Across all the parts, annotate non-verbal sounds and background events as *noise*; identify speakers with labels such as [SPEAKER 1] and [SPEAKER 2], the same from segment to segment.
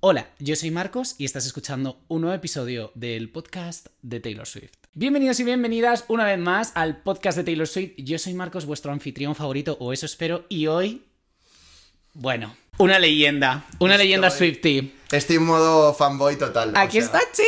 [SPEAKER 1] Hola, yo soy Marcos y estás escuchando un nuevo episodio del podcast de Taylor Swift. Bienvenidos y bienvenidas una vez más al podcast de Taylor Swift. Yo soy Marcos, vuestro anfitrión favorito, o eso espero, y hoy. Bueno, una leyenda, una leyenda Swifty.
[SPEAKER 2] Estoy en modo fanboy total. o
[SPEAKER 1] Aquí
[SPEAKER 2] sea,
[SPEAKER 1] está Chi.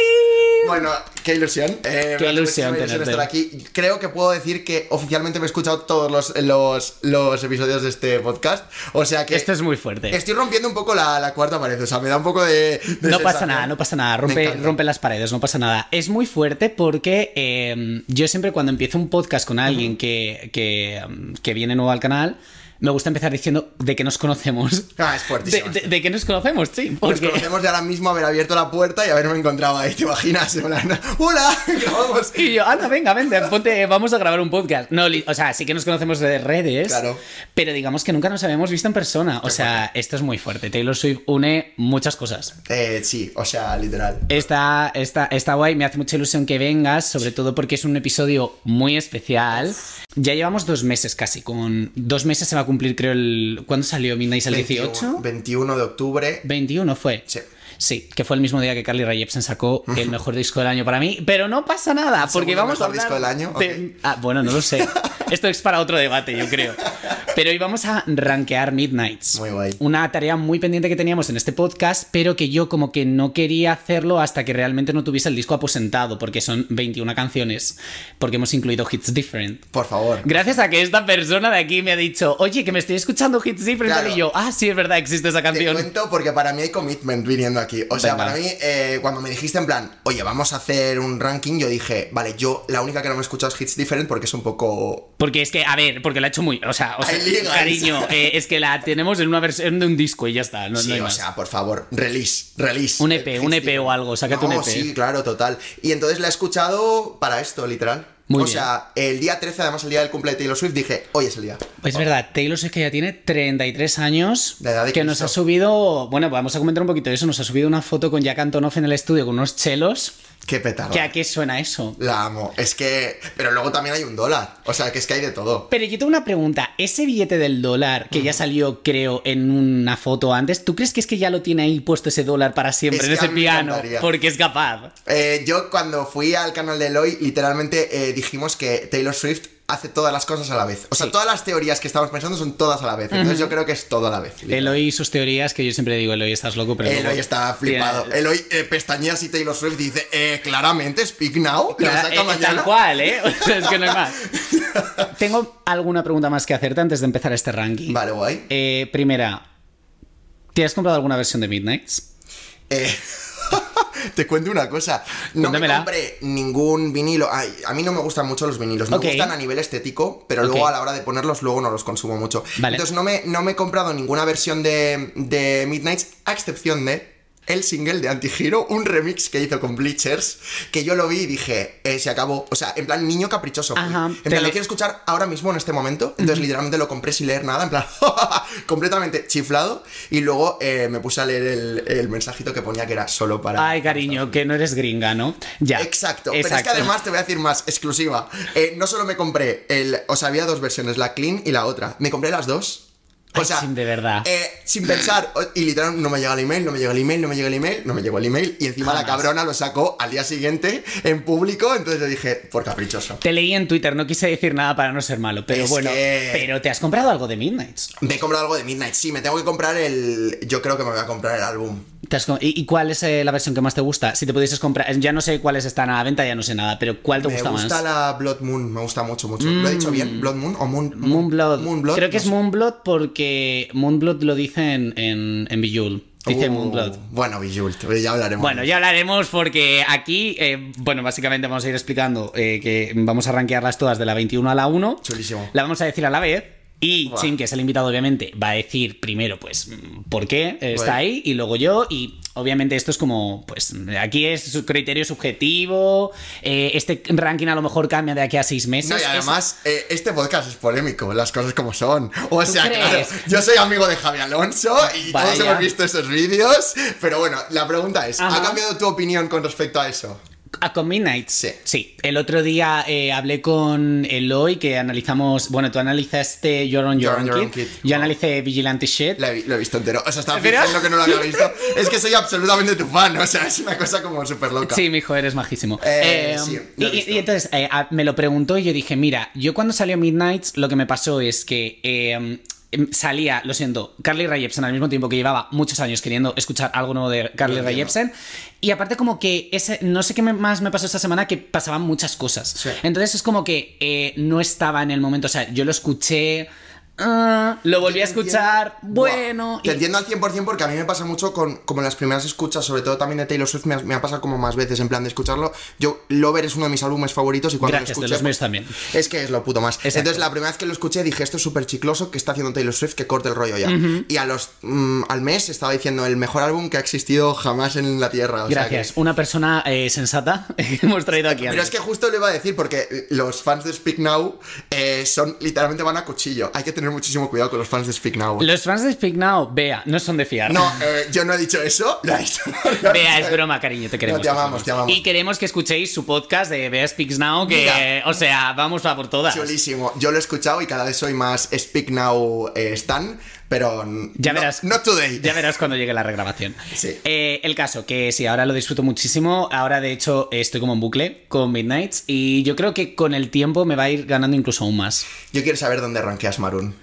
[SPEAKER 2] Bueno, qué ilusión. eh,
[SPEAKER 1] Qué
[SPEAKER 2] me hace
[SPEAKER 1] ilusión
[SPEAKER 2] muchísima ilusión
[SPEAKER 1] tenerte.
[SPEAKER 2] estar aquí. Creo que puedo decir que oficialmente me he escuchado todos los, los, los episodios de este podcast. O sea que
[SPEAKER 1] Esto es muy fuerte.
[SPEAKER 2] estoy rompiendo un poco la, la cuarta pared. O sea, me da un poco de. de
[SPEAKER 1] No pasa
[SPEAKER 2] sensación.
[SPEAKER 1] nada, no pasa nada.
[SPEAKER 2] Me
[SPEAKER 1] Rompe,
[SPEAKER 2] encanta.
[SPEAKER 1] rompe las paredes, no pasa nada. Es muy fuerte porque eh, yo siempre cuando empiezo un podcast con alguien que, que, um, que viene nuevo al canal, me gusta empezar diciendo de que nos conocemos.
[SPEAKER 2] Ah, es
[SPEAKER 1] De,
[SPEAKER 2] fuertísimo.
[SPEAKER 1] de- de que nos conocemos, sí.
[SPEAKER 2] Nos
[SPEAKER 1] Porque...
[SPEAKER 2] conocemos de ahora mismo haber abierto la puerta y haberme encontrado ahí, ¿te imaginas? En plan, ¡Hola! grabamos.
[SPEAKER 1] Y yo, anda, venga, vente, ponte, vamos a grabar un podcast. No, li- o sea, sí que nos conocemos de redes,
[SPEAKER 2] Claro.
[SPEAKER 1] pero digamos que nunca nos habíamos visto en persona. O sea, esto es muy fuerte. Taylor Swift une muchas cosas.
[SPEAKER 2] Eh, sí, o sea, literal.
[SPEAKER 1] Está, está, está guay, me hace mucha ilusión que vengas, sobre todo porque es un episodio muy especial. Ya llevamos dos meses casi, con dos meses se va a cumplir, creo, el... ¿Cuándo salió Midnight? ¿El 18?
[SPEAKER 2] 21 de octubre.
[SPEAKER 1] 21 fue.
[SPEAKER 2] Sí.
[SPEAKER 1] Sí, que fue el mismo día que Carly Rae Jepsen sacó el mejor disco del año para mí, pero no pasa nada, porque
[SPEAKER 2] segundo
[SPEAKER 1] vamos a
[SPEAKER 2] mejor
[SPEAKER 1] hablar
[SPEAKER 2] disco del año?
[SPEAKER 1] de-
[SPEAKER 2] Ok.
[SPEAKER 1] Ah, bueno, no lo
[SPEAKER 2] *laughs*
[SPEAKER 1] sé. Esto es para otro debate, yo creo. Pero hoy vamos a rankear Midnights.
[SPEAKER 2] Muy guay.
[SPEAKER 1] Una tarea muy pendiente que teníamos en este podcast, pero que yo como que no quería hacerlo hasta que realmente no tuviese el disco aposentado, porque son 21 canciones, porque hemos incluido hits different.
[SPEAKER 2] Por favor.
[SPEAKER 1] Gracias a que esta persona de aquí me ha dicho, oye, que me estoy escuchando hits different,
[SPEAKER 2] Claro.
[SPEAKER 1] y yo, ah, sí, es verdad, existe esa
[SPEAKER 2] Te
[SPEAKER 1] canción.
[SPEAKER 2] cuento porque para mí hay commitment viniendo aquí. O sea,
[SPEAKER 1] Venga.
[SPEAKER 2] para mí, eh, cuando me dijiste en plan, oye, vamos a hacer un ranking, yo dije, vale, yo la única que no me he escuchado es Hits Different porque es un poco.
[SPEAKER 1] Porque es que, a ver, porque la ha hecho muy. O sea, o sea,
[SPEAKER 2] Hay ligas.
[SPEAKER 1] cariño, eh, es que la tenemos en una versión de un disco y ya está. No,
[SPEAKER 2] Sí,
[SPEAKER 1] no hay
[SPEAKER 2] o
[SPEAKER 1] más.
[SPEAKER 2] sea, por favor, release, release.
[SPEAKER 1] Un
[SPEAKER 2] Eh,
[SPEAKER 1] EP,
[SPEAKER 2] Hits
[SPEAKER 1] un EP
[SPEAKER 2] Different.
[SPEAKER 1] o algo, sácate un E
[SPEAKER 2] No,
[SPEAKER 1] EP.
[SPEAKER 2] Sí, claro, total. Y entonces la he escuchado para esto, literal.
[SPEAKER 1] Muy
[SPEAKER 2] o
[SPEAKER 1] bien.
[SPEAKER 2] sea, el día 13, además el día del cumple de Taylor Swift, dije, hoy es el día.
[SPEAKER 1] Pues es verdad, Taylor Swift que ya tiene 33 años,
[SPEAKER 2] oh. La edad de
[SPEAKER 1] que nos
[SPEAKER 2] Cristo.
[SPEAKER 1] ha subido, bueno, vamos a comentar un poquito de eso, nos ha subido una foto con Jack Antonoff en el estudio con unos chelos,
[SPEAKER 2] Qué petardo.
[SPEAKER 1] que a qué suena eso.
[SPEAKER 2] La amo. Es que. Pero luego también hay un dólar. O sea, que es que hay de todo.
[SPEAKER 1] Pero yo tengo una pregunta, ese billete del dólar que ya
[SPEAKER 2] Mm.
[SPEAKER 1] salió, creo, en una foto antes, ¿tú crees que es que ya lo tiene ahí puesto ese dólar para siempre
[SPEAKER 2] Es
[SPEAKER 1] en
[SPEAKER 2] que
[SPEAKER 1] ese
[SPEAKER 2] a mí me
[SPEAKER 1] piano?
[SPEAKER 2] encantaría.
[SPEAKER 1] Porque es capaz.
[SPEAKER 2] Eh, yo cuando fui al canal de Eloy, literalmente eh, dijimos que Taylor Swift hace todas las cosas a la vez. O sea,
[SPEAKER 1] Sí.
[SPEAKER 2] todas las teorías que estamos pensando son todas a la vez. Entonces yo creo que es todo a la vez.
[SPEAKER 1] Eloy y sus teorías, que yo siempre digo, Eloy, estás loco, pero...
[SPEAKER 2] Eloy
[SPEAKER 1] luego-
[SPEAKER 2] está flipado.
[SPEAKER 1] Tiene-
[SPEAKER 2] Eloy eh, pestañea si Taylor Swift dice, eh, claramente, Speak Now, lo
[SPEAKER 1] Claro,
[SPEAKER 2] saca
[SPEAKER 1] eh,
[SPEAKER 2] mañana.
[SPEAKER 1] Tal cual, ¿eh? *laughs* O sea, es que no hay
[SPEAKER 2] *laughs*
[SPEAKER 1] más. Tengo alguna pregunta más que hacerte antes de empezar este ranking.
[SPEAKER 2] Vale, guay.
[SPEAKER 1] Eh, primera, ¿te has comprado alguna versión de Midnights?
[SPEAKER 2] Eh, te cuento una cosa. No
[SPEAKER 1] Cuéntamela.
[SPEAKER 2] me compré ningún vinilo. Ay, a mí no me gustan mucho los vinilos. Me
[SPEAKER 1] Ok.
[SPEAKER 2] gustan a nivel estético, pero
[SPEAKER 1] Ok.
[SPEAKER 2] luego a la hora de ponerlos, luego no los consumo mucho.
[SPEAKER 1] Vale.
[SPEAKER 2] Entonces no me, no me he comprado ninguna versión de, de Midnights, a excepción de. El single de Antihero, un remix que hizo con Bleachers, que yo lo vi y dije, eh, se acabó. O sea, en plan niño caprichoso. fui.
[SPEAKER 1] Ajá,
[SPEAKER 2] en
[SPEAKER 1] te
[SPEAKER 2] plan,
[SPEAKER 1] lo-
[SPEAKER 2] lo quiero escuchar ahora mismo en este momento. Entonces, literalmente lo compré sin leer nada, en plan, *laughs* completamente chiflado. Y luego eh, me puse a leer el, el mensajito que ponía que era solo para.
[SPEAKER 1] Ay, cariño, que no eres gringa, ¿no? Ya.
[SPEAKER 2] Exacto. Pero es que además te voy a decir más, exclusiva. Eh, no solo me compré el. O sea, había dos versiones, la clean y la otra. Me compré las dos. O
[SPEAKER 1] Ay,
[SPEAKER 2] sea,
[SPEAKER 1] sí, de verdad.
[SPEAKER 2] eh, sin pensar. o- Y literal, no me llega el email, no me llega el email, no me llega el email, no me llegó el email. Y encima la
[SPEAKER 1] Jamás.
[SPEAKER 2] cabrona lo sacó al día siguiente en público. Entonces yo dije, por caprichoso.
[SPEAKER 1] Te leí en Twitter, no quise decir nada para no ser malo, pero
[SPEAKER 2] Es
[SPEAKER 1] bueno,
[SPEAKER 2] que-
[SPEAKER 1] pero te has comprado algo de Midnights.
[SPEAKER 2] Me he comprado algo de Midnight, sí, me tengo que comprar el. Yo creo que me voy a comprar el álbum.
[SPEAKER 1] ¿Te has com- ¿Y, y cuál es eh, la versión que más te gusta? Si te pudieses comprar, ya no sé cuáles están a la venta, ya no sé nada, pero ¿cuál te
[SPEAKER 2] me
[SPEAKER 1] gusta, más? Mm.
[SPEAKER 2] la Blood Moon, me gusta mucho, mucho. ¿Lo he dicho bien? ¿Blood Moon o Moon?
[SPEAKER 1] Moonblood.
[SPEAKER 2] Moonblood,
[SPEAKER 1] Creo que
[SPEAKER 2] no
[SPEAKER 1] es
[SPEAKER 2] sé.
[SPEAKER 1] Moonblood porque Moonblood lo dice en, en, en Bejeweled. Dice
[SPEAKER 2] Uh,
[SPEAKER 1] Moonblood.
[SPEAKER 2] Bueno, Bijult, ya hablaremos.
[SPEAKER 1] Bueno, ya hablaremos porque aquí, eh, bueno, básicamente vamos a ir explicando eh, que vamos a rankearlas todas de la 21 a la 1.
[SPEAKER 2] Chulísimo.
[SPEAKER 1] La vamos a decir a la vez. Y
[SPEAKER 2] Buah.
[SPEAKER 1] Chin, que es el invitado, obviamente, va a decir primero, pues, mm, por qué eh, está
[SPEAKER 2] Guay.
[SPEAKER 1] ahí, y luego yo, y obviamente esto es como, pues, aquí es su criterio subjetivo, eh, este ranking a lo mejor cambia de aquí a seis meses.
[SPEAKER 2] No, y
[SPEAKER 1] Es-
[SPEAKER 2] además, eh, este podcast es polémico, las cosas como son. O sea, claro,
[SPEAKER 1] crees?
[SPEAKER 2] yo soy amigo de Javi Alonso y todos
[SPEAKER 1] Vaya.
[SPEAKER 2] hemos visto esos vídeos. Pero bueno, la pregunta es:
[SPEAKER 1] Ajá.
[SPEAKER 2] ¿ha cambiado tu opinión con respecto a eso?
[SPEAKER 1] A con Midnight.
[SPEAKER 2] Sí.
[SPEAKER 1] El otro día eh, hablé con Eloy que analizamos. Bueno, tú analizaste Your on Your,
[SPEAKER 2] Your Own
[SPEAKER 1] Own
[SPEAKER 2] Your Own
[SPEAKER 1] Kid.
[SPEAKER 2] Kid.
[SPEAKER 1] Yo analicé Vigilante Shit.
[SPEAKER 2] La he vi- lo he visto entero. O sea, estaba
[SPEAKER 1] ¿Pero?
[SPEAKER 2] fingiendo que no lo había visto. Es que soy absolutamente tu fan. O sea, es una cosa como súper loca.
[SPEAKER 1] Sí, mi hijo, eres majísimo.
[SPEAKER 2] Eh,
[SPEAKER 1] Eh,
[SPEAKER 2] sí,
[SPEAKER 1] y,
[SPEAKER 2] lo he visto.
[SPEAKER 1] y- y entonces eh, a- me lo preguntó y yo dije, mira, yo cuando salió Midnights lo que me pasó es que eh, em, salía, lo siento, Carly Rae Jepsen al mismo tiempo que llevaba muchos años queriendo escuchar algo nuevo de Carly
[SPEAKER 2] Lo
[SPEAKER 1] Rae
[SPEAKER 2] entiendo.
[SPEAKER 1] Jepsen y aparte como que ese, no sé qué me- más me pasó esta semana que pasaban muchas cosas.
[SPEAKER 2] Sí.
[SPEAKER 1] Entonces es como que eh, no estaba en el momento, o sea, yo lo escuché... ah, lo volví a escuchar,
[SPEAKER 2] Buah,
[SPEAKER 1] bueno.
[SPEAKER 2] Te
[SPEAKER 1] y-
[SPEAKER 2] entiendo al 100% porque a mí me pasa mucho con como las primeras escuchas, sobre todo también de Taylor Swift, me, ha- me ha pasado como más veces en plan de escucharlo. Yo, Lover es uno de mis álbumes favoritos y cuando
[SPEAKER 1] Gracias,
[SPEAKER 2] lo
[SPEAKER 1] de
[SPEAKER 2] escuché...
[SPEAKER 1] los míos también.
[SPEAKER 2] Es que es lo puto más.
[SPEAKER 1] Exacto.
[SPEAKER 2] Entonces, la primera vez que lo escuché dije, esto es súper chicloso, que está haciendo Taylor Swift, que corte el rollo ya. Y a los, mm, al mes estaba diciendo, el mejor álbum que ha existido jamás en la Tierra. o sea que-
[SPEAKER 1] Gracias, una persona eh, sensata *laughs* que hemos traído aquí.
[SPEAKER 2] Pero es que justo lo iba a decir porque los fans de Speak Now eh, son literalmente van a cuchillo. Hay que tener muchísimo cuidado con los fans de Speak Now.
[SPEAKER 1] Los fans de Speak Now, vea, no son de fiar.
[SPEAKER 2] No, eh, yo no he dicho eso. *laughs* Lo he dicho.
[SPEAKER 1] Vea, es broma, cariño, te queremos.
[SPEAKER 2] No, te amamos, te amamos.
[SPEAKER 1] Y queremos que escuchéis su podcast de Bea Speaks Now, que,
[SPEAKER 2] Mira.
[SPEAKER 1] o sea, vamos a por todas.
[SPEAKER 2] Chulísimo. Yo lo he escuchado y cada vez soy más Speak Now eh, Stan, pero. n-
[SPEAKER 1] Ya
[SPEAKER 2] no-
[SPEAKER 1] verás.
[SPEAKER 2] Not today.
[SPEAKER 1] Ya verás cuando llegue la regrabación.
[SPEAKER 2] Sí.
[SPEAKER 1] Eh, el caso, que sí, ahora lo disfruto muchísimo. Ahora, de hecho, estoy como en bucle con Midnights. Y yo creo que con el tiempo me va a ir ganando incluso aún más.
[SPEAKER 2] Yo quiero saber dónde rankeas Maroon.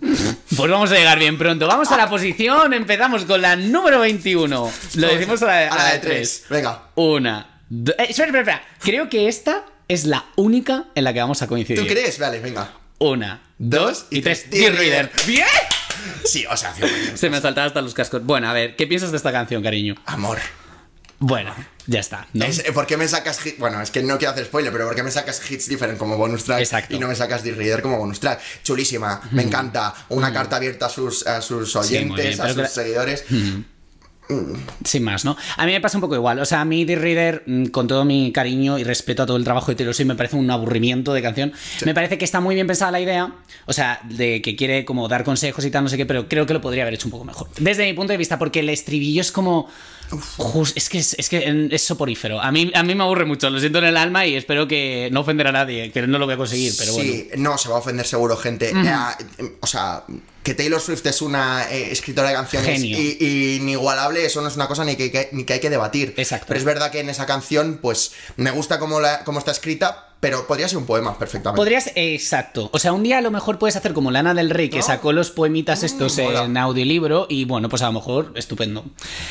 [SPEAKER 1] Pues vamos a llegar bien pronto. Vamos a la posición. Empezamos con la número 21. Lo decimos a la, a la de 3.
[SPEAKER 2] Venga.
[SPEAKER 1] Una. do- eh, espera, espera, espera. Creo que esta es la única en la que vamos a coincidir.
[SPEAKER 2] ¿Tú crees? Vale, venga.
[SPEAKER 1] Una, dos y tres.
[SPEAKER 2] Dear
[SPEAKER 1] Dear Reader. ¡Bien!
[SPEAKER 2] Sí, o sea, 100%.
[SPEAKER 1] Se me saltaba hasta los cascos. Bueno, a ver, ¿qué piensas de esta canción, cariño?
[SPEAKER 2] Amor.
[SPEAKER 1] Bueno, ya está. ¿no?
[SPEAKER 2] Es- eh, ¿Por qué me sacas hits? Bueno, es que no quiero hacer spoiler, pero ¿por qué me sacas hits different como bonus track
[SPEAKER 1] Exacto. Mm.
[SPEAKER 2] y no me sacas The Reader como bonus track? Chulísima, me encanta. Una carta abierta a sus, a sus
[SPEAKER 1] muy bien,
[SPEAKER 2] oyentes, a
[SPEAKER 1] pero que-
[SPEAKER 2] sus
[SPEAKER 1] Mm.
[SPEAKER 2] seguidores.
[SPEAKER 1] Sin más, ¿no? A mí me pasa un poco igual. O sea, a mí The Reader, mm, con todo mi cariño y respeto a todo el trabajo de Taylor Swift, me parece un aburrimiento de canción. Me parece que está muy bien pensada la idea. O sea, de que quiere como dar consejos y tal, no sé qué, pero creo que lo podría haber hecho un poco mejor. Desde mi punto de vista, porque el estribillo es como... Jus- es que, es, es que mm, es soporífero. A mí, a mí me aburre mucho, lo siento en el alma y espero que no ofender a nadie, que no lo voy a conseguir, pero bueno.
[SPEAKER 2] sí, no, se va a ofender seguro gente. Eh, eh, o sea, que Taylor Swift es una eh, escritora de canciones
[SPEAKER 1] Genio.
[SPEAKER 2] y- y inigualable, eso no es una cosa ni que, que- ni que hay que debatir.
[SPEAKER 1] Exacto.
[SPEAKER 2] Pero es verdad que en esa canción, pues, me gusta cómo, la, cómo está escrita, pero podría ser un poema perfectamente.
[SPEAKER 1] Podrías, exacto. O sea, un día a lo mejor puedes hacer como Lana del Rey, que
[SPEAKER 2] ¿No? Mm,
[SPEAKER 1] sacó los poemitas estos
[SPEAKER 2] mola.
[SPEAKER 1] en audiolibro, y bueno, pues a lo mejor, estupendo.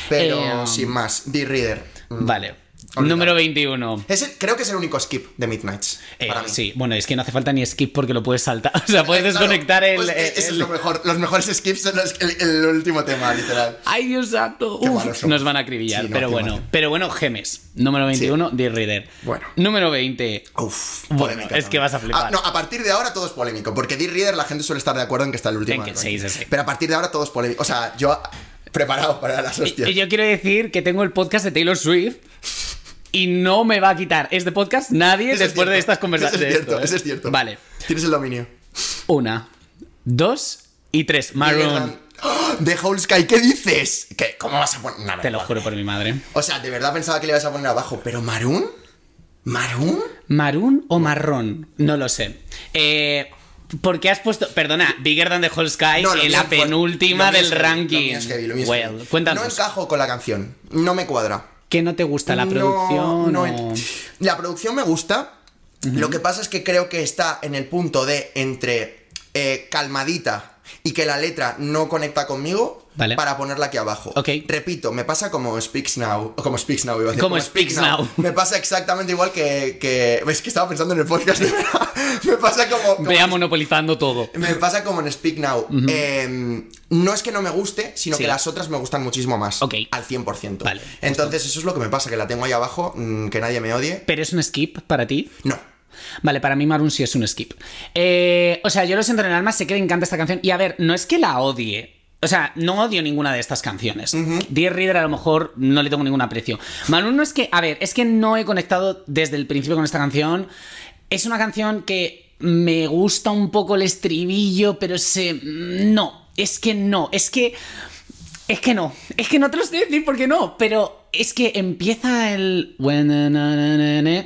[SPEAKER 2] Pero
[SPEAKER 1] Eh,
[SPEAKER 2] sin más, The Reader.
[SPEAKER 1] Vale.
[SPEAKER 2] Olvidado.
[SPEAKER 1] Número 21.
[SPEAKER 2] Es el- creo que es el único skip de Midnights.
[SPEAKER 1] Eh,
[SPEAKER 2] para mí.
[SPEAKER 1] sí, bueno, es que no hace falta ni skip porque lo puedes saltar. *laughs* O sea, puedes
[SPEAKER 2] Claro,
[SPEAKER 1] desconectar el.
[SPEAKER 2] pues, eh,
[SPEAKER 1] el-
[SPEAKER 2] eso es lo mejor. Los mejores skips son los- el, el último tema, literal.
[SPEAKER 1] Ay, Dios santo.
[SPEAKER 2] Qué
[SPEAKER 1] Uf,
[SPEAKER 2] malos somos.
[SPEAKER 1] nos van a acribillar.
[SPEAKER 2] Sí, no,
[SPEAKER 1] pero
[SPEAKER 2] qué
[SPEAKER 1] bueno,
[SPEAKER 2] mal.
[SPEAKER 1] pero bueno, Gemes. Número 21, Dear Reader.
[SPEAKER 2] Bueno.
[SPEAKER 1] Número 20.
[SPEAKER 2] Uf,
[SPEAKER 1] Bueno,
[SPEAKER 2] polémica
[SPEAKER 1] es que vas a flipar.
[SPEAKER 2] Ah, no, a partir de ahora todo es polémico. Porque Dear Reader la gente suele estar de acuerdo en que está el último.
[SPEAKER 1] En que-
[SPEAKER 2] del ranking.
[SPEAKER 1] sí, sí, sí.
[SPEAKER 2] Pero a partir de ahora todo es polémico. O sea, yo preparado para las hostias.
[SPEAKER 1] Y yo quiero decir que tengo el podcast de Taylor Swift y no me va a quitar este podcast nadie
[SPEAKER 2] Eso es
[SPEAKER 1] después de
[SPEAKER 2] cierto,
[SPEAKER 1] estas conversaciones.
[SPEAKER 2] Eso es
[SPEAKER 1] de
[SPEAKER 2] cierto,
[SPEAKER 1] esto, ¿eh?
[SPEAKER 2] eso es cierto.
[SPEAKER 1] Vale.
[SPEAKER 2] Tienes el dominio.
[SPEAKER 1] Una, dos y tres. Maroon.
[SPEAKER 2] ¡Oh! The Whole Sky, ¿qué dices? ¿Qué? ¿Cómo vas a poner? Nada,
[SPEAKER 1] Te lo
[SPEAKER 2] igual.
[SPEAKER 1] juro por mi madre.
[SPEAKER 2] O sea, de verdad pensaba que le ibas a poner abajo. ¿Pero Maroon? ¿Maroon?
[SPEAKER 1] ¿Marún o marrón? No lo sé. Eh, ¿Por qué has puesto, perdona, Bigger Than the Whole Sky
[SPEAKER 2] No, lo
[SPEAKER 1] en
[SPEAKER 2] mío
[SPEAKER 1] la
[SPEAKER 2] fue-
[SPEAKER 1] penúltima
[SPEAKER 2] lo mío
[SPEAKER 1] del
[SPEAKER 2] es heavy, lo
[SPEAKER 1] ranking?
[SPEAKER 2] mío es heavy, lo mío es
[SPEAKER 1] Well,
[SPEAKER 2] heavy.
[SPEAKER 1] cuéntanos,
[SPEAKER 2] No encajo con la canción. No me cuadra.
[SPEAKER 1] ¿qué no te gusta la
[SPEAKER 2] No,
[SPEAKER 1] producción?
[SPEAKER 2] no
[SPEAKER 1] o-
[SPEAKER 2] en- *sniffs* La producción me gusta. Lo que pasa es que creo que está en el punto de entre eh, calmadita y que la letra no conecta conmigo.
[SPEAKER 1] Vale.
[SPEAKER 2] Para ponerla aquí abajo.
[SPEAKER 1] Ok.
[SPEAKER 2] Repito, me pasa como Speaks Now. o Como Speaks Now, iba a decir.
[SPEAKER 1] Como Speaks Now.
[SPEAKER 2] Me pasa exactamente igual que. que es que estaba pensando en el podcast. de verdad. *laughs* me pasa como. como
[SPEAKER 1] Vea monopolizando todo.
[SPEAKER 2] me pasa como en Speak Now. Eh, no es que no me guste, sino
[SPEAKER 1] Sí.
[SPEAKER 2] que las otras me gustan muchísimo más.
[SPEAKER 1] Ok.
[SPEAKER 2] Al 100%.
[SPEAKER 1] Vale,
[SPEAKER 2] Entonces, eso es lo que me pasa, que la tengo ahí abajo, mm, que nadie me odie.
[SPEAKER 1] ¿Pero es un skip para ti?
[SPEAKER 2] No.
[SPEAKER 1] Vale, para mí Maroon sí es un skip. Eh, o sea, yo lo siento en el alma, sé que le encanta esta canción. Y a ver, no es que la odie. O sea, no odio ninguna de estas canciones. Dear Reader a lo mejor no le tengo ningún aprecio. Maroon no es que... A ver, es que no he conectado desde el principio con esta canción. Es una canción que me gusta un poco el estribillo, pero se... No, es que no, es que... Es que no, es que no te lo sé decir porque no, pero es que empieza el...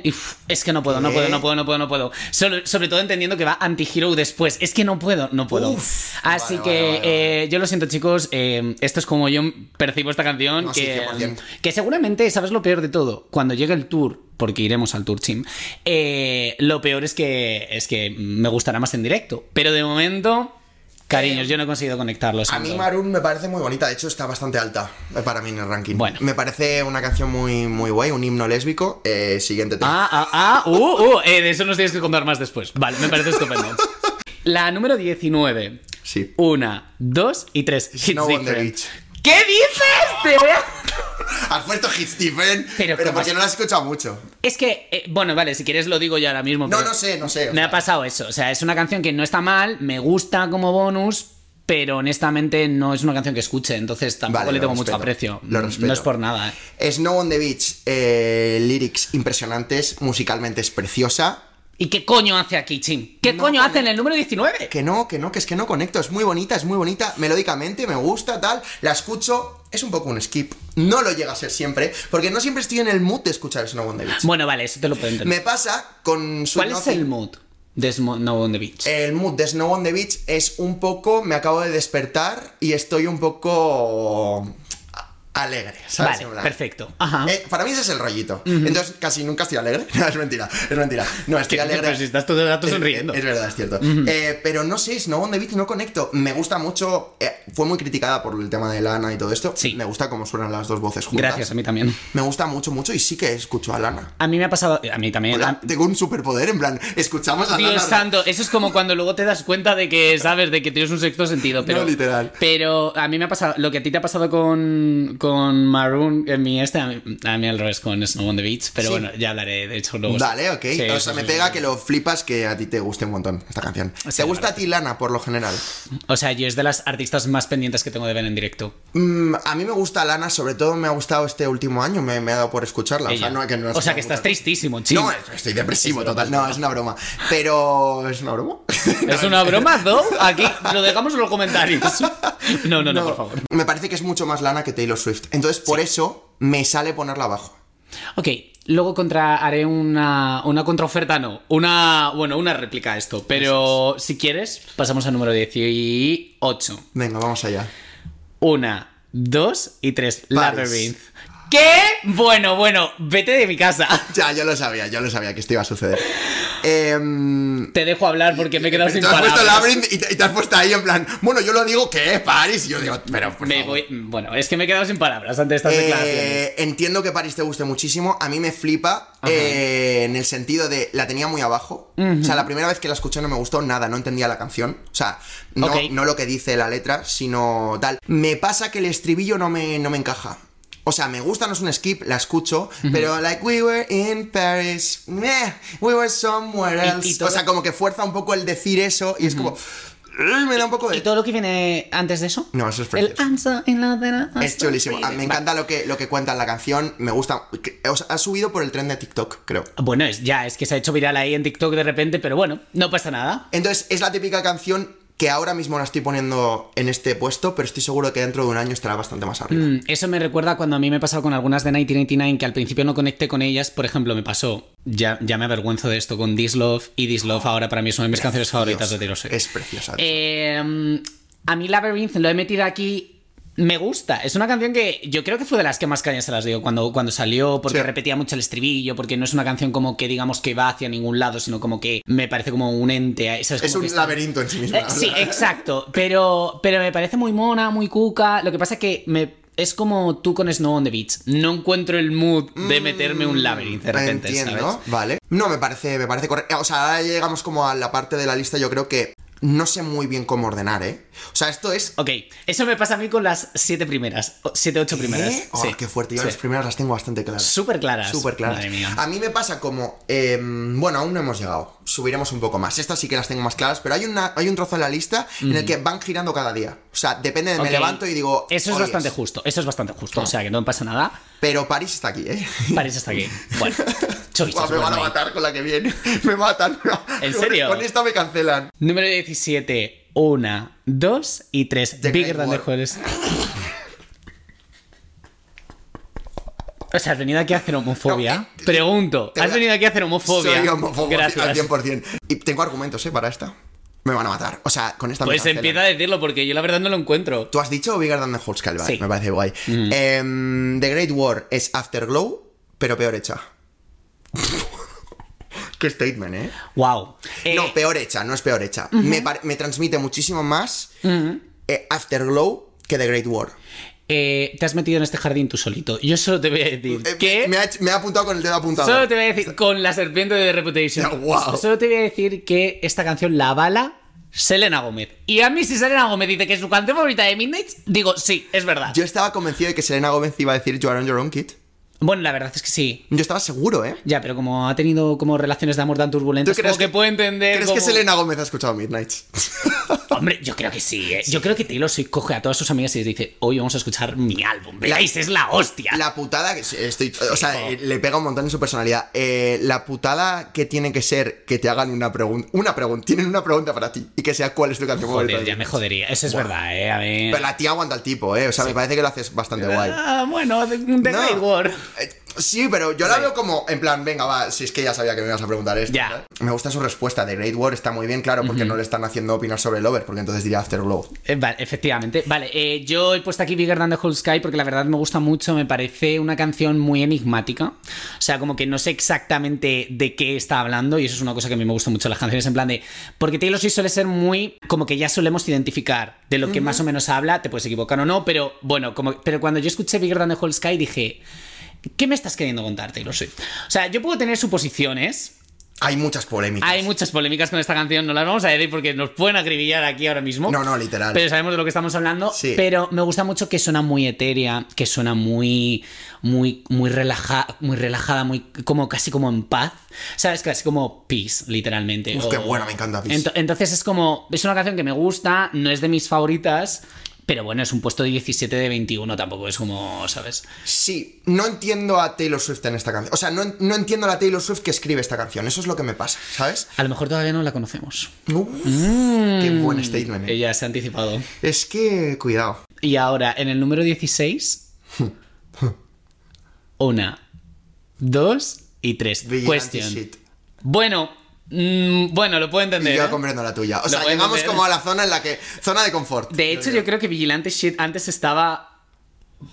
[SPEAKER 1] y uf, es que no puedo, no puedo, no puedo, no puedo, no puedo. Sobre, sobre todo entendiendo que va anti-hero después. Es que no puedo, no puedo.
[SPEAKER 2] Uf,
[SPEAKER 1] Así
[SPEAKER 2] vale,
[SPEAKER 1] que
[SPEAKER 2] vale, vale,
[SPEAKER 1] eh, yo lo siento chicos, eh, esto es como yo percibo esta canción.
[SPEAKER 2] No, sí,
[SPEAKER 1] que,
[SPEAKER 2] 100%.
[SPEAKER 1] que seguramente, ¿sabes lo peor de todo? Cuando llegue el tour, porque iremos al tour, Chim, eh, lo peor es que, es que me gustará más en directo. Pero de momento, cariños, yo no he conseguido conectarlos.
[SPEAKER 2] Eh, A mí Maroon me parece muy bonita, de hecho está bastante alta eh, para mí en el ranking.
[SPEAKER 1] Bueno.
[SPEAKER 2] Me parece una canción muy, muy guay, un himno lésbico. Eh, siguiente
[SPEAKER 1] Ah,
[SPEAKER 2] tema.
[SPEAKER 1] ah, ah, uh, uh, eh, de eso nos tienes que contar más después. Vale, me parece estupendo. La número 19.
[SPEAKER 2] Sí. *laughs*
[SPEAKER 1] Una, dos y tres. Hits
[SPEAKER 2] Snow on the
[SPEAKER 1] different.
[SPEAKER 2] beach.
[SPEAKER 1] ¿Qué dices? Te voy a-
[SPEAKER 2] Has puesto Hit Stephen,
[SPEAKER 1] Pero
[SPEAKER 2] pero,
[SPEAKER 1] ¿cómo
[SPEAKER 2] porque
[SPEAKER 1] has-
[SPEAKER 2] no la has escuchado mucho.
[SPEAKER 1] Es que, eh, bueno, vale, si quieres lo digo yo ahora mismo.
[SPEAKER 2] No,
[SPEAKER 1] pero-
[SPEAKER 2] no sé, no sé. o
[SPEAKER 1] Me
[SPEAKER 2] sea,
[SPEAKER 1] ha pasado eso. O sea, es una canción que no está mal, me gusta como bonus, pero honestamente no es una canción que escuche, entonces tampoco
[SPEAKER 2] Vale,
[SPEAKER 1] le
[SPEAKER 2] lo
[SPEAKER 1] tengo mucho
[SPEAKER 2] respeto,
[SPEAKER 1] aprecio.
[SPEAKER 2] lo respeto.
[SPEAKER 1] No es por nada. eh.
[SPEAKER 2] Snow on the Beach, eh, lyrics impresionantes, musicalmente es preciosa.
[SPEAKER 1] ¿Y qué coño hace aquí, Chim? ¿Qué
[SPEAKER 2] No
[SPEAKER 1] coño
[SPEAKER 2] conecto.
[SPEAKER 1] hace en el número 19?
[SPEAKER 2] Que no, que no, que es que no conecto, es muy bonita, es muy bonita, melódicamente me gusta, tal, la escucho, es un poco un skip. No lo llega a ser siempre, porque no siempre estoy en el mood de escuchar Snow on the Beach.
[SPEAKER 1] Bueno, vale, eso te lo puedo entender.
[SPEAKER 2] Me pasa con su
[SPEAKER 1] ¿Cuál es el Eh, mood de Smo- No on the Beach?
[SPEAKER 2] El mood de Snow on the Beach es un poco, me acabo de despertar y estoy un poco alegre, ¿sabes?
[SPEAKER 1] Vale,
[SPEAKER 2] En plan,
[SPEAKER 1] perfecto. Ajá.
[SPEAKER 2] eh, para mí ese es el rollito. Entonces casi nunca estoy alegre. *laughs* No, es mentira, es mentira. No, estoy alegre.
[SPEAKER 1] Pero si estás todo el rato
[SPEAKER 2] Es-
[SPEAKER 1] sonriendo.
[SPEAKER 2] Eh, Es, verdad, es cierto. Eh, pero no sé, Snow on the Beach no conecto. Me gusta mucho. eh, fue muy criticada por el tema de Lana y todo esto.
[SPEAKER 1] Sí.
[SPEAKER 2] Me gusta cómo suenan las dos voces juntas.
[SPEAKER 1] Gracias, a mí también.
[SPEAKER 2] Me gusta mucho, mucho y sí que escucho a Lana.
[SPEAKER 1] A mí me ha pasado. A mí también.
[SPEAKER 2] Hola,
[SPEAKER 1] a-
[SPEAKER 2] tengo un superpoder, en plan, escuchamos a
[SPEAKER 1] Dios
[SPEAKER 2] Lana.
[SPEAKER 1] santo, eso es como cuando luego te das cuenta de que sabes, de que tienes un sexto sentido, pero.
[SPEAKER 2] No, literal.
[SPEAKER 1] Pero a mí me ha pasado. Lo que a ti te ha pasado con, con Maroon, en mi este, a mí, a mí al revés, con Snow on the Beach, pero
[SPEAKER 2] Sí.
[SPEAKER 1] bueno, ya hablaré de hecho luego.
[SPEAKER 2] Vale, ok.
[SPEAKER 1] Sí,
[SPEAKER 2] o
[SPEAKER 1] sí,
[SPEAKER 2] sea, me
[SPEAKER 1] sí,
[SPEAKER 2] pega
[SPEAKER 1] sí.
[SPEAKER 2] que lo flipas que a ti te guste un montón esta canción.
[SPEAKER 1] Sí,
[SPEAKER 2] ¿Te
[SPEAKER 1] la
[SPEAKER 2] gusta a ti Lana por lo general?
[SPEAKER 1] O sea, yo es de las artistas más pendientes que tengo de ver en directo.
[SPEAKER 2] Mm, a mí me gusta Lana, sobre todo me ha gustado este último año, me, me ha dado por escucharla. O sea,
[SPEAKER 1] Ella.
[SPEAKER 2] no, que no
[SPEAKER 1] O sea, que estás
[SPEAKER 2] triste
[SPEAKER 1] tristísimo, chico.
[SPEAKER 2] No, estoy depresivo, total. No, es una broma. Pero. ¿Es una broma?
[SPEAKER 1] es una broma, ¿no? Aquí lo dejamos en los comentarios. No, no, no, por favor.
[SPEAKER 2] Me parece que es mucho más lana que Taylor Swift. Entonces, por eso me sale ponerla abajo.
[SPEAKER 1] Ok, luego contra haré una, una contraoferta, no. Una, bueno, una réplica a esto. Pero si quieres, pasamos al número 18.
[SPEAKER 2] Venga, vamos allá.
[SPEAKER 1] Una, dos y tres.
[SPEAKER 2] Paris.
[SPEAKER 1] Labyrinth. ¿Qué? Bueno, bueno, vete de mi casa.
[SPEAKER 2] Ya, yo lo sabía, yo lo sabía que esto iba a suceder. Em,
[SPEAKER 1] Te dejo hablar porque me he quedado
[SPEAKER 2] te
[SPEAKER 1] sin
[SPEAKER 2] has puesto
[SPEAKER 1] palabras.
[SPEAKER 2] Labyrinth y te, y te has puesto ahí en plan, bueno, yo lo digo que es Paris. Y yo digo, pero por
[SPEAKER 1] Me
[SPEAKER 2] favor.
[SPEAKER 1] voy, bueno, es que me he quedado sin palabras ante estas
[SPEAKER 2] Eh,
[SPEAKER 1] declaraciones.
[SPEAKER 2] entiendo que París te guste muchísimo. A mí me flipa
[SPEAKER 1] Ajá.
[SPEAKER 2] eh, en el sentido de la tenía muy abajo. O sea, la primera vez que la escuché no me gustó nada, no entendía la canción. O sea, no,
[SPEAKER 1] Ok.
[SPEAKER 2] no lo que dice la letra, sino tal. Me pasa que el estribillo no me, no me encaja. O sea, me gusta, no es un skip, la escucho, pero like we were in Paris, meh, we were somewhere
[SPEAKER 1] Y- y
[SPEAKER 2] else.
[SPEAKER 1] todo-
[SPEAKER 2] O sea, como que fuerza un poco el decir eso y es como. "Ugh", Me da un poco de.
[SPEAKER 1] ¿Y todo lo que viene antes de eso?
[SPEAKER 2] No, eso es
[SPEAKER 1] El
[SPEAKER 2] precioso.
[SPEAKER 1] answer in la de-
[SPEAKER 2] Es chulísimo. Ah, Me encanta lo que, lo que cuenta en la canción. Me gusta. que- o sea, ha subido por el tren de TikTok, creo.
[SPEAKER 1] Bueno, es, ya, es que se ha hecho viral ahí en TikTok de repente, pero bueno, no pasa nada.
[SPEAKER 2] Entonces, es la típica canción que ahora mismo la estoy poniendo en este puesto, pero estoy seguro que dentro de un año estará bastante más arriba.
[SPEAKER 1] Mm, Eso me recuerda cuando a mí me pasó con algunas de 1999 que al principio no conecté con ellas. Por ejemplo, me pasó, ya, ya me avergüenzo de esto, con This Love y This Love ahora para mí es una de mis canciones favoritas de Taylor Swift.
[SPEAKER 2] Es preciosa.
[SPEAKER 1] Eh, a mí Labyrinth lo he metido aquí. Me gusta, es una canción que yo creo que fue de las que más cañas se las dio cuando, cuando salió, porque
[SPEAKER 2] Sí.
[SPEAKER 1] repetía mucho el estribillo, porque no es una canción como que digamos que va hacia ningún lado, sino como que me parece como un ente. ¿sabes?
[SPEAKER 2] es
[SPEAKER 1] Como que
[SPEAKER 2] un
[SPEAKER 1] está-
[SPEAKER 2] laberinto en sí misma.
[SPEAKER 1] eh, sí, exacto. Pero, pero me parece muy mona, muy cuca. Lo que pasa es que me, es como tú con Snow on the Beach. No encuentro el mood de meterme un laberinto de repente,
[SPEAKER 2] Mm, Entiendo,
[SPEAKER 1] ¿sabes?
[SPEAKER 2] vale. No, me parece, me parece correcto. O sea, ahora ya llegamos como a la parte de la lista, yo creo que no sé muy bien cómo ordenar, ¿eh? O sea, esto es.
[SPEAKER 1] Ok, eso me pasa a mí con las siete primeras. o Siete, ocho primeras.
[SPEAKER 2] ¿Eh? Oh,
[SPEAKER 1] sí.
[SPEAKER 2] qué fuerte. Yo
[SPEAKER 1] Sí.
[SPEAKER 2] las primeras las tengo bastante claras.
[SPEAKER 1] Súper claras.
[SPEAKER 2] Súper claras. Ah,
[SPEAKER 1] Madre mía.
[SPEAKER 2] A mí me pasa como. eh, bueno, aún no hemos llegado. Subiremos un poco más. Estas sí que las tengo más claras, pero hay, una, hay un trozo en la lista en el que van girando cada día. O sea, depende de.
[SPEAKER 1] Mm. Ok.
[SPEAKER 2] Me levanto y digo.
[SPEAKER 1] Eso es
[SPEAKER 2] "Hoy
[SPEAKER 1] bastante justo, eso es bastante justo. O sea, que no pasa nada.
[SPEAKER 2] Pero París está aquí,
[SPEAKER 1] *laughs*
[SPEAKER 2] ¿eh?
[SPEAKER 1] Parece hasta
[SPEAKER 2] *laughs*
[SPEAKER 1] aquí. Bueno, choices,
[SPEAKER 2] Buah, me van a
[SPEAKER 1] bueno, ahí.
[SPEAKER 2] matar con la que viene. *laughs* Me matan.
[SPEAKER 1] ¿En
[SPEAKER 2] *laughs* Con-
[SPEAKER 1] serio?
[SPEAKER 2] Con esta me cancelan.
[SPEAKER 1] Número 17. Una, dos y tres.
[SPEAKER 2] The
[SPEAKER 1] Bigger
[SPEAKER 2] Great
[SPEAKER 1] than the
[SPEAKER 2] War.
[SPEAKER 1] Holes. O sea, ¿has venido aquí a hacer homofobia?
[SPEAKER 2] No, eh,
[SPEAKER 1] Pregunto,
[SPEAKER 2] te voy
[SPEAKER 1] ¿has
[SPEAKER 2] a-
[SPEAKER 1] venido aquí a hacer homofobia?
[SPEAKER 2] Soy homófobo al
[SPEAKER 1] Gracias.
[SPEAKER 2] 100%. Y tengo argumentos, ¿eh? Para esta. Me van a matar. O sea, con esta me
[SPEAKER 1] Pues
[SPEAKER 2] cancelan.
[SPEAKER 1] empieza a decirlo porque yo la verdad no lo encuentro.
[SPEAKER 2] Tú has dicho Bigger Than the Hulk Calvary,
[SPEAKER 1] Sí.
[SPEAKER 2] me parece guay. Em, the Great War es Afterglow, pero peor hecha. *laughs* Qué statement, ¿eh?
[SPEAKER 1] Wow.
[SPEAKER 2] No, peor hecha, no es peor hecha. me, pare- me transmite muchísimo más eh, Afterglow que The Great War. Eh,
[SPEAKER 1] te has metido en este jardín tú solito. Yo solo te voy a decir
[SPEAKER 2] Eh,
[SPEAKER 1] que...
[SPEAKER 2] Me ha, me ha apuntado con el dedo apuntado.
[SPEAKER 1] Solo te voy a decir, con la serpiente de Reputation.
[SPEAKER 2] Ya, guau.
[SPEAKER 1] Solo te voy a decir que esta canción la bala Selena Gómez. Y a mí, si Selena Gómez dice que es su canción favorita de Midnight, digo, sí, es verdad.
[SPEAKER 2] Yo estaba convencido de que Selena Gómez iba a decir You are on your own kid.
[SPEAKER 1] Bueno, la verdad es que sí.
[SPEAKER 2] Yo estaba seguro, ¿eh?
[SPEAKER 1] Ya, pero como ha tenido como relaciones de amor tan turbulentas,
[SPEAKER 2] ¿Tú crees
[SPEAKER 1] como que,
[SPEAKER 2] que-
[SPEAKER 1] puedo entender.
[SPEAKER 2] ¿Crees que
[SPEAKER 1] como-
[SPEAKER 2] Selena Gómez ha escuchado Midnights?
[SPEAKER 1] *laughs* Hombre, yo creo que sí, ¿eh? Yo creo que Taylor Swift coge a todas sus amigas y les dice, hoy vamos a escuchar mi álbum. Veáis, es la hostia.
[SPEAKER 2] La putada que estoy. O sea, eh, le pega un montón en su personalidad. Eh, la putada que tiene que ser que te hagan una pregunta. Una pregunta. Tienen una pregunta para ti. Y que sea cuál es tu canción favorita
[SPEAKER 1] Joder,
[SPEAKER 2] de
[SPEAKER 1] ya me
[SPEAKER 2] Beatles.
[SPEAKER 1] jodería. Eso es verdad, ¿eh? A ver...
[SPEAKER 2] Pero la tía aguanta al tipo, ¿eh? O sea, me parece que lo haces bastante guay.
[SPEAKER 1] Ah, bueno, The, The
[SPEAKER 2] No.
[SPEAKER 1] Great War.
[SPEAKER 2] Eh, Sí, pero yo la veo como, en plan, venga, va, si es que ya sabía que me ibas a preguntar esto.
[SPEAKER 1] Ya.
[SPEAKER 2] ¿sabes? Me gusta su respuesta, de Great War está muy bien, claro, porque no le están haciendo opinar sobre Lover, porque entonces diría Afterglow.
[SPEAKER 1] Eh, Vale, efectivamente. Vale, eh, yo he puesto aquí Bigger Than the Whole Sky porque la verdad me gusta mucho, me parece una canción muy enigmática. O sea, como que no sé exactamente de qué está hablando y eso es una cosa que a mí me gusta mucho de las canciones, en plan de... Porque Taylor Swift suele ser muy... Como que ya solemos identificar de lo que más o menos habla, te puedes equivocar o no, pero bueno, como... Pero cuando yo escuché Bigger Than the Whole Sky dije... ¿Qué me estás queriendo contar, Taylor Swift? O sea, yo puedo tener suposiciones,
[SPEAKER 2] Hay muchas polémicas.
[SPEAKER 1] hay muchas polémicas con esta canción, no las vamos a decir porque nos pueden agribillar aquí ahora mismo.
[SPEAKER 2] No, no, literal.
[SPEAKER 1] Pero sabemos de lo que estamos hablando.
[SPEAKER 2] Sí.
[SPEAKER 1] Pero me gusta mucho que suena muy etérea, que suena muy, muy, muy relajada, muy relajada, muy como casi como en paz. Sabes, casi como peace, literalmente.
[SPEAKER 2] Uf, qué buena, me encanta Peace.
[SPEAKER 1] Ento- entonces es como, es una canción que me gusta, no es de mis favoritas. Pero bueno, es un puesto de 17 de 21, tampoco es como, ¿sabes?
[SPEAKER 2] Sí, no entiendo a Taylor Swift en esta canción. O sea, no, no entiendo a la Taylor Swift que escribe esta canción. Eso es lo que me pasa, ¿sabes?
[SPEAKER 1] A lo mejor todavía no la conocemos.
[SPEAKER 2] Uf,
[SPEAKER 1] Mm.
[SPEAKER 2] Qué buen statement. eh.
[SPEAKER 1] Ella se ha anticipado.
[SPEAKER 2] Es que, cuidado.
[SPEAKER 1] Y ahora, en el número
[SPEAKER 2] *laughs*
[SPEAKER 1] 16. Una, dos y tres.
[SPEAKER 2] Vigilante
[SPEAKER 1] Cuestión.
[SPEAKER 2] shit.
[SPEAKER 1] Bueno, mm, bueno, lo puedo
[SPEAKER 2] Y
[SPEAKER 1] entender.
[SPEAKER 2] yo
[SPEAKER 1] ¿eh?
[SPEAKER 2] comprendo la tuya. O sea,
[SPEAKER 1] puedo
[SPEAKER 2] llegamos
[SPEAKER 1] entender.
[SPEAKER 2] como a la zona en la que. Zona de confort.
[SPEAKER 1] De hecho, yo creo que Vigilante Shit antes estaba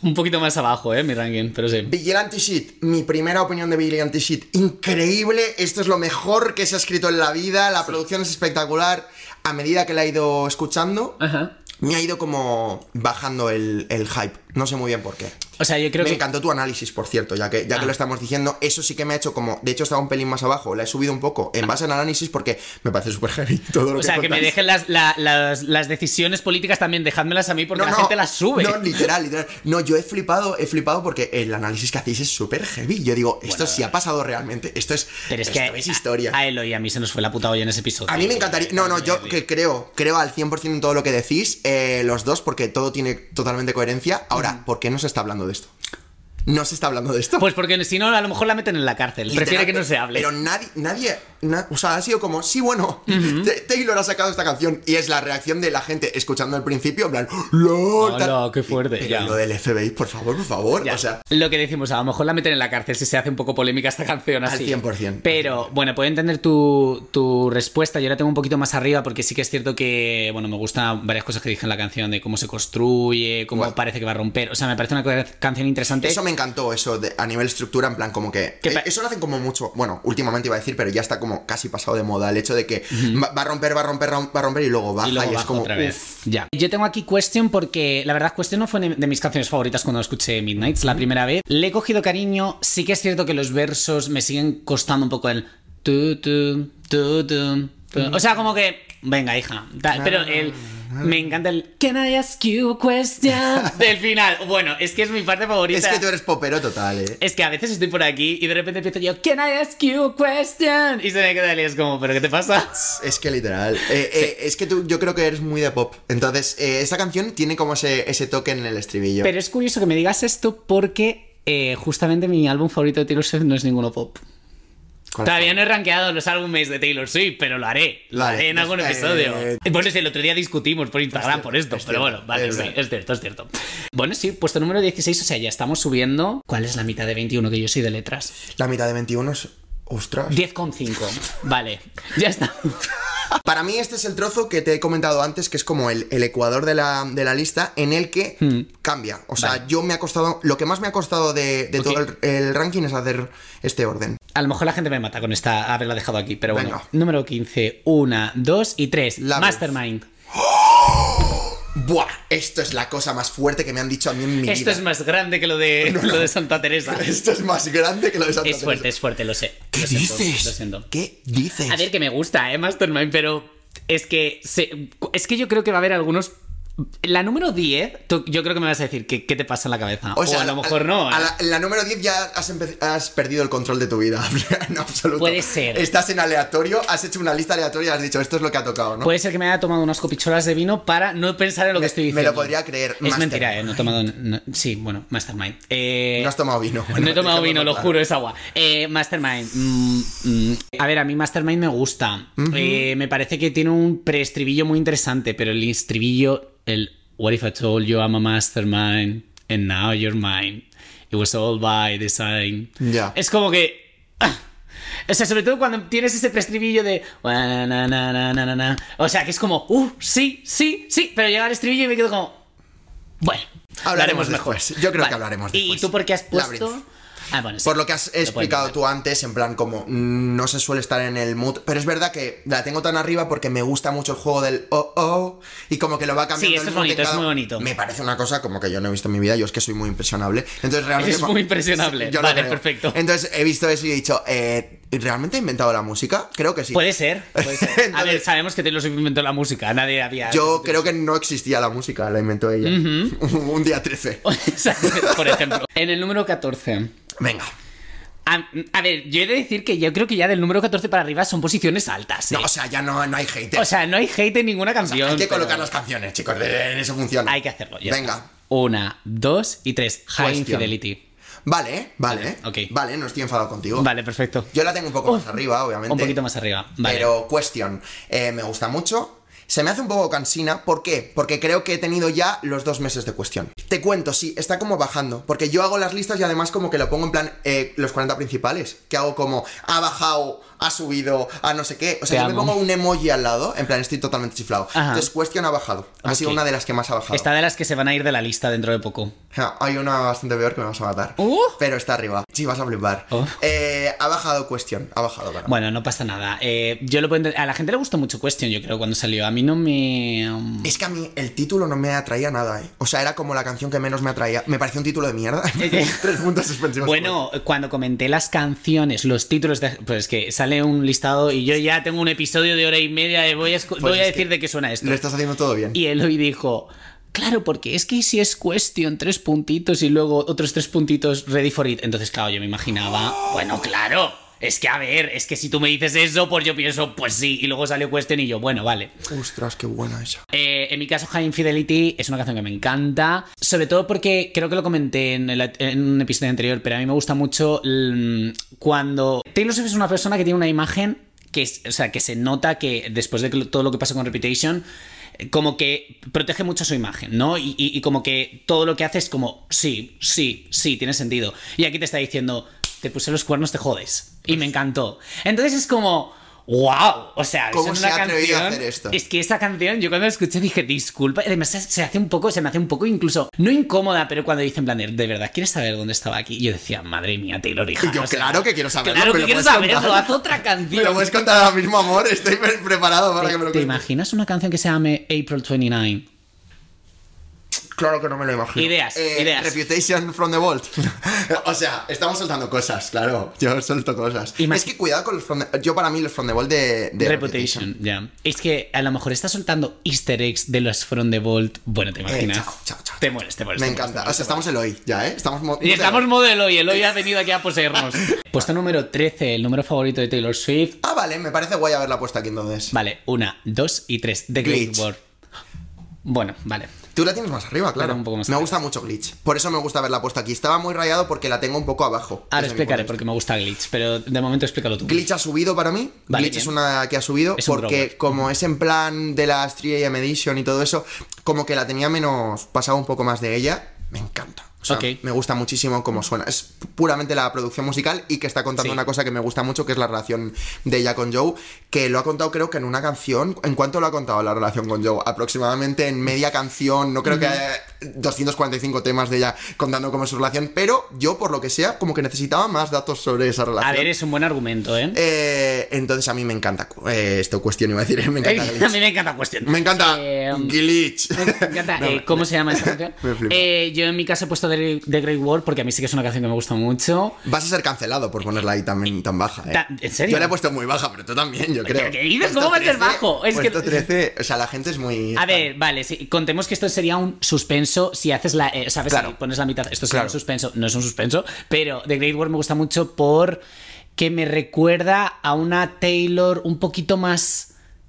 [SPEAKER 1] un poquito más abajo, ¿eh? Mi ranking, pero sí.
[SPEAKER 2] Vigilante Shit, mi primera opinión de Vigilante Shit, increíble, esto es lo mejor que se ha escrito en la vida, la producción es espectacular, a medida que la he ido escuchando,
[SPEAKER 1] Ajá.
[SPEAKER 2] me ha ido como bajando el, el hype, no sé muy bien por qué.
[SPEAKER 1] O sea, yo Ah. creo
[SPEAKER 2] me
[SPEAKER 1] que.
[SPEAKER 2] encantó tu análisis, por cierto, ya que, ya que lo estamos diciendo, eso sí que me ha hecho como, de hecho estaba un pelín más abajo, la he subido un poco en base al análisis porque me parece súper heavy *laughs* todo lo
[SPEAKER 1] O sea, que me
[SPEAKER 2] contáis.
[SPEAKER 1] dejen las, la- las, las decisiones políticas también, dejádmelas a mí porque la
[SPEAKER 2] No, no,
[SPEAKER 1] gente las sube.
[SPEAKER 2] No, literal, literal. No, yo he flipado, he flipado porque el análisis que hacéis es súper heavy. Yo digo, esto sí ha pasado realmente. Esto es,
[SPEAKER 1] eh. pero es que
[SPEAKER 2] esto es historia.
[SPEAKER 1] A, a Eloy y a mí se nos fue la puta olla en ese episodio.
[SPEAKER 2] A mí me encantaría. No, no, yo que creo, creo al 100% en todo lo que decís, eh, los dos, porque todo tiene totalmente coherencia. Ahora, ¿por qué no se está hablando de esto? No se está hablando de esto.
[SPEAKER 1] Pues porque si no, a lo mejor la meten en la cárcel. Prefiere
[SPEAKER 2] Literal,
[SPEAKER 1] que no se hable.
[SPEAKER 2] Pero nadie, nadie, na- o sea, ha sido como, sí, bueno, T- Taylor ha sacado esta canción y es la reacción de la gente escuchando al principio, en plan, ¡Lol! tal".
[SPEAKER 1] Hola, qué fuerte,
[SPEAKER 2] Pero
[SPEAKER 1] ya.
[SPEAKER 2] Lo del FBI, por favor, por favor,
[SPEAKER 1] Ya.
[SPEAKER 2] o sea,
[SPEAKER 1] lo que decimos, a lo mejor la meten en la cárcel si se hace un poco polémica esta canción
[SPEAKER 2] Al
[SPEAKER 1] así.
[SPEAKER 2] 100%.
[SPEAKER 1] Pero bueno, puedo entender tu, tu respuesta. Yo la tengo un poquito más arriba porque sí que es cierto que, bueno, me gustan varias cosas que dije en la canción de cómo se construye, cómo
[SPEAKER 2] Guau.
[SPEAKER 1] parece que va a romper. O sea, me parece una co- canción interesante.
[SPEAKER 2] eso me encantó, eso de- a nivel estructura, en plan, como que,
[SPEAKER 1] Que pa-
[SPEAKER 2] eh, eso lo hacen como mucho, bueno, últimamente iba a decir, pero ya está como casi pasado de moda, el hecho de que va, va a romper, va a romper, rom- va a romper y luego baja
[SPEAKER 1] y
[SPEAKER 2] y,
[SPEAKER 1] luego
[SPEAKER 2] es
[SPEAKER 1] bajo
[SPEAKER 2] como,
[SPEAKER 1] otra
[SPEAKER 2] uf,
[SPEAKER 1] vez. Ya. Yo tengo aquí Question porque la verdad Question no fue de mis canciones favoritas cuando escuché Midnights la primera vez. Le he cogido cariño. Sí que es cierto que los versos me siguen costando un poco el tu tu tu tu. tu. O sea, como que venga, hija. tal, Pero el me encanta el Can I ask you a question *laughs* del final. Bueno, es que es mi parte favorita.
[SPEAKER 2] es que tú eres popero total, eh.
[SPEAKER 1] Es que a veces estoy por aquí y de repente empiezo yo, Can I ask you a question? Y se me queda el es como, ¿pero qué te *laughs* pasa?
[SPEAKER 2] Es que literal. Eh, eh, es que tú, yo creo que eres muy de pop. Entonces, eh, esta canción tiene como ese, ese toque en el estribillo.
[SPEAKER 1] Pero es curioso que me digas esto porque eh, justamente mi álbum favorito de Taylor Swift no es ninguno pop.
[SPEAKER 2] ¿Cuál
[SPEAKER 1] Todavía no he rankeado los álbumes de Taylor Swift, pero lo haré. Lo
[SPEAKER 2] Vale,
[SPEAKER 1] haré en
[SPEAKER 2] pues,
[SPEAKER 1] algún
[SPEAKER 2] eh,
[SPEAKER 1] episodio.
[SPEAKER 2] eh,
[SPEAKER 1] Bueno, sí, el otro día discutimos por Instagram
[SPEAKER 2] cierto,
[SPEAKER 1] por esto,
[SPEAKER 2] es
[SPEAKER 1] pero
[SPEAKER 2] cierto,
[SPEAKER 1] bueno, vale,
[SPEAKER 2] es
[SPEAKER 1] sí,
[SPEAKER 2] verdad.
[SPEAKER 1] es cierto, es cierto. Bueno, sí, puesto número 16, o sea, ya estamos subiendo. ¿Cuál es la mitad de 21 que yo soy de letras?
[SPEAKER 2] La mitad de 21 es. Ostras.
[SPEAKER 1] 10,5. Vale, ya está.
[SPEAKER 2] Para mí, este es el trozo que te he comentado antes, que es como el, el ecuador de la, de la lista, en el que cambia. O sea,
[SPEAKER 1] Hmm. Vale.
[SPEAKER 2] yo me ha costado. Lo que más me ha costado de, de
[SPEAKER 1] Ok.
[SPEAKER 2] todo el, el ranking es hacer este orden.
[SPEAKER 1] A lo mejor la gente me mata con esta haberla dejado aquí, pero bueno.
[SPEAKER 2] Venga.
[SPEAKER 1] Número 15, 1, 2 y 3.
[SPEAKER 2] Labyrinth.
[SPEAKER 1] Mastermind.
[SPEAKER 2] Buah, esto es la cosa más fuerte que me han dicho a mí en mi
[SPEAKER 1] Esto
[SPEAKER 2] *laughs* vida.
[SPEAKER 1] es más grande que lo
[SPEAKER 2] *laughs*
[SPEAKER 1] de, lo de Santa Teresa.
[SPEAKER 2] Esto es más grande que lo de Santa
[SPEAKER 1] Es fuerte,
[SPEAKER 2] Teresa.
[SPEAKER 1] es fuerte, lo sé.
[SPEAKER 2] ¿Qué
[SPEAKER 1] Lo siento,
[SPEAKER 2] dices?
[SPEAKER 1] Lo siento.
[SPEAKER 2] ¿Qué dices?
[SPEAKER 1] A ver, que me gusta, ¿eh? Mastermind, pero es que, se- es que yo creo que va a haber algunos... La número 10, tú- yo creo que me vas a decir que, qué te pasa en la cabeza. O, a lo mejor no. ¿eh?
[SPEAKER 2] a la, en la número 10 ya has, empe- has perdido el control de tu vida. *laughs* en absoluto.
[SPEAKER 1] Puede ser.
[SPEAKER 2] Estás en aleatorio, has hecho una lista aleatoria y has dicho, esto es lo que ha tocado, ¿no?
[SPEAKER 1] Puede ser que me haya tomado unas copicholas de vino para no pensar en lo
[SPEAKER 2] Me-
[SPEAKER 1] que estoy
[SPEAKER 2] me lo
[SPEAKER 1] diciendo.
[SPEAKER 2] podría creer,
[SPEAKER 1] Es mentira,
[SPEAKER 2] Mastermind.
[SPEAKER 1] ¿eh? No he tomado... no- sí, bueno, Mastermind. Eh,
[SPEAKER 2] no has tomado vino.
[SPEAKER 1] No he tomado
[SPEAKER 2] dejémoslo
[SPEAKER 1] vino, lo
[SPEAKER 2] claro.
[SPEAKER 1] juro, es agua. Eh, Mastermind. mm, mm. A ver, a mí Mastermind me gusta. Eh, me parece que tiene un preestribillo muy interesante, pero el estribillo, el What if I told you I'm a mastermind and now you're mine? It was all by design.
[SPEAKER 2] Ya.
[SPEAKER 1] Es como que. ah, O sea, sobre todo cuando tienes ese preestribillo de. "Wa, na, na, na, na, na, na". O sea, que es como. Uh, sí, sí, sí. Pero llega el estribillo y me quedo como. Bueno.
[SPEAKER 2] Hablaremos
[SPEAKER 1] lo haremos
[SPEAKER 2] después. Yo creo que hablaremos
[SPEAKER 1] ¿Y
[SPEAKER 2] después.
[SPEAKER 1] tú por qué has puesto.?
[SPEAKER 2] Labyrinth.
[SPEAKER 1] Ah, bueno, sí.
[SPEAKER 2] Por lo que has
[SPEAKER 1] pueden
[SPEAKER 2] explicado
[SPEAKER 1] llamar.
[SPEAKER 2] tú antes, en plan como mm, no se suele estar en el mood, pero es verdad que la tengo tan arriba porque me gusta mucho el juego del oh oh y como que lo va cambiando.
[SPEAKER 1] Sí, eso
[SPEAKER 2] el
[SPEAKER 1] es
[SPEAKER 2] mood en
[SPEAKER 1] bonito, es muy bonito.
[SPEAKER 2] Me parece una cosa como que yo no he visto en mi vida, yo es que soy muy impresionable. Entonces realmente
[SPEAKER 1] Eres muy impresionable.
[SPEAKER 2] Sí, yo lo
[SPEAKER 1] Vale,
[SPEAKER 2] creo.
[SPEAKER 1] perfecto.
[SPEAKER 2] Entonces he visto eso y he dicho, eh, ¿realmente he inventado la música? Creo que sí.
[SPEAKER 1] Puede
[SPEAKER 2] *laughs*
[SPEAKER 1] ser. puede ser. a ver,
[SPEAKER 2] Entonces-
[SPEAKER 1] sabemos que Taylor Swift inventó la música. Nadie había.
[SPEAKER 2] Yo creo que no existía la música, la inventó ella. *laughs* Un día 13.
[SPEAKER 1] *laughs* Por ejemplo, en el número 14.
[SPEAKER 2] Venga.
[SPEAKER 1] A, a ver, yo he de decir que yo creo que ya del número 14 para arriba son posiciones altas. ¿eh?
[SPEAKER 2] No, o sea, ya no, no hay hate.
[SPEAKER 1] o sea, no hay hate en ninguna canción.
[SPEAKER 2] hay que
[SPEAKER 1] pero
[SPEAKER 2] colocar las canciones, chicos, en eso funciona.
[SPEAKER 1] Hay que hacerlo. ya
[SPEAKER 2] Venga.
[SPEAKER 1] está. Una, dos y tres. High
[SPEAKER 2] Cuestión.
[SPEAKER 1] Infidelity.
[SPEAKER 2] Vale, eh, vale.
[SPEAKER 1] Ok.
[SPEAKER 2] Vale, no estoy enfadado contigo.
[SPEAKER 1] Vale, perfecto.
[SPEAKER 2] Yo la tengo un poco más arriba, obviamente.
[SPEAKER 1] Un poquito más arriba. Vale.
[SPEAKER 2] Pero cuestión, eh, me gusta mucho. Se me hace un poco cansina. ¿Por qué? Porque creo que he tenido ya los dos meses de cuestión. Te cuento, sí, está como bajando. Porque yo hago las listas y además como que lo pongo en plan eh, los 40 principales. Que hago como ha bajado, ha subido, a no sé qué. O sea,
[SPEAKER 1] Te
[SPEAKER 2] yo
[SPEAKER 1] amo.
[SPEAKER 2] me pongo un emoji al lado. En plan, estoy totalmente chiflado.
[SPEAKER 1] Ajá.
[SPEAKER 2] Entonces, cuestión ha bajado. Ha
[SPEAKER 1] Ok.
[SPEAKER 2] sido una de las que más ha bajado.
[SPEAKER 1] Está de las que se van a ir de la lista dentro de poco.
[SPEAKER 2] Ja, Hay una bastante peor que me vas a matar.
[SPEAKER 1] Uh.
[SPEAKER 2] Pero está arriba. Sí, vas a flipar.
[SPEAKER 1] Oh.
[SPEAKER 2] Eh, ha bajado cuestión. Ha bajado, para mí.
[SPEAKER 1] Bueno, no pasa nada. Eh, yo lo puedo entender- A la gente le gustó mucho Question, yo creo, cuando salió. A mí no me. um,
[SPEAKER 2] Es que a mí el título no me atraía nada, ¿eh? O sea, era como la canción que menos me atraía. Me pareció un título de
[SPEAKER 1] *laughs*
[SPEAKER 2] mierda. *laughs* Tres puntos suspensivos.
[SPEAKER 1] Bueno, cuando comenté las canciones, los títulos, de... pues es que sale un listado y yo ya tengo un episodio de hora y media de voy a, escu- voy a
[SPEAKER 2] Pues es
[SPEAKER 1] decir
[SPEAKER 2] que
[SPEAKER 1] de qué suena esto.
[SPEAKER 2] Lo estás haciendo todo bien.
[SPEAKER 1] Y él hoy dijo, claro, porque es que si es Question, tres puntitos y luego otros tres puntitos Ready for It. Entonces, claro, yo me imaginaba, bueno, claro. Es que, a ver, es que si tú me dices eso, pues yo pienso, pues sí. Y luego salió Question y yo, bueno, vale.
[SPEAKER 2] Ostras, qué buena esa.
[SPEAKER 1] Eh, en mi caso, High Infidelity es una canción que me encanta, sobre todo porque creo que lo comenté en, el- en un episodio anterior, pero a mí me gusta mucho mm, cuando Taylor Swift es una persona que tiene una imagen que, es- o sea, que se nota que después de que lo- todo lo que pasó con Reputation, eh, como que protege mucho su imagen, ¿no? Y, y- y como que todo lo que hace es como, sí, sí, sí, tiene sentido. Y aquí te está diciendo, te puse los cuernos, te jodes. Y
[SPEAKER 2] Pues
[SPEAKER 1] me encantó. Entonces es como... ¡Wow! O sea,
[SPEAKER 2] ¿Cómo
[SPEAKER 1] es
[SPEAKER 2] se
[SPEAKER 1] una
[SPEAKER 2] ha atrevido a
[SPEAKER 1] canción-
[SPEAKER 2] hacer esto?
[SPEAKER 1] Es que esa canción, yo cuando la escuché dije, disculpa, además se- se hace un poco, se me hace un poco incluso, no incómoda, pero cuando dicen, en plan, de, de verdad, ¿quieres saber dónde estaba aquí? Y yo decía, madre mía, Taylor, hija.
[SPEAKER 2] Y *laughs* yo,
[SPEAKER 1] o sea,
[SPEAKER 2] claro que quiero saberlo.
[SPEAKER 1] Claro
[SPEAKER 2] ¿me
[SPEAKER 1] que
[SPEAKER 2] lo
[SPEAKER 1] quiero
[SPEAKER 2] puedes
[SPEAKER 1] saberlo,
[SPEAKER 2] contar?
[SPEAKER 1] haz otra
[SPEAKER 2] *laughs* ¿Me lo
[SPEAKER 1] canción.
[SPEAKER 2] puedes contar ahora mismo, amor? Estoy pre- preparado para que me
[SPEAKER 1] ¿Te,
[SPEAKER 2] lo
[SPEAKER 1] te
[SPEAKER 2] cuentes.
[SPEAKER 1] imaginas una canción que se llame April 29?
[SPEAKER 2] Claro que no me lo imagino.
[SPEAKER 1] Ideas,
[SPEAKER 2] Eh,
[SPEAKER 1] ideas.
[SPEAKER 2] Reputation from the Vault. *laughs* o sea, estamos soltando cosas, claro. Yo suelto cosas.
[SPEAKER 1] Imag-
[SPEAKER 2] es que cuidado con los from the... Yo para mí los from the Vault de... de
[SPEAKER 1] Reputation, ya. Es que a lo mejor está soltando easter eggs de los From the Vault. Bueno, te imaginas.
[SPEAKER 2] chao, chao, chao.
[SPEAKER 1] Te mueres, te mueres.
[SPEAKER 2] Eh, Me
[SPEAKER 1] te mueres,
[SPEAKER 2] encanta.
[SPEAKER 1] te
[SPEAKER 2] O sea,
[SPEAKER 1] mueres, te
[SPEAKER 2] estamos el hoy ya, ¿eh? Estamos... mo-
[SPEAKER 1] Y estamos modelo y el hoy ha venido aquí a
[SPEAKER 2] *laughs*
[SPEAKER 1] poseernos. Puesto número 13, el número favorito de Taylor Swift.
[SPEAKER 2] Ah, vale, me parece guay haberla puesto aquí entonces.
[SPEAKER 1] Vale, una, dos y tres. The Great
[SPEAKER 2] Glitch.
[SPEAKER 1] War. Bueno, vale.
[SPEAKER 2] Tú la tienes más arriba, claro.
[SPEAKER 1] tengo un poco más
[SPEAKER 2] me
[SPEAKER 1] arriba.
[SPEAKER 2] gusta mucho Glitch. Por eso me gusta haberla puesto aquí. Estaba muy rayado porque la tengo un poco abajo.
[SPEAKER 1] Ahora
[SPEAKER 2] desde mi punto de
[SPEAKER 1] explicaré
[SPEAKER 2] vista.
[SPEAKER 1] porque me gusta Glitch, pero de momento explícalo tú.
[SPEAKER 2] Glitch ha subido para mí.
[SPEAKER 1] Vale,
[SPEAKER 2] Glitch
[SPEAKER 1] bien.
[SPEAKER 2] es una que ha subido
[SPEAKER 1] Es un
[SPEAKER 2] porque
[SPEAKER 1] grower.
[SPEAKER 2] como es en plan de las 3 AM Edition y todo eso, como que la tenía menos, pasaba un poco más de ella, me encanta. O sea,
[SPEAKER 1] Ok.
[SPEAKER 2] me gusta muchísimo cómo suena. Es puramente la producción musical y que está contando
[SPEAKER 1] Sí.
[SPEAKER 2] una cosa que me gusta mucho, que es la relación de ella con Joe, que lo ha contado creo que en una canción. ¿En cuánto lo ha contado la relación con Joe? Aproximadamente en media canción, no creo que haya 245 temas de ella contando cómo es su relación, pero yo por lo que sea, como que necesitaba más datos sobre esa relación.
[SPEAKER 1] A ver, es un buen argumento, ¿eh?
[SPEAKER 2] Eh, entonces a mí me encanta cu- eh, esto cuestión iba a decir, *laughs*
[SPEAKER 1] *laughs*
[SPEAKER 2] me encanta
[SPEAKER 1] a mí
[SPEAKER 2] Glitch.
[SPEAKER 1] me encanta
[SPEAKER 2] *laughs*
[SPEAKER 1] cuestión.
[SPEAKER 2] Me encanta
[SPEAKER 1] Eh,
[SPEAKER 2] Glitch.
[SPEAKER 1] Me encanta. Eh, ¿Cómo se llama esta canción?
[SPEAKER 2] *laughs* Me flipa.
[SPEAKER 1] Eh, yo en mi caso he puesto The, The Great Wall porque a mí sí que es una canción que me gusta mucho.
[SPEAKER 2] Vas a ser cancelado por ponerla ahí tan, tan baja. eh.
[SPEAKER 1] Ta- ¿en serio?
[SPEAKER 2] Yo la he puesto muy baja, pero tú también, yo creo.
[SPEAKER 1] qué dices? ¿Cómo va a ser bajo? Es
[SPEAKER 2] Es
[SPEAKER 1] que-
[SPEAKER 2] que 13, o sea, la gente es muy
[SPEAKER 1] A ver, vale, sí, contemos que esto sería un suspenso si haces la. eh, ¿Sabes?
[SPEAKER 2] Claro.
[SPEAKER 1] Si pones la mitad. Esto sería
[SPEAKER 2] Claro.
[SPEAKER 1] un suspenso. No es un suspenso, pero The Great War me gusta mucho por que me recuerda a una Taylor un poquito más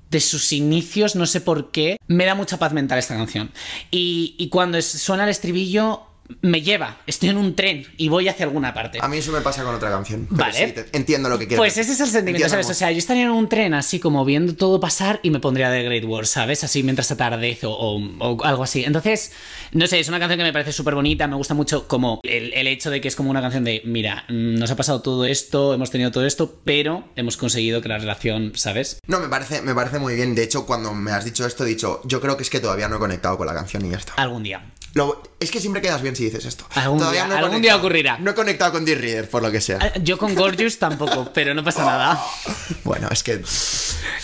[SPEAKER 1] de sus inicios, no sé por qué. Me da mucha paz mental esta canción. Y, y cuando es- suena el estribillo, me lleva. Estoy en un tren y voy hacia alguna parte.
[SPEAKER 2] A mí eso me pasa con otra canción. pero
[SPEAKER 1] Vale.
[SPEAKER 2] sí, te- entiendo lo que quieres.
[SPEAKER 1] Pues ese es el sentimiento,
[SPEAKER 2] Entiendo,
[SPEAKER 1] ¿sabes?
[SPEAKER 2] amor.
[SPEAKER 1] O sea, yo estaría en un tren así como viendo todo pasar y me pondría The Great War, ¿sabes? Así mientras atardece o, o- o algo así. Entonces, no sé, es una canción que me parece súper bonita, me gusta mucho como el, el hecho de que es como una canción de, mira, mm, nos ha pasado todo esto, hemos tenido todo esto, pero hemos conseguido que la relación, ¿sabes?
[SPEAKER 2] No, me parece, me parece muy bien. De hecho, cuando me has dicho esto, he dicho, yo creo que es que todavía no he conectado con la canción y ya está.
[SPEAKER 1] Algún día.
[SPEAKER 2] Lo- es que siempre quedas bien si dices esto.
[SPEAKER 1] Ah. Algún
[SPEAKER 2] Todavía
[SPEAKER 1] día-
[SPEAKER 2] he
[SPEAKER 1] algún día
[SPEAKER 2] conectado.
[SPEAKER 1] ocurrirá.
[SPEAKER 2] No he conectado con D-Reader, por lo que sea.
[SPEAKER 1] Ah, Yo con Gorgeous *laughs* tampoco, pero no pasa nada.
[SPEAKER 2] Bueno, es que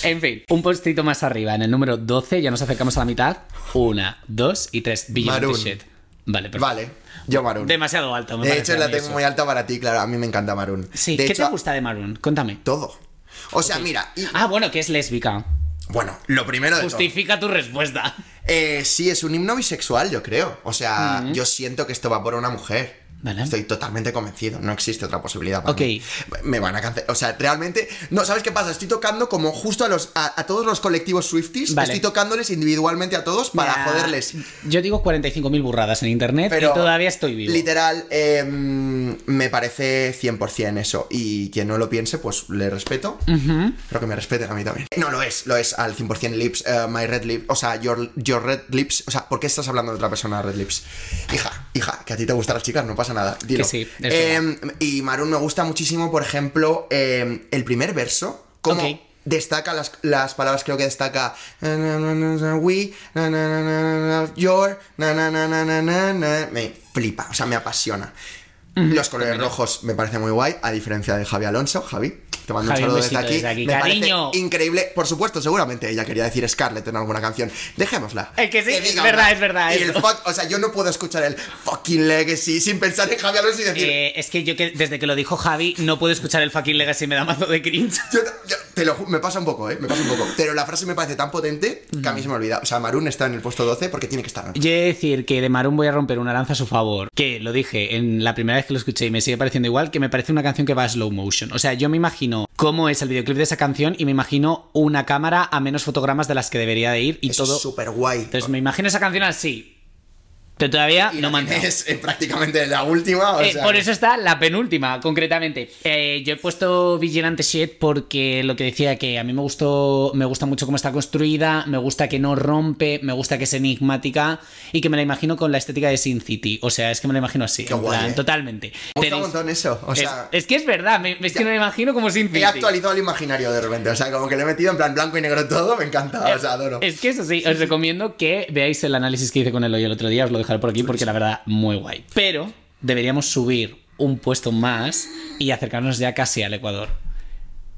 [SPEAKER 1] En fin, un postito más arriba, en el número 12, ya nos acercamos a la mitad. Una, dos y tres. Beyond the
[SPEAKER 2] Maroon.
[SPEAKER 1] Shit. Vale, perfecto.
[SPEAKER 2] Vale, yo Maroon.
[SPEAKER 1] Demasiado alto, me
[SPEAKER 2] de
[SPEAKER 1] parece
[SPEAKER 2] hecho,
[SPEAKER 1] a
[SPEAKER 2] la
[SPEAKER 1] mí
[SPEAKER 2] tengo
[SPEAKER 1] eso.
[SPEAKER 2] muy alta para ti, claro. A mí me encanta Maroon.
[SPEAKER 1] Sí,
[SPEAKER 2] de
[SPEAKER 1] ¿qué
[SPEAKER 2] hecho,
[SPEAKER 1] te gusta de Maroon? Cuéntame.
[SPEAKER 2] Todo. O sea, mira, y-
[SPEAKER 1] Ah, bueno, que es lésbica.
[SPEAKER 2] bueno, lo primero de todo.
[SPEAKER 1] Justifica tu respuesta.
[SPEAKER 2] Eh, sí, es un himno bisexual, yo creo. O sea, yo siento que esto va por una mujer.
[SPEAKER 1] Vale.
[SPEAKER 2] Estoy totalmente convencido, no existe otra posibilidad. Para
[SPEAKER 1] Ok.
[SPEAKER 2] mí. Me van a cancelar. O sea, realmente. No, ¿sabes qué pasa? Estoy tocando como justo a los a, a todos los colectivos Swifties.
[SPEAKER 1] Vale.
[SPEAKER 2] Estoy tocándoles individualmente a todos para
[SPEAKER 1] Mira,
[SPEAKER 2] joderles.
[SPEAKER 1] Yo digo 45.000 burradas en internet
[SPEAKER 2] Pero
[SPEAKER 1] y todavía estoy vivo.
[SPEAKER 2] Literal, eh, me parece 100% eso. Y quien no lo piense, pues le respeto. Pero que me respeten a mí también. No, lo es, lo es al 100% Lips, eh, My Red Lips. O sea, your, your Red Lips. O sea, ¿por qué estás hablando de otra persona Red Lips? Hija, hija, que a ti te gustan las chicas, no pasa nada. Dilo.
[SPEAKER 1] Que sí, es
[SPEAKER 2] Eh, y Maroon me gusta muchísimo, por ejemplo, eh, el primer verso. Como
[SPEAKER 1] Ok.
[SPEAKER 2] destaca las, las palabras, creo que destaca na, na, na, na, na, we, na, na, na, na, na, na, your, na, na, na, na, na, na, na. me flipa, o sea, me apasiona. Los colores rojos me parece muy guay, a diferencia de Javi Alonso. Javi, te mando
[SPEAKER 1] Javi,
[SPEAKER 2] un
[SPEAKER 1] un
[SPEAKER 2] saludo desde
[SPEAKER 1] besito
[SPEAKER 2] aquí.
[SPEAKER 1] desde aquí.
[SPEAKER 2] Me parece
[SPEAKER 1] Cariño.
[SPEAKER 2] increíble. Por supuesto, seguramente ella quería decir Scarlett en alguna canción. Dejémosla.
[SPEAKER 1] Es que sí, es
[SPEAKER 2] diga
[SPEAKER 1] verdad,
[SPEAKER 2] una.
[SPEAKER 1] es verdad,
[SPEAKER 2] Y el
[SPEAKER 1] eso.
[SPEAKER 2] fuck, o sea, yo no puedo escuchar el fucking legacy sin pensar en Javi Alonso y decir,
[SPEAKER 1] Eh, es que yo que desde que lo dijo Javi no puedo escuchar el fucking legacy me da mazo de cringe.
[SPEAKER 2] Yo- yo- te lo ju- me pasa un poco, ¿eh? Me pasa un poco. Pero la frase me parece tan potente que a
[SPEAKER 1] Mm.
[SPEAKER 2] mí se me olvida. O sea, Maroon está en el puesto 12 porque tiene que
[SPEAKER 1] *laughs*
[SPEAKER 2] estar.
[SPEAKER 1] Yo he de decir que de Maroon voy a romper una lanza a su favor. Que lo dije en la primera vez que lo escuché y me sigue pareciendo igual, que me parece una canción que va a slow motion. O sea, yo me imagino cómo es el videoclip de esa canción y me imagino una cámara a menos fotogramas de las que debería de ir y
[SPEAKER 2] Eso
[SPEAKER 1] todo.
[SPEAKER 2] es súper guay.
[SPEAKER 1] Entonces me imagino esa canción así. Pero todavía no me han dado.
[SPEAKER 2] Es eh, prácticamente la última. o
[SPEAKER 1] Eh,
[SPEAKER 2] sea,
[SPEAKER 1] por eso está la penúltima, concretamente. Eh, yo he puesto Vigilante Shit porque lo que decía que a mí me gustó, me gusta mucho cómo está construida, me gusta que no rompe, me gusta que es enigmática y que me la imagino con la estética de Sin City. O sea, es que me la imagino así,
[SPEAKER 2] Qué
[SPEAKER 1] en
[SPEAKER 2] guay,
[SPEAKER 1] plan,
[SPEAKER 2] eh.
[SPEAKER 1] totalmente.
[SPEAKER 2] Me gusta un
[SPEAKER 1] Tenéis-
[SPEAKER 2] montón eso. O
[SPEAKER 1] es,
[SPEAKER 2] sea,
[SPEAKER 1] es que es verdad, me- es que me la imagino como Sin City.
[SPEAKER 2] he actualizado el imaginario de repente. O sea, como que le he metido en plan blanco y negro todo. Me encanta. Ah, O sea, adoro.
[SPEAKER 1] Eh, Es que eso sí, os recomiendo que veáis el análisis que hice con Eloy el otro día, os lo dejaré por aquí porque la verdad, muy guay. Pero deberíamos subir un puesto más y acercarnos ya casi al Ecuador.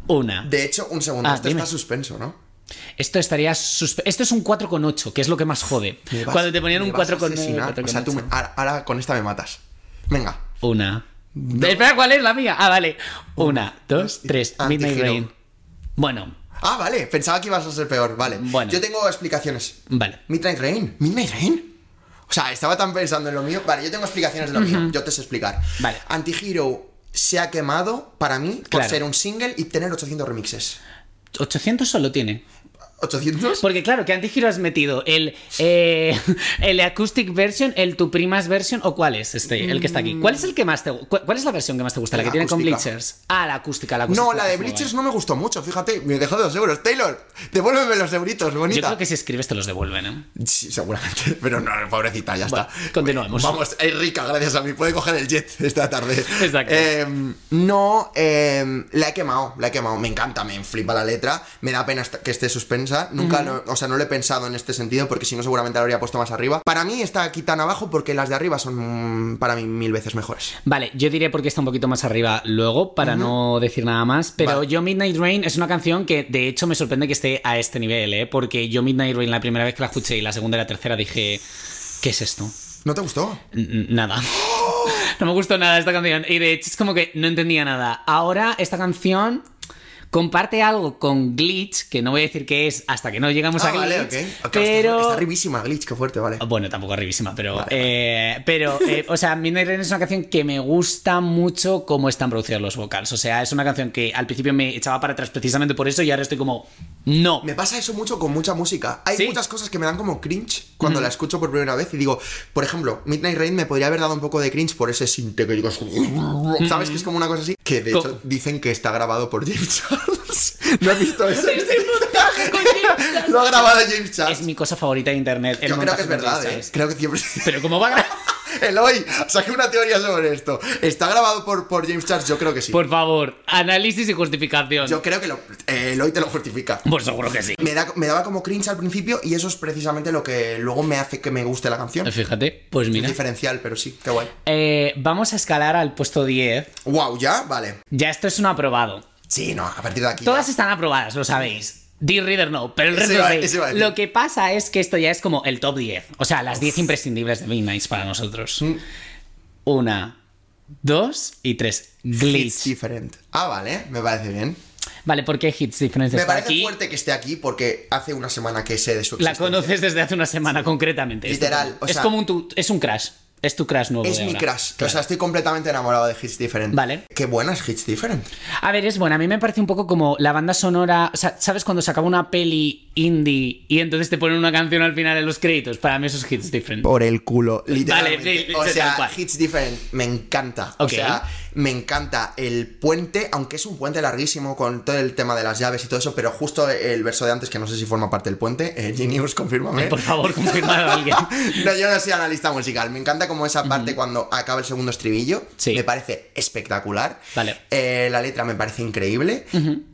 [SPEAKER 1] Una.
[SPEAKER 2] De hecho, un segundo.
[SPEAKER 1] Ah,
[SPEAKER 2] esto
[SPEAKER 1] dime.
[SPEAKER 2] está suspenso, ¿no?
[SPEAKER 1] Esto estaría... suspe- Esto es un 4,8, que es lo que más jode.
[SPEAKER 2] Me vas-
[SPEAKER 1] Cuando te ponían
[SPEAKER 2] me
[SPEAKER 1] un
[SPEAKER 2] vas a
[SPEAKER 1] 4,9...
[SPEAKER 2] asesinar. O sea, tú me- ahora, ahora con esta me matas. Venga.
[SPEAKER 1] Una. Espera, ¿cuál es la mía? Ah, vale. Una, dos,
[SPEAKER 2] dos,
[SPEAKER 1] tres.
[SPEAKER 2] anti-
[SPEAKER 1] Midnight
[SPEAKER 2] giro.
[SPEAKER 1] Rain. Bueno,
[SPEAKER 2] Ah, vale. Pensaba que ibas a ser peor. Vale.
[SPEAKER 1] Bueno.
[SPEAKER 2] Yo tengo explicaciones.
[SPEAKER 1] vale.
[SPEAKER 2] Midnight Rain. Midnight Rain. O sea, estaba tan pensando en lo mío. Vale, yo tengo explicaciones de lo mío. Yo te sé explicar.
[SPEAKER 1] Vale.
[SPEAKER 2] Antihero se ha quemado para mí por
[SPEAKER 1] Claro.
[SPEAKER 2] ser un single y tener 800 remixes.
[SPEAKER 1] 800 solo tiene.
[SPEAKER 2] ¿800?
[SPEAKER 1] Porque claro, ¿qué antigiro has metido? ¿El, eh, *laughs* ¿El acoustic version, el tu primas version o cuál es este, el que está aquí? ¿Cuál es el que más te cu- ¿Cuál es la versión que más te gusta? ¿La,
[SPEAKER 2] La
[SPEAKER 1] que tiene con
[SPEAKER 2] acústica.
[SPEAKER 1] Bleachers? Ah, la acústica, la acústica.
[SPEAKER 2] No, la de
[SPEAKER 1] es muy
[SPEAKER 2] Bleachers
[SPEAKER 1] guay.
[SPEAKER 2] no me gustó mucho, fíjate. Me dejó dos euros. Taylor, devuélveme los euritos,
[SPEAKER 1] Yo
[SPEAKER 2] bonita.
[SPEAKER 1] creo que si escribes te los devuelven, ¿eh?
[SPEAKER 2] Sí, seguramente. *laughs* Pero no, pobrecita, ya
[SPEAKER 1] Bueno,
[SPEAKER 2] está.
[SPEAKER 1] continuamos.
[SPEAKER 2] Vamos, es rica, gracias a mí. Puede coger el jet esta tarde.
[SPEAKER 1] Exacto.
[SPEAKER 2] Eh, no, eh, la he quemado, la he quemado. Me encanta, me flipa la letra. Me da pena esta- que esté suspensa. Nunca, lo- o sea, no lo he pensado en este sentido porque si no, seguramente la habría puesto más arriba. Para mí está aquí tan abajo porque las de arriba son mm, para mí mil veces mejores.
[SPEAKER 1] Vale, yo diré porque está un poquito más arriba luego, para no decir nada más, pero
[SPEAKER 2] Vale.
[SPEAKER 1] yo Midnight Rain es una canción que de hecho me sorprende que esté a este nivel, ¿eh? Porque yo Midnight Rain la primera vez que la escuché y la segunda y la tercera dije, ¿qué es esto?
[SPEAKER 2] ¿No te gustó?
[SPEAKER 1] N- Nada. *laughs* No me gustó nada esta canción. Y de hecho es como que no entendía nada. Ahora esta canción comparte algo con Glitch, que no voy a decir qué es hasta que no llegamos a
[SPEAKER 2] Ah,
[SPEAKER 1] Glitch.
[SPEAKER 2] vale, ok. Ok,
[SPEAKER 1] pero...
[SPEAKER 2] Está, está arribísima, Glitch, qué fuerte, vale.
[SPEAKER 1] Bueno, tampoco arribísima, pero.
[SPEAKER 2] Vale,
[SPEAKER 1] eh, pero, eh, o sea, Midnight Rain es una canción que me gusta mucho cómo están producidos los vocals. O sea, es una canción que al principio me echaba para atrás precisamente por eso y ahora estoy como. No.
[SPEAKER 2] Me *laughs* pasa eso mucho con mucha música. Hay
[SPEAKER 1] Sí.
[SPEAKER 2] muchas cosas que me dan como cringe cuando la escucho por primera vez y digo, por ejemplo, Midnight Rain me podría haber dado un poco de cringe por ese sinte que digo, ¿sabes? Que es como una cosa así. Que de
[SPEAKER 1] Co-
[SPEAKER 2] hecho dicen que está grabado por James
[SPEAKER 1] *laughs*
[SPEAKER 2] Charles. ¿No has visto eso? *laughs* Lo ha grabado James
[SPEAKER 1] Es
[SPEAKER 2] Charles.
[SPEAKER 1] mi cosa favorita de internet. el
[SPEAKER 2] Yo creo
[SPEAKER 1] montaje
[SPEAKER 2] que es
[SPEAKER 1] con
[SPEAKER 2] verdad,
[SPEAKER 1] James
[SPEAKER 2] ¿eh?
[SPEAKER 1] Charles.
[SPEAKER 2] Creo que siempre. *laughs*
[SPEAKER 1] Pero ¿cómo va a grabar?
[SPEAKER 2] Eloy, saqué una teoría sobre esto. ¿Está grabado por, por James Charles? Yo creo que sí.
[SPEAKER 1] Por favor, análisis y justificación.
[SPEAKER 2] Yo creo que lo, eh, Eloy te lo justifica.
[SPEAKER 1] Pues seguro que sí.
[SPEAKER 2] Me, da- me daba como cringe al principio y eso es precisamente lo que luego me hace que me guste la canción.
[SPEAKER 1] Fíjate, pues mira.
[SPEAKER 2] Es diferencial, pero sí, qué guay.
[SPEAKER 1] Eh, vamos a escalar al puesto 10.
[SPEAKER 2] Wow, ¿ya? Vale.
[SPEAKER 1] Ya esto es un aprobado.
[SPEAKER 2] Sí, no, a partir de aquí.
[SPEAKER 1] Todas
[SPEAKER 2] ya.
[SPEAKER 1] están aprobadas, lo sabéis. Dear Reader no, pero el
[SPEAKER 2] Eso
[SPEAKER 1] resto
[SPEAKER 2] iba-
[SPEAKER 1] sí.
[SPEAKER 2] eso iba a decir.
[SPEAKER 1] Lo que pasa es que esto ya es como el top 10. O sea, las 10 imprescindibles de Midnight para nosotros.
[SPEAKER 2] Mm.
[SPEAKER 1] Una, dos y tres.
[SPEAKER 2] It's
[SPEAKER 1] Glitch.
[SPEAKER 2] different. Ah, vale, me parece bien.
[SPEAKER 1] Vale, ¿por qué Hits Difference
[SPEAKER 2] Me
[SPEAKER 1] está
[SPEAKER 2] parece
[SPEAKER 1] aquí?
[SPEAKER 2] fuerte que esté aquí porque hace una semana que sé de su
[SPEAKER 1] La
[SPEAKER 2] existencia.
[SPEAKER 1] conoces desde hace una semana concretamente. Esto
[SPEAKER 2] Literal, o
[SPEAKER 1] es
[SPEAKER 2] sea-
[SPEAKER 1] como un tu- es un crash. Es tu crash nuevo.
[SPEAKER 2] Es
[SPEAKER 1] de
[SPEAKER 2] mi
[SPEAKER 1] ahora.
[SPEAKER 2] crush. O
[SPEAKER 1] Claro.
[SPEAKER 2] sea, estoy completamente enamorado de Hits Different.
[SPEAKER 1] Vale.
[SPEAKER 2] Qué buena es Hits Different.
[SPEAKER 1] A ver, es bueno. A mí me parece un poco como la banda sonora. O sea, ¿sabes cuando se acaba una peli indie y entonces te ponen una canción al final en los créditos? Para mí esos hits different.
[SPEAKER 2] Por el culo, literalmente.
[SPEAKER 1] sí,
[SPEAKER 2] o
[SPEAKER 1] sí, tal
[SPEAKER 2] sea,
[SPEAKER 1] cual.
[SPEAKER 2] Hits Different, me encanta.
[SPEAKER 1] Ok.
[SPEAKER 2] O sea, me encanta el puente, aunque es un puente larguísimo con todo el tema de las llaves y todo eso, pero justo el verso de antes, que no sé si forma parte del puente, eh, Genius, confírmame.
[SPEAKER 1] Por favor, *laughs* confirmado a alguien.
[SPEAKER 2] *laughs* No, yo no soy analista musical. Me encanta como esa parte cuando acaba el segundo estribillo.
[SPEAKER 1] Sí.
[SPEAKER 2] Me parece espectacular.
[SPEAKER 1] Vale.
[SPEAKER 2] Eh, la letra me parece increíble.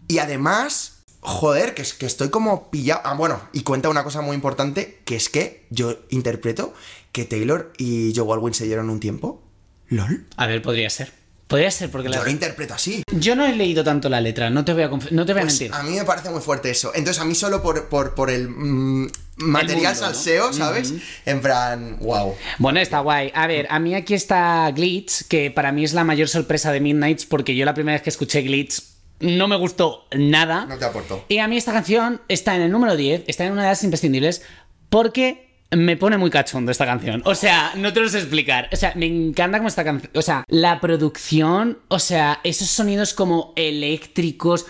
[SPEAKER 2] Y además, joder, que, es, que estoy como pillado. Ah, bueno, y cuenta una cosa muy importante, que es que yo interpreto que Taylor y Joe Alwyn se dieron un tiempo. ¿Lol?
[SPEAKER 1] A ver, podría ser. Podría ser, porque la-
[SPEAKER 2] Yo lo interpreto así.
[SPEAKER 1] Yo no he leído tanto la letra, no te voy a, conf- no te voy a
[SPEAKER 2] Pues
[SPEAKER 1] mentir.
[SPEAKER 2] a mí me parece muy fuerte eso. Entonces, a mí solo por, por, por el mm, material
[SPEAKER 1] mundo, ¿no?
[SPEAKER 2] salseo, ¿sabes? En plan, wow.
[SPEAKER 1] Bueno, está guay. A ver, a mí aquí está Glitch, que para mí es la mayor sorpresa de Midnights, porque yo la primera vez que escuché Glitch no me gustó nada.
[SPEAKER 2] No te aportó.
[SPEAKER 1] Y a mí esta canción está en el número 10, está en una de las imprescindibles, porque me pone muy cachondo esta canción. O sea, no te lo sé explicar. O sea, me encanta como esta canción. O sea, la producción, o sea, esos sonidos como eléctricos,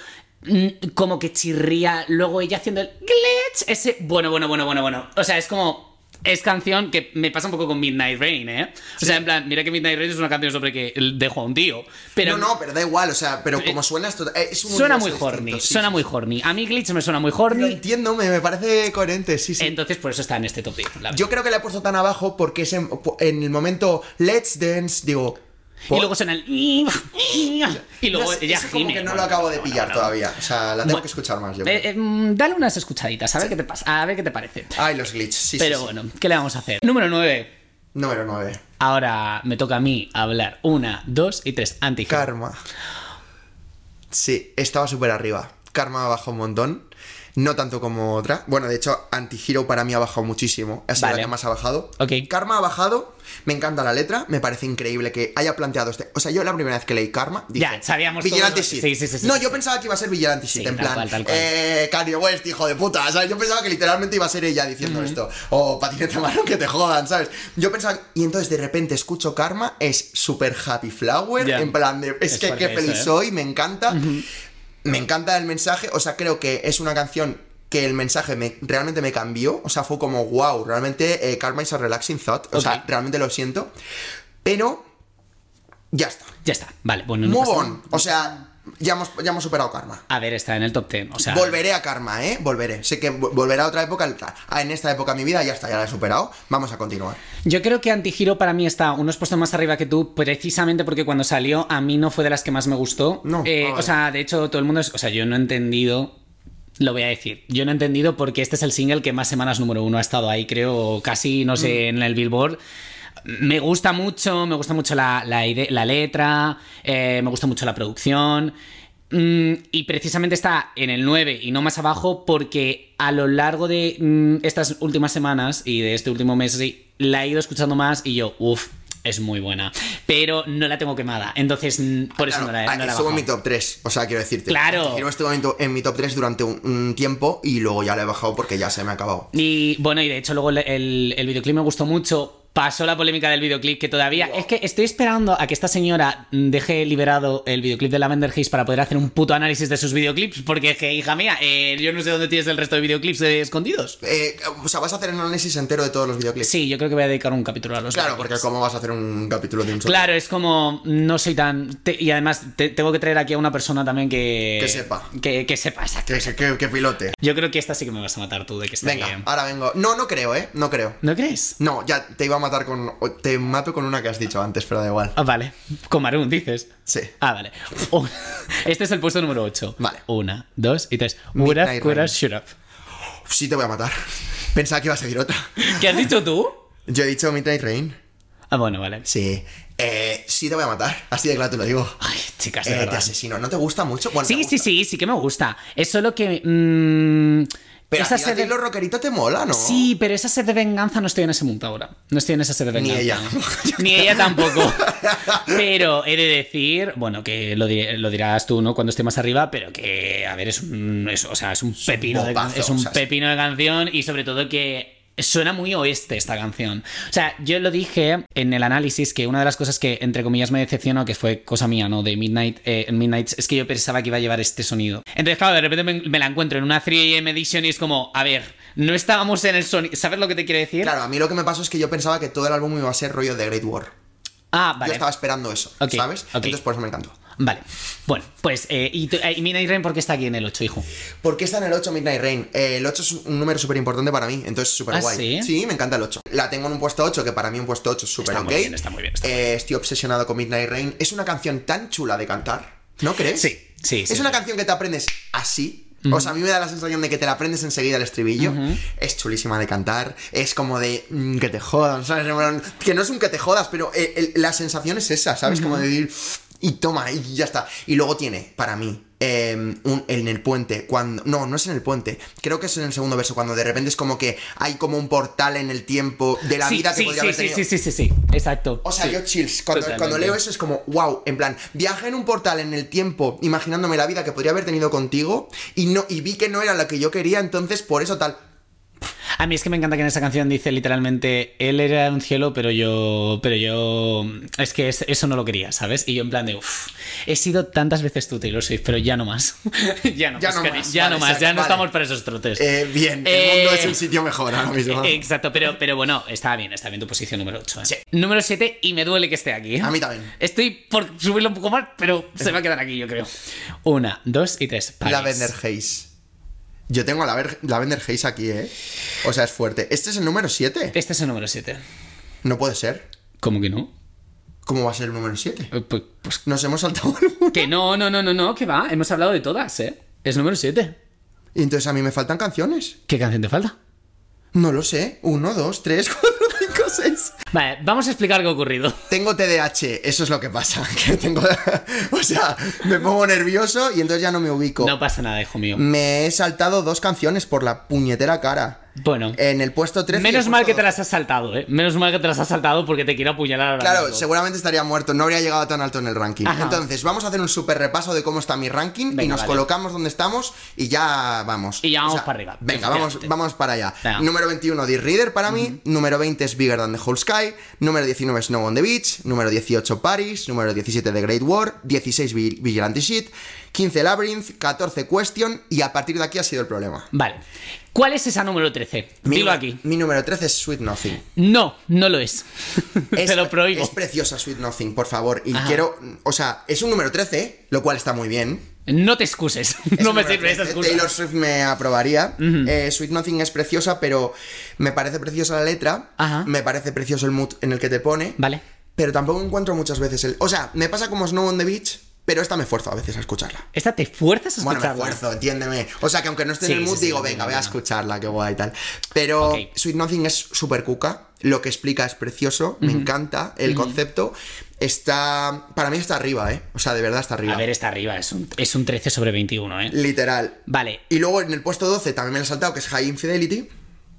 [SPEAKER 1] mm, como que chirría, luego ella haciendo el glitch, ese bueno, bueno, bueno, bueno, bueno. O sea, es como. Es canción que me pasa un poco con Midnight Rain, ¿eh? O sea, en plan, mira que Midnight Rain es una canción sobre que dejo a un tío. Pero
[SPEAKER 2] no, no, pero da igual, o sea, pero como suena esto. eh, es un
[SPEAKER 1] suena muy
[SPEAKER 2] universo
[SPEAKER 1] horny,
[SPEAKER 2] distinto, sí,
[SPEAKER 1] suena
[SPEAKER 2] sí,
[SPEAKER 1] muy horny. A mí Glitch me suena muy
[SPEAKER 2] sí. Lo
[SPEAKER 1] horny.
[SPEAKER 2] entiendo, me, me parece coherente, sí, sí.
[SPEAKER 1] Entonces, por eso está en este top 10. la verdad.
[SPEAKER 2] Yo creo que la he puesto tan abajo porque es en, en el momento Let's Dance, digo.
[SPEAKER 1] y
[SPEAKER 2] po-
[SPEAKER 1] luego suena el. Y luego
[SPEAKER 2] no sé,
[SPEAKER 1] ella
[SPEAKER 2] eso como
[SPEAKER 1] gime.
[SPEAKER 2] que no
[SPEAKER 1] Bueno,
[SPEAKER 2] lo acabo de
[SPEAKER 1] bueno,
[SPEAKER 2] pillar
[SPEAKER 1] bueno,
[SPEAKER 2] todavía. O sea, la tengo
[SPEAKER 1] Bueno.
[SPEAKER 2] que escuchar más, yo
[SPEAKER 1] bueno.
[SPEAKER 2] creo.
[SPEAKER 1] Eh, eh, mm, dale unas escuchaditas, a ver qué te pasa, a ver qué te parece.
[SPEAKER 2] Ay, los glitches, sí, sí,
[SPEAKER 1] Pero
[SPEAKER 2] sí.
[SPEAKER 1] bueno, ¿qué le vamos a hacer? Número 9.
[SPEAKER 2] Número 9.
[SPEAKER 1] Ahora me toca a mí hablar. Una, dos y tres. Anti.
[SPEAKER 2] Karma. Sí, estaba súper arriba. Karma ha bajado un montón. No tanto como otra. Bueno, de hecho, Antihero para mí ha bajado muchísimo. Ha sido
[SPEAKER 1] Vale.
[SPEAKER 2] la que más ha bajado.
[SPEAKER 1] Ok.
[SPEAKER 2] Karma ha bajado. Me encanta la letra. Me parece increíble que haya planteado este. O sea, yo la primera vez que leí Karma. Dije,
[SPEAKER 1] Ya, sabíamos
[SPEAKER 2] Vigilante
[SPEAKER 1] todos-
[SPEAKER 2] Shit.
[SPEAKER 1] sí, sí, sí, sí,
[SPEAKER 2] no,
[SPEAKER 1] sí,
[SPEAKER 2] yo pensaba que iba a ser Vigilante Shit.
[SPEAKER 1] Sí,
[SPEAKER 2] en
[SPEAKER 1] tal
[SPEAKER 2] plan,
[SPEAKER 1] cual, tal cual.
[SPEAKER 2] eh, Kanye West, hijo de puta. ¿sabes? Yo pensaba que literalmente iba a ser ella diciendo esto. O patinete marrón que te jodan, ¿sabes? Yo pensaba. Y entonces de repente escucho Karma. Es súper happy flower.
[SPEAKER 1] Ya.
[SPEAKER 2] En plan de. Es,
[SPEAKER 1] Es
[SPEAKER 2] que que el mensaje me, realmente me cambió. O sea, fue como, wow, realmente eh, Karma is a relaxing thought. O sea,
[SPEAKER 1] Ok.
[SPEAKER 2] realmente lo siento. Pero ya está.
[SPEAKER 1] Ya está, vale, bueno, no
[SPEAKER 2] Move
[SPEAKER 1] pasa
[SPEAKER 2] on. O sea, ya hemos, ya hemos superado Karma.
[SPEAKER 1] A ver, está en el top 10. O sea,
[SPEAKER 2] Volveré a Karma, ¿eh? Volveré. Sé que vo- volverá a otra época. al- ah, En esta época de mi vida ya está, ya la he superado. Vamos a continuar.
[SPEAKER 1] yo creo que Antigiro para mí está unos puestos más arriba que tú, precisamente porque cuando salió a mí no fue de las que más me gustó.
[SPEAKER 2] No,
[SPEAKER 1] Eh,
[SPEAKER 2] ah,
[SPEAKER 1] o
[SPEAKER 2] vale.
[SPEAKER 1] sea, de hecho, todo el mundo. es- o sea, yo no he entendido. Lo voy a decir. Yo no he entendido porque este es el single que más semanas número uno ha estado ahí, creo, casi, no sé,
[SPEAKER 2] Mm.
[SPEAKER 1] en el Billboard. Me gusta mucho, me gusta mucho la, la ide- la letra, eh, me gusta mucho la producción. Mm, y precisamente está en el 9 y no más abajo porque a lo largo de mm, estas últimas semanas y de este último mes así, la he ido escuchando más y yo, uff, es muy buena. Pero no la tengo quemada, entonces mm, por eso
[SPEAKER 2] Claro,
[SPEAKER 1] no la, he- no
[SPEAKER 2] ah,
[SPEAKER 1] la he
[SPEAKER 2] estuvo en mi
[SPEAKER 1] bajado.
[SPEAKER 2] top 3, o sea, quiero decirte.
[SPEAKER 1] Claro.
[SPEAKER 2] Quiero estuvo en, to- en mi top 3 durante un, un tiempo y luego ya la he bajado porque ya se me ha acabado.
[SPEAKER 1] Y bueno, y de hecho luego el, el- el videoclip me gustó mucho. Pasó la polémica del videoclip que todavía... Es que estoy esperando a que esta señora deje liberado el videoclip de Lavender Haze para poder hacer un puto análisis de sus videoclips. Porque es que, hija mía, eh, yo no sé dónde tienes el resto de videoclips eh, escondidos.
[SPEAKER 2] Eh, o sea, vas a hacer un análisis entero de todos los videoclips.
[SPEAKER 1] Sí, yo creo que voy a dedicar un capítulo a los
[SPEAKER 2] Claro,
[SPEAKER 1] videoclips.
[SPEAKER 2] porque ¿cómo vas a hacer un capítulo de un solo?
[SPEAKER 1] Claro, es como no soy tan... te- y además te- tengo que traer aquí a una persona también que...
[SPEAKER 2] Que sepa.
[SPEAKER 1] Que, que sepa, exacto.
[SPEAKER 2] Que, que- que- que pilote.
[SPEAKER 1] Yo creo que esta sí que me vas a matar tú de que está
[SPEAKER 2] Venga,
[SPEAKER 1] bien.
[SPEAKER 2] ahora vengo. No, no creo, ¿eh? No creo.
[SPEAKER 1] ¿No crees?
[SPEAKER 2] No, ya te iba a matar con. o Te mato con una que has dicho antes, pero da igual.
[SPEAKER 1] Ah, vale. Con Marún, dices.
[SPEAKER 2] Sí.
[SPEAKER 1] Ah, vale. *laughs* Un- Este es el puesto número 8.
[SPEAKER 2] Vale.
[SPEAKER 1] Una, dos y tres. Would
[SPEAKER 2] Midnight
[SPEAKER 1] have, could have,
[SPEAKER 2] Rain.
[SPEAKER 1] should have.
[SPEAKER 2] Sí, te voy a matar. *laughs* Pensaba que ibas a decir otra.
[SPEAKER 1] ¿Qué has dicho tú?
[SPEAKER 2] Yo he dicho Midnight Rain.
[SPEAKER 1] Ah, bueno, vale.
[SPEAKER 2] Sí. Eh, sí, te voy a matar. Así de claro te lo digo.
[SPEAKER 1] Ay, chicas, de
[SPEAKER 2] Eh, te
[SPEAKER 1] verdad.
[SPEAKER 2] asesino. ¿No te gusta mucho? Bueno, te
[SPEAKER 1] Sí, sí,
[SPEAKER 2] gusta.
[SPEAKER 1] sí, sí que me gusta. Es solo que. mm,
[SPEAKER 2] Pero
[SPEAKER 1] esa
[SPEAKER 2] a ti
[SPEAKER 1] sed de-
[SPEAKER 2] los rockeritos te mola, ¿no?
[SPEAKER 1] Sí, pero esa sed de venganza no estoy en ese mundo ahora. No estoy en esa sed de
[SPEAKER 2] Ni
[SPEAKER 1] venganza.
[SPEAKER 2] ella.
[SPEAKER 1] *laughs* Ni ella
[SPEAKER 2] *laughs*
[SPEAKER 1] tampoco. Pero he de decir, bueno, que lo, di- lo dirás tú, ¿no? Cuando esté más arriba, pero que, a ver, es un, es- o sea, es un pepino, de,
[SPEAKER 2] bombazo,
[SPEAKER 1] es un
[SPEAKER 2] o sea,
[SPEAKER 1] pepino de canción y sobre todo que suena muy oeste esta canción. O sea, yo lo dije en el análisis que una de las cosas que, entre comillas, me decepcionó, que fue cosa mía, ¿no? De Midnight, eh, Midnight es que yo pensaba que iba a llevar este sonido. Entonces, claro, de repente me, me la encuentro en una 3AM Edition y es como, a ver, no estábamos en el sonido. ¿Sabes lo que te quiero decir?
[SPEAKER 2] Claro, a mí lo que me pasó es que yo pensaba que todo el álbum iba a ser rollo de Great War.
[SPEAKER 1] Ah,
[SPEAKER 2] Yo
[SPEAKER 1] vale.
[SPEAKER 2] estaba esperando eso,
[SPEAKER 1] Ok,
[SPEAKER 2] ¿sabes?
[SPEAKER 1] ok.
[SPEAKER 2] Entonces por eso me encantó.
[SPEAKER 1] Vale. Bueno, pues, eh, y, tú- eh, y Midnight Rain, ¿por qué está aquí en el 8, hijo?
[SPEAKER 2] ¿Por qué está en el 8 Midnight Rain? Eh, el 8 es un número súper importante para mí, entonces súper
[SPEAKER 1] ¿Ah,
[SPEAKER 2] guay.
[SPEAKER 1] sí?
[SPEAKER 2] me encanta el 8. La tengo en un puesto 8, que para mí un puesto 8 es súper
[SPEAKER 1] Está
[SPEAKER 2] ok.
[SPEAKER 1] muy bien, está muy bien, está
[SPEAKER 2] Eh, Estoy obsesionado con Midnight Rain. Es una canción tan chula de cantar, ¿no crees?
[SPEAKER 1] Sí, sí,
[SPEAKER 2] Es
[SPEAKER 1] sí,
[SPEAKER 2] una
[SPEAKER 1] sí.
[SPEAKER 2] canción que te aprendes así. O sea, a mí me da la sensación de que te la aprendes enseguida el estribillo. Es chulísima de cantar. Es como de mm, que te jodan, ¿sabes? En plan, Que no es un que te jodas, pero eh, el- la sensación es esa, ¿sabes? Como de decir, y toma, y ya está. Y luego tiene, para mí, eh, un- en el puente, cuando... No, no es en el puente. Creo que es en el segundo verso, cuando de repente es como que hay como un portal en el tiempo de la
[SPEAKER 1] sí,
[SPEAKER 2] vida que
[SPEAKER 1] sí,
[SPEAKER 2] podría
[SPEAKER 1] sí,
[SPEAKER 2] haber
[SPEAKER 1] sí,
[SPEAKER 2] tenido.
[SPEAKER 1] sí, sí, sí, sí, exacto.
[SPEAKER 2] O sea,
[SPEAKER 1] Sí.
[SPEAKER 2] yo chills. Cuando,
[SPEAKER 1] Totalmente.
[SPEAKER 2] cuando leo eso es como, wow, en plan, viajé en un portal en el tiempo, imaginándome la vida que podría haber tenido contigo, y no, y vi que no era la que yo quería, entonces por eso tal.
[SPEAKER 1] A mí es que me encanta que en esa canción dice literalmente, él era un cielo, pero yo, pero yo, es que es- eso no lo quería, ¿sabes? Y yo en plan de, uff, he sido tantas veces tú, Taylor Swift, pero ya no más. *laughs* ya no
[SPEAKER 2] Ya
[SPEAKER 1] más,
[SPEAKER 2] no
[SPEAKER 1] cari-
[SPEAKER 2] más,
[SPEAKER 1] ya
[SPEAKER 2] vale,
[SPEAKER 1] no más,
[SPEAKER 2] exacto,
[SPEAKER 1] ya no
[SPEAKER 2] vale.
[SPEAKER 1] estamos para esos trotes.
[SPEAKER 2] Eh, bien,
[SPEAKER 1] Eh,
[SPEAKER 2] el mundo es un sitio mejor ahora mismo.
[SPEAKER 1] Eh, Exacto, pero, pero bueno, está bien, está bien tu posición número 8.
[SPEAKER 2] Sí.
[SPEAKER 1] Número 7, y me duele que esté aquí. ¿eh?
[SPEAKER 2] A mí también.
[SPEAKER 1] Estoy por subirlo un poco más, pero se va a quedar aquí, yo creo. Una, dos y tres. París.
[SPEAKER 2] La Vender Haze. Yo tengo a la, Ver- la Vender Haze aquí, ¿eh? O sea, es fuerte. Este es el número 7.
[SPEAKER 1] Este es el número 7.
[SPEAKER 2] No puede ser.
[SPEAKER 1] ¿Cómo que no?
[SPEAKER 2] ¿Cómo va a ser el número 7?
[SPEAKER 1] Eh, Pues, pues
[SPEAKER 2] Nos hemos saltado *laughs* el uno.
[SPEAKER 1] que no, no, no, no, no, que va. Hemos hablado de todas, ¿eh? Es número 7.
[SPEAKER 2] Y entonces a mí me faltan canciones.
[SPEAKER 1] ¿Qué canción te falta?
[SPEAKER 2] No lo sé. 1, 2, *laughs* 3, 4, 5, 6.
[SPEAKER 1] Vale, vamos a explicar qué ha ocurrido.
[SPEAKER 2] Tengo TDAH, eso es lo que pasa. *laughs* Que tengo, o sea, me pongo nervioso y entonces ya no me ubico.
[SPEAKER 1] No pasa nada, hijo mío.
[SPEAKER 2] Me he saltado dos canciones por la puñetera cara.
[SPEAKER 1] Bueno.
[SPEAKER 2] En el puesto 13.
[SPEAKER 1] Menos mal que te
[SPEAKER 2] la
[SPEAKER 1] las has saltado, ¿eh? Menos mal que te las has saltado porque te quiero apuñalar ahora
[SPEAKER 2] Claro,
[SPEAKER 1] mismo.
[SPEAKER 2] seguramente estaría muerto, no habría llegado tan alto en el ranking.
[SPEAKER 1] Ajá.
[SPEAKER 2] Entonces, vamos a hacer un súper repaso de cómo está mi ranking
[SPEAKER 1] Venga,
[SPEAKER 2] y nos
[SPEAKER 1] vale.
[SPEAKER 2] colocamos donde estamos y ya vamos.
[SPEAKER 1] Y ya vamos para arriba,
[SPEAKER 2] Venga, vamos,
[SPEAKER 1] efectivamente.
[SPEAKER 2] vamos para allá.
[SPEAKER 1] Venga.
[SPEAKER 2] Número 21, The Reader para mí. Número 20 es Bigger Than the Whole Sky. Número 19, Snow on the Beach. Número 18, Paris. Número 17, The Great War. 16, Vigil- Vigilante Shit. 15, Labyrinth. 14, Question. Y a partir de aquí ha sido el problema.
[SPEAKER 1] Vale. ¿Cuál es esa número 13?
[SPEAKER 2] Mi
[SPEAKER 1] Dilo
[SPEAKER 2] número-
[SPEAKER 1] aquí.
[SPEAKER 2] Mi número 13 es Sweet Nothing.
[SPEAKER 1] No, no lo
[SPEAKER 2] *laughs*
[SPEAKER 1] es. *laughs* te lo prohíbo.
[SPEAKER 2] es preciosa Sweet Nothing, por favor. Y quiero. O sea, es un número 13, lo cual está muy bien.
[SPEAKER 1] No te excuses.
[SPEAKER 2] Es
[SPEAKER 1] no
[SPEAKER 2] un
[SPEAKER 1] me
[SPEAKER 2] número
[SPEAKER 1] sirve esa
[SPEAKER 2] 13,
[SPEAKER 1] excusa.
[SPEAKER 2] Taylor Swift me aprobaría. Eh, Sweet Nothing es preciosa, pero me parece preciosa la letra.
[SPEAKER 1] Ajá.
[SPEAKER 2] Me parece precioso el mood en el que te pone.
[SPEAKER 1] Vale.
[SPEAKER 2] Pero tampoco encuentro muchas veces el. O sea, me pasa como Snow on the Beach, pero esta me esfuerzo a veces a escucharla.
[SPEAKER 1] ¿Esta te fuerzas a
[SPEAKER 2] *laughs* Bueno, me
[SPEAKER 1] escucharla?
[SPEAKER 2] esfuerzo, entiéndeme. O sea, que aunque no esté en
[SPEAKER 1] Sí,
[SPEAKER 2] el mood,
[SPEAKER 1] sí, sí,
[SPEAKER 2] digo,
[SPEAKER 1] sí,
[SPEAKER 2] venga,
[SPEAKER 1] sí,
[SPEAKER 2] voy a
[SPEAKER 1] sí.
[SPEAKER 2] escucharla, qué guay y tal. Pero
[SPEAKER 1] Ok.
[SPEAKER 2] Sweet Nothing es súper cuca. Lo que explica es precioso, me encanta el concepto. Está. Para mí está arriba, ¿eh? O sea, de verdad está arriba.
[SPEAKER 1] A ver, está arriba. Es un, es un 13 sobre 21, ¿eh?
[SPEAKER 2] Literal.
[SPEAKER 1] Vale,
[SPEAKER 2] Y luego en el puesto 12 también me lo he saltado, que es High Infidelity.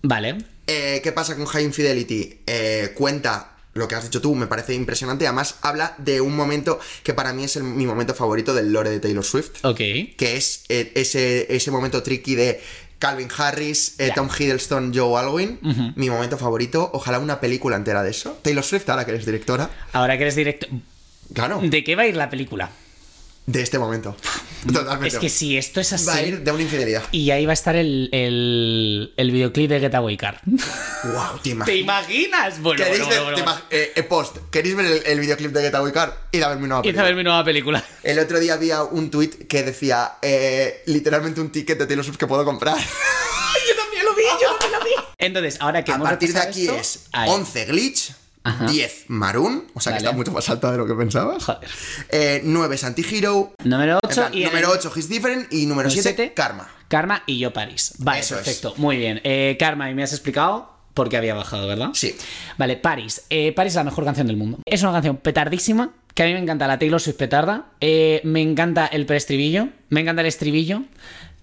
[SPEAKER 1] vale.
[SPEAKER 2] Eh, ¿Qué pasa con High Infidelity? Eh, cuenta lo que has dicho tú, me parece impresionante. Además, habla de un momento que para mí es el- mi momento favorito del lore de Taylor Swift.
[SPEAKER 1] Ok.
[SPEAKER 2] que es eh, ese, ese momento tricky de Calvin Harris, eh,
[SPEAKER 1] Ya.
[SPEAKER 2] Tom Hiddleston, Joe Alwyn. Mi momento favorito. Ojalá una película entera de eso. Taylor Swift, ahora que eres directora.
[SPEAKER 1] Ahora que eres directo.
[SPEAKER 2] Claro, de,
[SPEAKER 1] ¿De qué va a ir la película? *laughs*
[SPEAKER 2] este momento. Totalmente.
[SPEAKER 1] Es que si esto es así.
[SPEAKER 2] Va a ir de una infidelidad.
[SPEAKER 1] Y ahí va a estar el, el, el videoclip de Getaway
[SPEAKER 2] *laughs*
[SPEAKER 1] Car.
[SPEAKER 2] Wow, te
[SPEAKER 1] ¿Te
[SPEAKER 2] imaginas.
[SPEAKER 1] imaginas? Bueno,
[SPEAKER 2] ¿Queréis
[SPEAKER 1] bueno,
[SPEAKER 2] ver-
[SPEAKER 1] bueno, bueno,
[SPEAKER 2] te
[SPEAKER 1] bueno.
[SPEAKER 2] imag- eh, eh, post, ¿queréis ver el, el videoclip de Get Away Car? Y a verme una
[SPEAKER 1] Y a ver mi nueva
[SPEAKER 2] *laughs*
[SPEAKER 1] película.
[SPEAKER 2] El otro día había un tweet que decía eh, literalmente un ticket de Taylor Swift que puedo comprar. *laughs*
[SPEAKER 1] yo también lo vi, yo también lo vi. Entonces, ahora que
[SPEAKER 2] A
[SPEAKER 1] hemos
[SPEAKER 2] partir de
[SPEAKER 1] repasado
[SPEAKER 2] aquí
[SPEAKER 1] esto,
[SPEAKER 2] es
[SPEAKER 1] ahí.
[SPEAKER 2] 11 glitch,
[SPEAKER 1] Ajá.
[SPEAKER 2] 10 maroon, o sea que
[SPEAKER 1] Vale.
[SPEAKER 2] está mucho más alta de lo que pensabas.
[SPEAKER 1] Joder.
[SPEAKER 2] Eh, 9 es anti-hero.
[SPEAKER 1] Número
[SPEAKER 2] en
[SPEAKER 1] 8
[SPEAKER 2] plan,
[SPEAKER 1] y en
[SPEAKER 2] número
[SPEAKER 1] el-
[SPEAKER 2] 8 His Different y número
[SPEAKER 1] el
[SPEAKER 2] 7
[SPEAKER 1] siete,
[SPEAKER 2] Karma.
[SPEAKER 1] Karma y yo París. Vale,
[SPEAKER 2] Eso es.
[SPEAKER 1] perfecto. Muy bien. Eh, Karma, y me has explicado por qué había bajado, ¿verdad?
[SPEAKER 2] Sí.
[SPEAKER 1] Vale, Paris. Eh, Paris es la mejor canción del mundo. Es una canción petardísima, que a mí me encanta la Taylor Swift petarda. Eh, me encanta el preestribillo, me encanta el estribillo.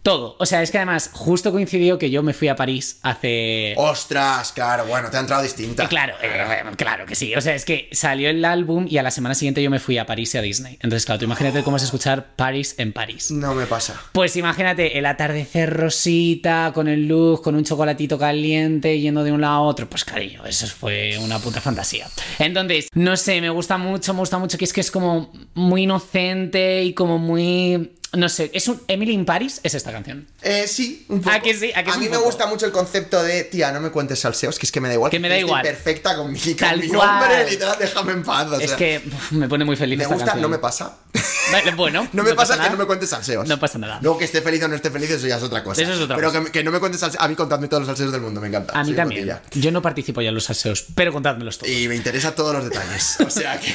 [SPEAKER 1] Todo. O sea, es que además justo coincidió que yo me fui a París hace...
[SPEAKER 2] Ostras, claro, bueno, te ha entrado distinta.
[SPEAKER 1] Eh, Claro, eh, claro que sí. O sea, es que salió el álbum y a la semana siguiente yo me fui a París y a Disney. Entonces, claro, tú imagínate cómo es escuchar Paris en París.
[SPEAKER 2] No me pasa.
[SPEAKER 1] Pues imagínate el atardecer rosita, con el luz, con un chocolatito caliente, yendo de un lado a otro. Pues cariño, eso fue una puta fantasía. Entonces, no sé, me gusta mucho, me gusta mucho que es que es como muy inocente y como muy... No sé, es un... Emily in Paris es esta canción.
[SPEAKER 2] Eh, sí, un poco.
[SPEAKER 1] ¿A Ah, que sí? ¿A que sí
[SPEAKER 2] mí
[SPEAKER 1] un
[SPEAKER 2] me
[SPEAKER 1] poco?
[SPEAKER 2] gusta mucho el concepto de, tía, no me cuentes salseos, que es que me da igual.
[SPEAKER 1] Que me da
[SPEAKER 2] estoy
[SPEAKER 1] igual.
[SPEAKER 2] Perfecta con mi, con
[SPEAKER 1] Tal
[SPEAKER 2] mi
[SPEAKER 1] cual.
[SPEAKER 2] nombre, literal, déjame en paz. o
[SPEAKER 1] es
[SPEAKER 2] sea,
[SPEAKER 1] que uf, me pone muy feliz
[SPEAKER 2] me
[SPEAKER 1] esta
[SPEAKER 2] gusta,
[SPEAKER 1] canción.
[SPEAKER 2] no me pasa.
[SPEAKER 1] Vale, Bueno,
[SPEAKER 2] *laughs* No me pasa, que
[SPEAKER 1] nada.
[SPEAKER 2] no me cuentes salseos.
[SPEAKER 1] No pasa nada.
[SPEAKER 2] Luego que esté feliz o no esté feliz, eso ya es otra cosa.
[SPEAKER 1] Eso es otra
[SPEAKER 2] Pero
[SPEAKER 1] cosa.
[SPEAKER 2] Que, que no me cuentes salseos. A mí contadme todos los salseos del mundo, me encanta.
[SPEAKER 1] A mí
[SPEAKER 2] Soy
[SPEAKER 1] también.
[SPEAKER 2] cotilla.
[SPEAKER 1] Yo no participo ya en los aseos, pero contádmelos todos.
[SPEAKER 2] Y me interesa todos los detalles. O
[SPEAKER 1] *laughs*
[SPEAKER 2] sea que.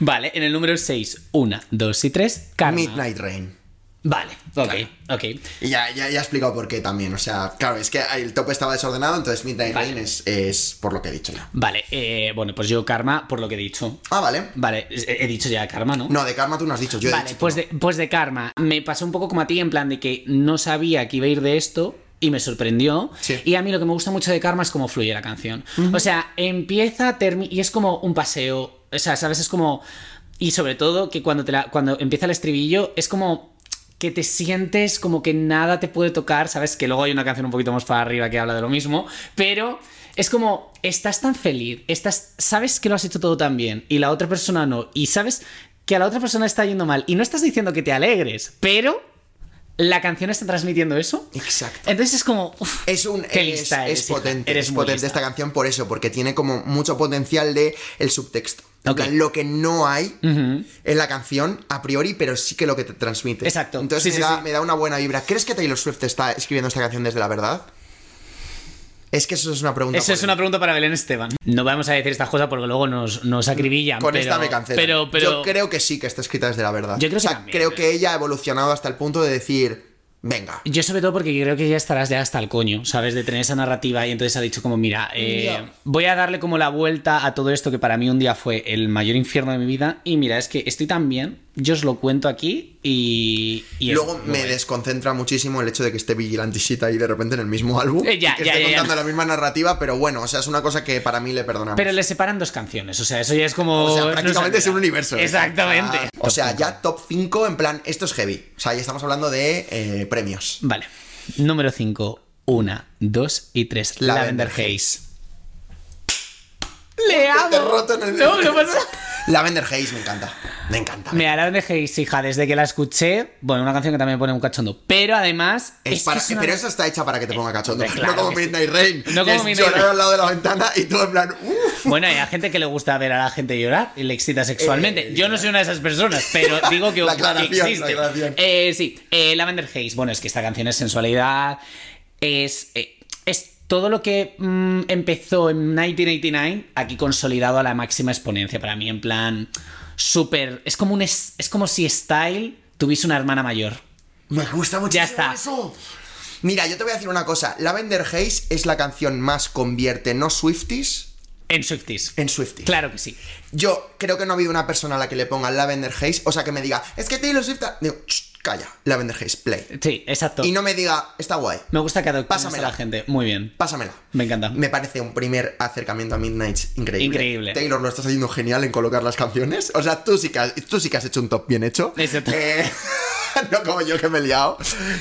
[SPEAKER 1] Vale, en el número 6, 1, 2 y 3, Karma.
[SPEAKER 2] Midnight Rain.
[SPEAKER 1] Vale, ok, ok.
[SPEAKER 2] Y ya, ya, ya he explicado por qué también. O sea, claro, es que el tope estaba desordenado, entonces Midnight
[SPEAKER 1] Vale.
[SPEAKER 2] Rain es, es por lo que he dicho ya.
[SPEAKER 1] Vale, eh, bueno, pues yo Karma, por lo que he dicho.
[SPEAKER 2] Ah, vale.
[SPEAKER 1] Vale, he he dicho ya Karma, ¿no?
[SPEAKER 2] No, de Karma tú no has dicho. Yo he
[SPEAKER 1] vale,
[SPEAKER 2] dicho.
[SPEAKER 1] pues de, pues de Karma. Me pasó un poco como a ti, en plan de que no sabía que iba a ir de esto y me sorprendió.
[SPEAKER 2] Sí.
[SPEAKER 1] Y a mí lo que me gusta mucho de Karma es cómo fluye la canción. O sea, empieza, termina y es como un paseo. O sea, ¿sabes? Es como... Y sobre todo que cuando, te la- cuando empieza el estribillo es como que te sientes como que nada te puede tocar, sabes que luego hay una canción un poquito más para arriba que habla de lo mismo, pero es como estás tan feliz, estás sabes que lo has hecho todo tan bien y la otra persona no y sabes que a la otra persona está yendo mal y no estás diciendo que te alegres, pero la canción está transmitiendo eso.
[SPEAKER 2] Exacto.
[SPEAKER 1] Entonces es como uf,
[SPEAKER 2] Es un
[SPEAKER 1] Qué
[SPEAKER 2] es-
[SPEAKER 1] lista
[SPEAKER 2] es,
[SPEAKER 1] eres, hija.
[SPEAKER 2] potente,
[SPEAKER 1] Eres
[SPEAKER 2] es
[SPEAKER 1] muy
[SPEAKER 2] potente
[SPEAKER 1] lista.
[SPEAKER 2] esta canción por eso, porque tiene como mucho potencial de el subtexto. En
[SPEAKER 1] Ok.
[SPEAKER 2] plan, Lo que no hay
[SPEAKER 1] Ujú.
[SPEAKER 2] en la canción a priori, pero sí que lo que te transmite.
[SPEAKER 1] Exacto.
[SPEAKER 2] Entonces
[SPEAKER 1] Sí,
[SPEAKER 2] me,
[SPEAKER 1] sí,
[SPEAKER 2] da,
[SPEAKER 1] sí.
[SPEAKER 2] me da una buena vibra. ¿Crees que Taylor Swift está escribiendo esta canción desde la verdad? Es que eso es una pregunta.
[SPEAKER 1] Eso es una
[SPEAKER 2] polémica.
[SPEAKER 1] pregunta para Belén Esteban. No vamos a decir estas cosas porque luego nos, nos acribillan.
[SPEAKER 2] Con
[SPEAKER 1] pero-
[SPEAKER 2] esta me cancela.
[SPEAKER 1] Pero, pero...
[SPEAKER 2] Yo creo que sí que está escrita desde la verdad.
[SPEAKER 1] Yo creo
[SPEAKER 2] O sea,
[SPEAKER 1] que también,
[SPEAKER 2] creo
[SPEAKER 1] ¿eh?
[SPEAKER 2] que ella ha evolucionado hasta el punto de decir, venga.
[SPEAKER 1] Yo sobre todo porque creo que ya estarás ya hasta el coño, ¿sabes? De tener esa narrativa y entonces ha dicho como, mira, eh,
[SPEAKER 2] Ya.
[SPEAKER 1] voy a darle como la vuelta a todo esto que para mí un día fue el mayor infierno de mi vida y mira, es que estoy tan bien yo os lo cuento aquí y. y es-
[SPEAKER 2] Luego me
[SPEAKER 1] bueno.
[SPEAKER 2] desconcentra muchísimo el hecho de que esté Vigilantisita ahí de repente en el mismo álbum.
[SPEAKER 1] Eh, ya,
[SPEAKER 2] y que
[SPEAKER 1] ya,
[SPEAKER 2] esté
[SPEAKER 1] ya, ya.
[SPEAKER 2] contando la misma narrativa, pero bueno, o sea, es una cosa que para mí le perdonamos.
[SPEAKER 1] Pero le separan dos canciones, o sea, eso ya es como. *laughs*
[SPEAKER 2] o
[SPEAKER 1] no
[SPEAKER 2] sea,
[SPEAKER 1] se
[SPEAKER 2] prácticamente es un
[SPEAKER 1] olvida.
[SPEAKER 2] universo. ¿eh?
[SPEAKER 1] Exactamente.
[SPEAKER 2] Ah, o sea, ya top 5, en plan, esto es heavy. O sea, ya estamos hablando de eh, premios.
[SPEAKER 1] Vale. Número 5. Una, dos y tres.
[SPEAKER 2] Lavender
[SPEAKER 1] Lavender Haze. ¡Le amo!
[SPEAKER 2] Te he roto en el-
[SPEAKER 1] Ah, No, no pasa
[SPEAKER 2] *laughs* Lavender Haze me encanta. Me encanta.
[SPEAKER 1] Mira, Lavender Haze, hija, desde que la escuché, bueno, una canción que también me pone un cachondo, pero además...
[SPEAKER 2] Es
[SPEAKER 1] que
[SPEAKER 2] para-
[SPEAKER 1] es una- Eh,
[SPEAKER 2] Pero eso está hecha para que te ponga cachondo.
[SPEAKER 1] Hombre, claro
[SPEAKER 2] no como
[SPEAKER 1] que sí.
[SPEAKER 2] Midnight Rain.
[SPEAKER 1] No como
[SPEAKER 2] que es
[SPEAKER 1] Midnight
[SPEAKER 2] llorar
[SPEAKER 1] Rain.
[SPEAKER 2] al lado de la ventana y todo en plan, uff.
[SPEAKER 1] Bueno, hay a gente que le gusta ver a la gente llorar y le excita sexualmente.
[SPEAKER 2] Eh,
[SPEAKER 1] Yo no soy una de esas personas, pero digo que,
[SPEAKER 2] *laughs* La
[SPEAKER 1] que
[SPEAKER 2] aclaración,
[SPEAKER 1] existe.
[SPEAKER 2] la aclaración.
[SPEAKER 1] Eh, sí, eh, Lavender Haze. Bueno, es que esta canción es sensualidad, es, eh, es todo lo que mm, empezó en 1989, aquí consolidado a la máxima exponencia para mí, en plan súper... Es, como un es, es como si Style tuviese una hermana mayor.
[SPEAKER 2] Me gusta muchísimo
[SPEAKER 1] Ya está.
[SPEAKER 2] eso. Mira, yo te voy a decir una cosa. Lavender Haze es la canción más convierte no Swifties
[SPEAKER 1] En Swifties.
[SPEAKER 2] en Swifties.
[SPEAKER 1] Claro que sí.
[SPEAKER 2] Yo creo que no ha habido una persona a la que le ponga Lavender Haze, o sea, que me diga, es que Taylor Swift. ha-". Digo, "Shh, calla, Lavender Haze, play.
[SPEAKER 1] Sí, exacto.
[SPEAKER 2] Y no me diga, está guay,
[SPEAKER 1] Me gusta que adoptemos a
[SPEAKER 2] Pásamela.
[SPEAKER 1] la gente. Muy bien.
[SPEAKER 2] pásamela.
[SPEAKER 1] Me encanta.
[SPEAKER 2] Me parece un primer acercamiento a Midnight increíble.
[SPEAKER 1] Increíble.
[SPEAKER 2] Taylor lo estás haciendo genial en colocar las canciones. O sea, tú sí que has, tú sí que has hecho un top bien hecho.
[SPEAKER 1] Exacto.
[SPEAKER 2] Eh, *laughs* no como yo que me he liado.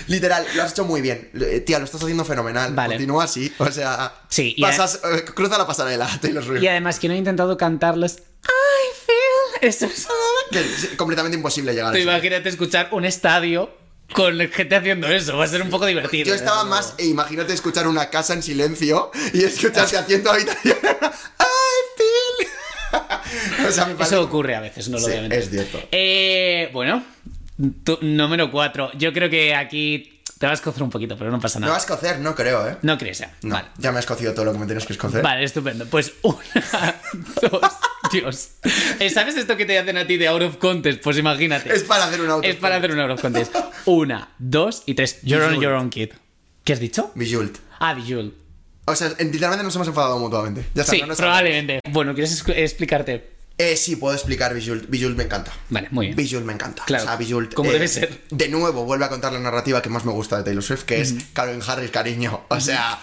[SPEAKER 2] Literal, lo has hecho muy bien. Eh, Tía, lo estás haciendo fenomenal.
[SPEAKER 1] Vale.
[SPEAKER 2] Continúa así. O sea,
[SPEAKER 1] Sí, y
[SPEAKER 2] pasas, eh, cruza la pasarela, Taylor Swift.
[SPEAKER 1] Y además que no he intentado cantarles I feel. Eso es.
[SPEAKER 2] Que es completamente imposible llegar a
[SPEAKER 1] Tú
[SPEAKER 2] eso.
[SPEAKER 1] imagínate escuchar un estadio con gente haciendo eso. Va a ser un poco divertido. ¿eh?
[SPEAKER 2] Yo estaba más, e imagínate escuchar una casa en silencio
[SPEAKER 1] *laughs*
[SPEAKER 2] y escucharte haciendo habitación. ¡Ay, Phil! *laughs* o sea, me parece.
[SPEAKER 1] Eso ocurre a veces, no lo
[SPEAKER 2] Sí,
[SPEAKER 1] voy a mentir.
[SPEAKER 2] es cierto.
[SPEAKER 1] Eh, bueno, tú- número 4. Yo creo que aquí te vas a cocer un poquito, pero no pasa
[SPEAKER 2] Me
[SPEAKER 1] nada.
[SPEAKER 2] vas a cocer, no creo, ¿eh?
[SPEAKER 1] No crees ya. Vale.
[SPEAKER 2] Ya me has cocido todo lo que me tienes que escocer.
[SPEAKER 1] Vale, estupendo. Pues una, *laughs* dos, Dios. Eh, ¿Sabes esto que te hacen a ti de out of contest? Pues imagínate.
[SPEAKER 2] Es para hacer un auto.
[SPEAKER 1] Es para hacer un Euros Contest. Una, dos y tres. You're on
[SPEAKER 2] Bijult.
[SPEAKER 1] your own kid. ¿Qué has dicho?
[SPEAKER 2] Bijult.
[SPEAKER 1] Ah, Bijul.
[SPEAKER 2] O sea, literalmente nos hemos enfadado mutuamente. Ya está,
[SPEAKER 1] Sí,
[SPEAKER 2] no nos-
[SPEAKER 1] probablemente. Bueno, ¿quieres escu- explicarte?
[SPEAKER 2] Eh, sí, puedo explicar Bijult. Bijult me encanta.
[SPEAKER 1] Vale, muy bien.
[SPEAKER 2] Bijult me encanta.
[SPEAKER 1] Claro,
[SPEAKER 2] O sea, Bijult.
[SPEAKER 1] como debe ser.
[SPEAKER 2] De nuevo, vuelve a contar la narrativa que más me gusta de Taylor Swift, que es Calvin Harris, cariño. O sea,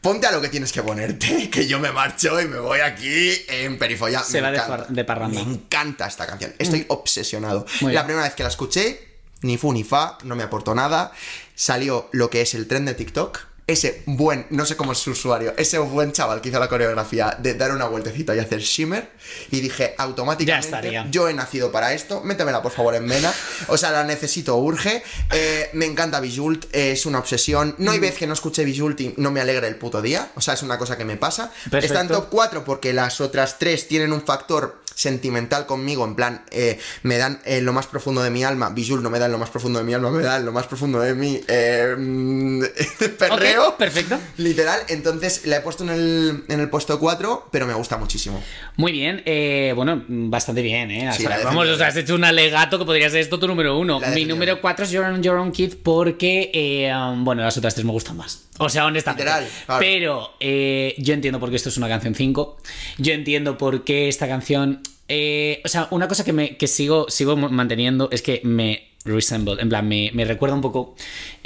[SPEAKER 2] ponte a lo que tienes que ponerte, *laughs* que yo me marcho y me voy aquí en perifolla.
[SPEAKER 1] Se
[SPEAKER 2] Me
[SPEAKER 1] va de
[SPEAKER 2] encanta.
[SPEAKER 1] far- de parranda. Mm.
[SPEAKER 2] Me encanta esta canción. Estoy obsesionado.
[SPEAKER 1] Muy
[SPEAKER 2] la
[SPEAKER 1] bien.
[SPEAKER 2] primera vez que la escuché, ni fu ni fa, no me aportó nada. Salió lo que es el tren de TikTok. Ese buen, no sé cómo es su usuario, ese buen chaval que hizo la coreografía de dar una vueltecita y hacer shimmer. Y dije, automáticamente,
[SPEAKER 1] Ya estaría.
[SPEAKER 2] yo he nacido para esto, métemela por favor en vena. O sea, la necesito, urge. Eh, me encanta Bijult, eh, es una obsesión. No hay
[SPEAKER 1] Mm.
[SPEAKER 2] vez que no escuche Bijult y no me alegre el puto día. O sea, es una cosa que me pasa.
[SPEAKER 1] Perfecto.
[SPEAKER 2] Está en top 4 porque las otras tres tienen un factor sentimental conmigo, en plan, eh, me dan en lo más profundo de mi alma, Bijul no me da en lo más profundo de mi alma, me da en lo más profundo de mi eh, mm, *laughs*
[SPEAKER 1] Ok,
[SPEAKER 2] perreo,
[SPEAKER 1] perfecto.
[SPEAKER 2] literal, entonces la he puesto en el, en el puesto 4, pero me gusta muchísimo.
[SPEAKER 1] Muy bien. eh, bueno, bastante bien, ¿eh? O
[SPEAKER 2] Sí,
[SPEAKER 1] sea,
[SPEAKER 2] la he
[SPEAKER 1] vamos,
[SPEAKER 2] defendido.
[SPEAKER 1] o sea, has hecho un alegato que podría ser esto tu número uno.
[SPEAKER 2] La he
[SPEAKER 1] Mi
[SPEAKER 2] defendido.
[SPEAKER 1] número cuatro es You're on your own kid porque, eh, um, bueno, las otras tres me gustan más. O sea, honestamente.
[SPEAKER 2] Literal, claro.
[SPEAKER 1] Pero eh, yo entiendo por qué esto es una canción 5. Yo entiendo por qué esta canción. eh, o sea, una cosa que, me, que sigo, sigo mo- manteniendo es que me resemble, en plan, me, me recuerda un poco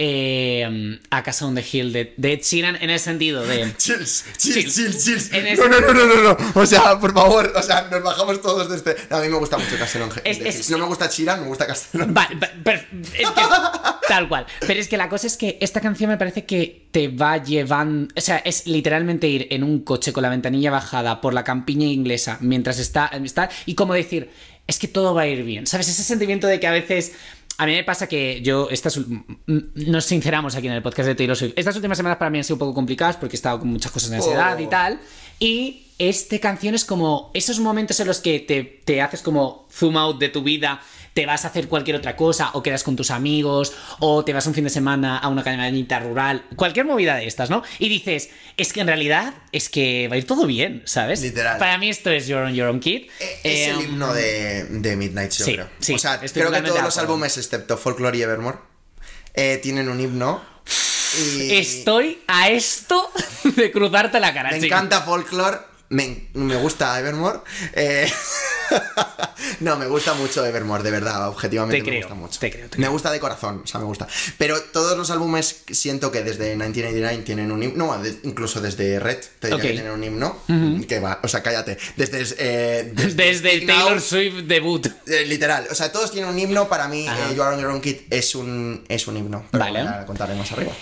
[SPEAKER 1] eh, a Casa on the Hill de, de Ed Sheeran en el sentido de.
[SPEAKER 2] Chills,
[SPEAKER 1] Chills.
[SPEAKER 2] chills, chills, chills.
[SPEAKER 1] En este ese-
[SPEAKER 2] No, no, no, no, no, no. O sea, por favor, o sea, nos bajamos todos de este. No, a mí me gusta mucho Castellón.
[SPEAKER 1] Es- es-
[SPEAKER 2] No me gusta Chira, me
[SPEAKER 1] *laughs*
[SPEAKER 2] gusta Castellón.
[SPEAKER 1] Va- va- per- es que, tal cual. Pero es que la cosa es que esta canción me parece que te va llevando. O sea, es literalmente ir en un coche con la ventanilla bajada por la campiña inglesa mientras está. está y como decir, es que todo va a ir bien. ¿Sabes? Ese sentimiento de que a veces. A mí me pasa que yo, estas, ul- mm, nos sinceramos aquí en el podcast de Taylor Swift. Estas últimas semanas para mí han sido un poco complicadas porque he estado con muchas cosas de ansiedad y
[SPEAKER 2] Oh.
[SPEAKER 1] tal tal. Y este canción es como esos momentos en los que te, te haces como zoom out de tu vida, te vas a hacer cualquier otra cosa, o quedas con tus amigos, o te vas un fin de semana a una cañadita rural, cualquier movida de estas, ¿no? Y dices, es que en realidad es que va a ir todo bien, ¿sabes?
[SPEAKER 2] Literal. E,
[SPEAKER 1] Para mí esto es Your Own, Your Own Kid.
[SPEAKER 2] Es el
[SPEAKER 1] Em,
[SPEAKER 2] himno de, de Midnight, yo
[SPEAKER 1] sí,
[SPEAKER 2] creo.
[SPEAKER 1] sí,
[SPEAKER 2] o sea,
[SPEAKER 1] estoy
[SPEAKER 2] creo que
[SPEAKER 1] totalmente
[SPEAKER 2] todos
[SPEAKER 1] de
[SPEAKER 2] los
[SPEAKER 1] acuerdo.
[SPEAKER 2] álbumes, excepto Folklore y Evermore, eh, tienen un himno. Y
[SPEAKER 1] Estoy a esto *laughs* de cruzarte la cara,
[SPEAKER 2] me
[SPEAKER 1] chico.
[SPEAKER 2] encanta Folklore, me, me gusta Evermore. eh, *laughs* no, me gusta mucho Evermore, de verdad, objetivamente
[SPEAKER 1] Te
[SPEAKER 2] me
[SPEAKER 1] creo,
[SPEAKER 2] gusta mucho.
[SPEAKER 1] te creo, te
[SPEAKER 2] Me gusta de corazón, o sea, me gusta. Pero todos los álbumes siento que desde 1989 tienen un himno, no, de- incluso desde Red te diría
[SPEAKER 1] Ok.
[SPEAKER 2] que tienen un himno, que va, o sea, cállate, desde... eh,
[SPEAKER 1] Desde el
[SPEAKER 2] Speak Now,
[SPEAKER 1] Taylor Swift debut.
[SPEAKER 2] eh, literal, o sea, todos tienen un himno, para mí
[SPEAKER 1] Ajá.
[SPEAKER 2] eh, You Are On Your Own Kid es un, es un himno, pero
[SPEAKER 1] Vale.
[SPEAKER 2] bueno, ahora lo contaré más arriba.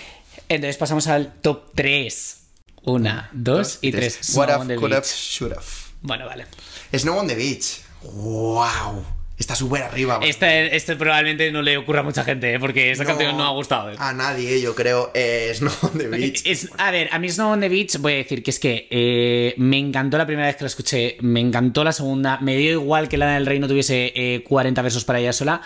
[SPEAKER 1] Entonces pasamos al top 3. Una, dos y tres. Snow
[SPEAKER 2] What Have,
[SPEAKER 1] on the
[SPEAKER 2] Could
[SPEAKER 1] Beach.
[SPEAKER 2] Have, Should Have.
[SPEAKER 1] Bueno, vale.
[SPEAKER 2] Snow on the Beach. ¡Wow! Está súper arriba. güey.
[SPEAKER 1] Este, este probablemente no le ocurra a mucha gente, ¿eh? porque esa canción no ha gustado. ¿eh?
[SPEAKER 2] A nadie, yo creo. Eh, Snow on the Ah,
[SPEAKER 1] *laughs*
[SPEAKER 2] Beach.
[SPEAKER 1] Es- a ver, a mí Snow on the Beach voy a decir que es que eh, me encantó la primera vez que la escuché, me encantó la segunda, me dio igual que Lana del Rey no tuviese eh, 40 versos para ella sola.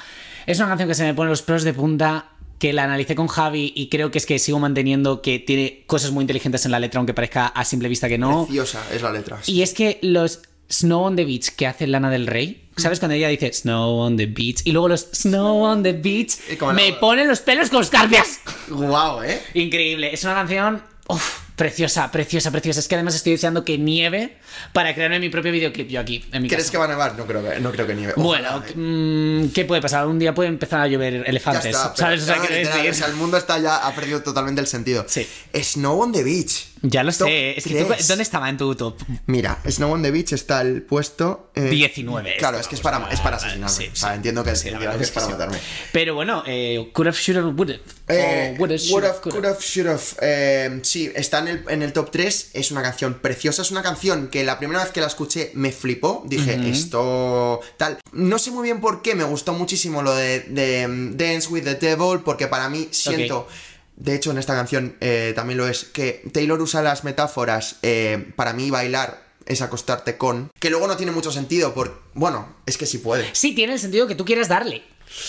[SPEAKER 1] Es una canción que se me pone los pelos de punta, que la analicé con Javi y creo que es que sigo manteniendo que tiene cosas muy inteligentes en la letra, aunque parezca a simple vista que no.
[SPEAKER 2] Preciosa es la letra.
[SPEAKER 1] Y es que los Snow on the Beach que hace Lana del Rey, ¿sabes? Cuando ella dice Snow on the Beach y luego los Snow on the Beach,
[SPEAKER 2] Y como
[SPEAKER 1] me
[SPEAKER 2] la-
[SPEAKER 1] ponen los pelos con escarpias.
[SPEAKER 2] ¡Wow, eh!
[SPEAKER 1] Increíble, es una canción uf, preciosa, preciosa, preciosa. Es que además estoy deseando que nieve para crearme mi propio videoclip yo aquí, en mi
[SPEAKER 2] ¿Crees
[SPEAKER 1] casa.
[SPEAKER 2] que va a nevar? No creo que, no creo que nieve. Ojalá,
[SPEAKER 1] Bueno,
[SPEAKER 2] eh.
[SPEAKER 1] mm, ¿qué puede pasar? Un día puede empezar a llover
[SPEAKER 2] Ya
[SPEAKER 1] elefantes,
[SPEAKER 2] está, pero-
[SPEAKER 1] ¿sabes? O sea,
[SPEAKER 2] no,
[SPEAKER 1] quiero
[SPEAKER 2] literal,
[SPEAKER 1] decir-
[SPEAKER 2] o sea, el mundo está ya ha perdido totalmente el sentido.
[SPEAKER 1] Sí.
[SPEAKER 2] Snow on the Beach.
[SPEAKER 1] Ya lo
[SPEAKER 2] Top
[SPEAKER 1] sé, es que tú-
[SPEAKER 2] tres.
[SPEAKER 1] ¿dónde estaba en tu top?
[SPEAKER 2] Mira, Snow on the Beach está el puesto eh,
[SPEAKER 1] 19.
[SPEAKER 2] Claro,
[SPEAKER 1] Esto
[SPEAKER 2] es
[SPEAKER 1] me
[SPEAKER 2] que es para,
[SPEAKER 1] gusta.
[SPEAKER 2] es para asesinarme.
[SPEAKER 1] Sí,
[SPEAKER 2] o sea,
[SPEAKER 1] sí.
[SPEAKER 2] entiendo que,
[SPEAKER 1] Sí, la
[SPEAKER 2] entiendo
[SPEAKER 1] verdad
[SPEAKER 2] que
[SPEAKER 1] es
[SPEAKER 2] es para
[SPEAKER 1] que sí.
[SPEAKER 2] matarme.
[SPEAKER 1] Pero bueno, eh, could have, should have, would have.
[SPEAKER 2] Eh,
[SPEAKER 1] O would have, should
[SPEAKER 2] would
[SPEAKER 1] have,
[SPEAKER 2] have,
[SPEAKER 1] could
[SPEAKER 2] could
[SPEAKER 1] have.
[SPEAKER 2] have, should have. Eh, sí, está en el, en el top 3. Es una canción preciosa. Es una canción que la primera vez que la escuché me flipó. Dije, esto tal. No sé muy bien por qué. Me gustó muchísimo lo de, de, mm, Dance with the Devil. Porque para mí siento. De hecho, en esta canción eh, también lo es. Que Taylor usa las metáforas. eh, para mí, bailar es acostarte con. Que luego no tiene mucho sentido. Por, bueno, es que sí puede.
[SPEAKER 1] Sí, tiene el sentido que tú quieras darle.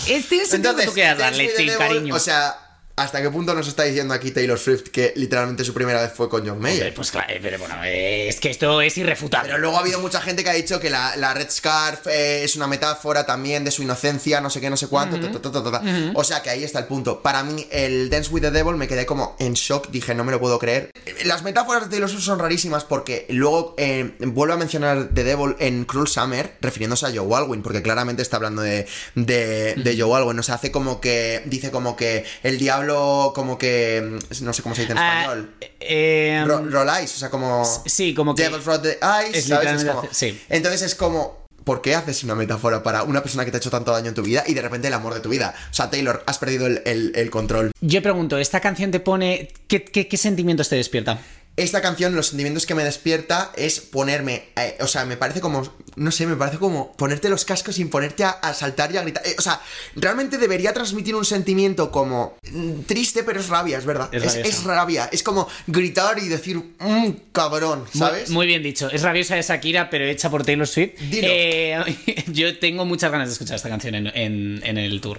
[SPEAKER 1] Este es el sentido que tú quieras
[SPEAKER 2] Dance
[SPEAKER 1] darle,
[SPEAKER 2] with the
[SPEAKER 1] sí,
[SPEAKER 2] Devil,
[SPEAKER 1] cariño.
[SPEAKER 2] O sea, ¿hasta qué punto nos está diciendo aquí Taylor Swift que literalmente su primera vez fue con John
[SPEAKER 1] Eh,
[SPEAKER 2] Mayer?
[SPEAKER 1] Pues claro, eh, pero bueno, eh, es que esto es irrefutable.
[SPEAKER 2] Pero luego ha habido mucha gente que ha dicho que la, la Red Scarf eh, es una metáfora también de su inocencia, no sé qué, no sé cuánto. ta, ta, ta, ta, ta. O sea que ahí está el punto. Para mí, el Dance with the Devil me quedé como en shock, dije, no me lo puedo creer. Eh, Las metáforas de Taylor Swift son rarísimas porque luego eh, vuelve a mencionar The Devil en Cruel Summer, refiriéndose a Joe Alwyn, porque claramente está hablando de, de, de Joe Alwyn. O sea, hace como que, dice como que el diablo, como que, mm, no sé cómo se dice en
[SPEAKER 1] Ah,
[SPEAKER 2] español.
[SPEAKER 1] eh,
[SPEAKER 2] Ro- roll eyes, o sea, como.
[SPEAKER 1] sí, como que-
[SPEAKER 2] Devil's roll the eyes,
[SPEAKER 1] es
[SPEAKER 2] ¿sabes?
[SPEAKER 1] literalmente
[SPEAKER 2] como-
[SPEAKER 1] hace- sí.
[SPEAKER 2] Entonces es como. ¿Por qué haces una metáfora para una persona que te ha hecho tanto daño en tu vida y de repente el amor de tu vida? O sea, Taylor, has perdido el, el- el control.
[SPEAKER 1] yo pregunto, ¿esta canción te pone. ¿Qué, qué, qué sentimientos te despierta?
[SPEAKER 2] Esta canción, los sentimientos que me despierta es ponerme. eh, o sea, me parece como. No sé, me parece como ponerte los cascos sin ponerte a, a saltar y a gritar. Eh, o sea, realmente debería transmitir un sentimiento como. mm, Triste, pero es rabia, es verdad.
[SPEAKER 1] Es
[SPEAKER 2] Es,
[SPEAKER 1] rabiosa.
[SPEAKER 2] es rabia. Es como gritar y decir. "Mm, cabrón,
[SPEAKER 1] Muy-
[SPEAKER 2] ¿sabes?
[SPEAKER 1] Muy, bien dicho. Es rabiosa de Shakira, pero hecha por Taylor Swift.
[SPEAKER 2] Dilo.
[SPEAKER 1] Eh, *laughs* yo tengo muchas ganas de escuchar esta canción en, en- en el tour.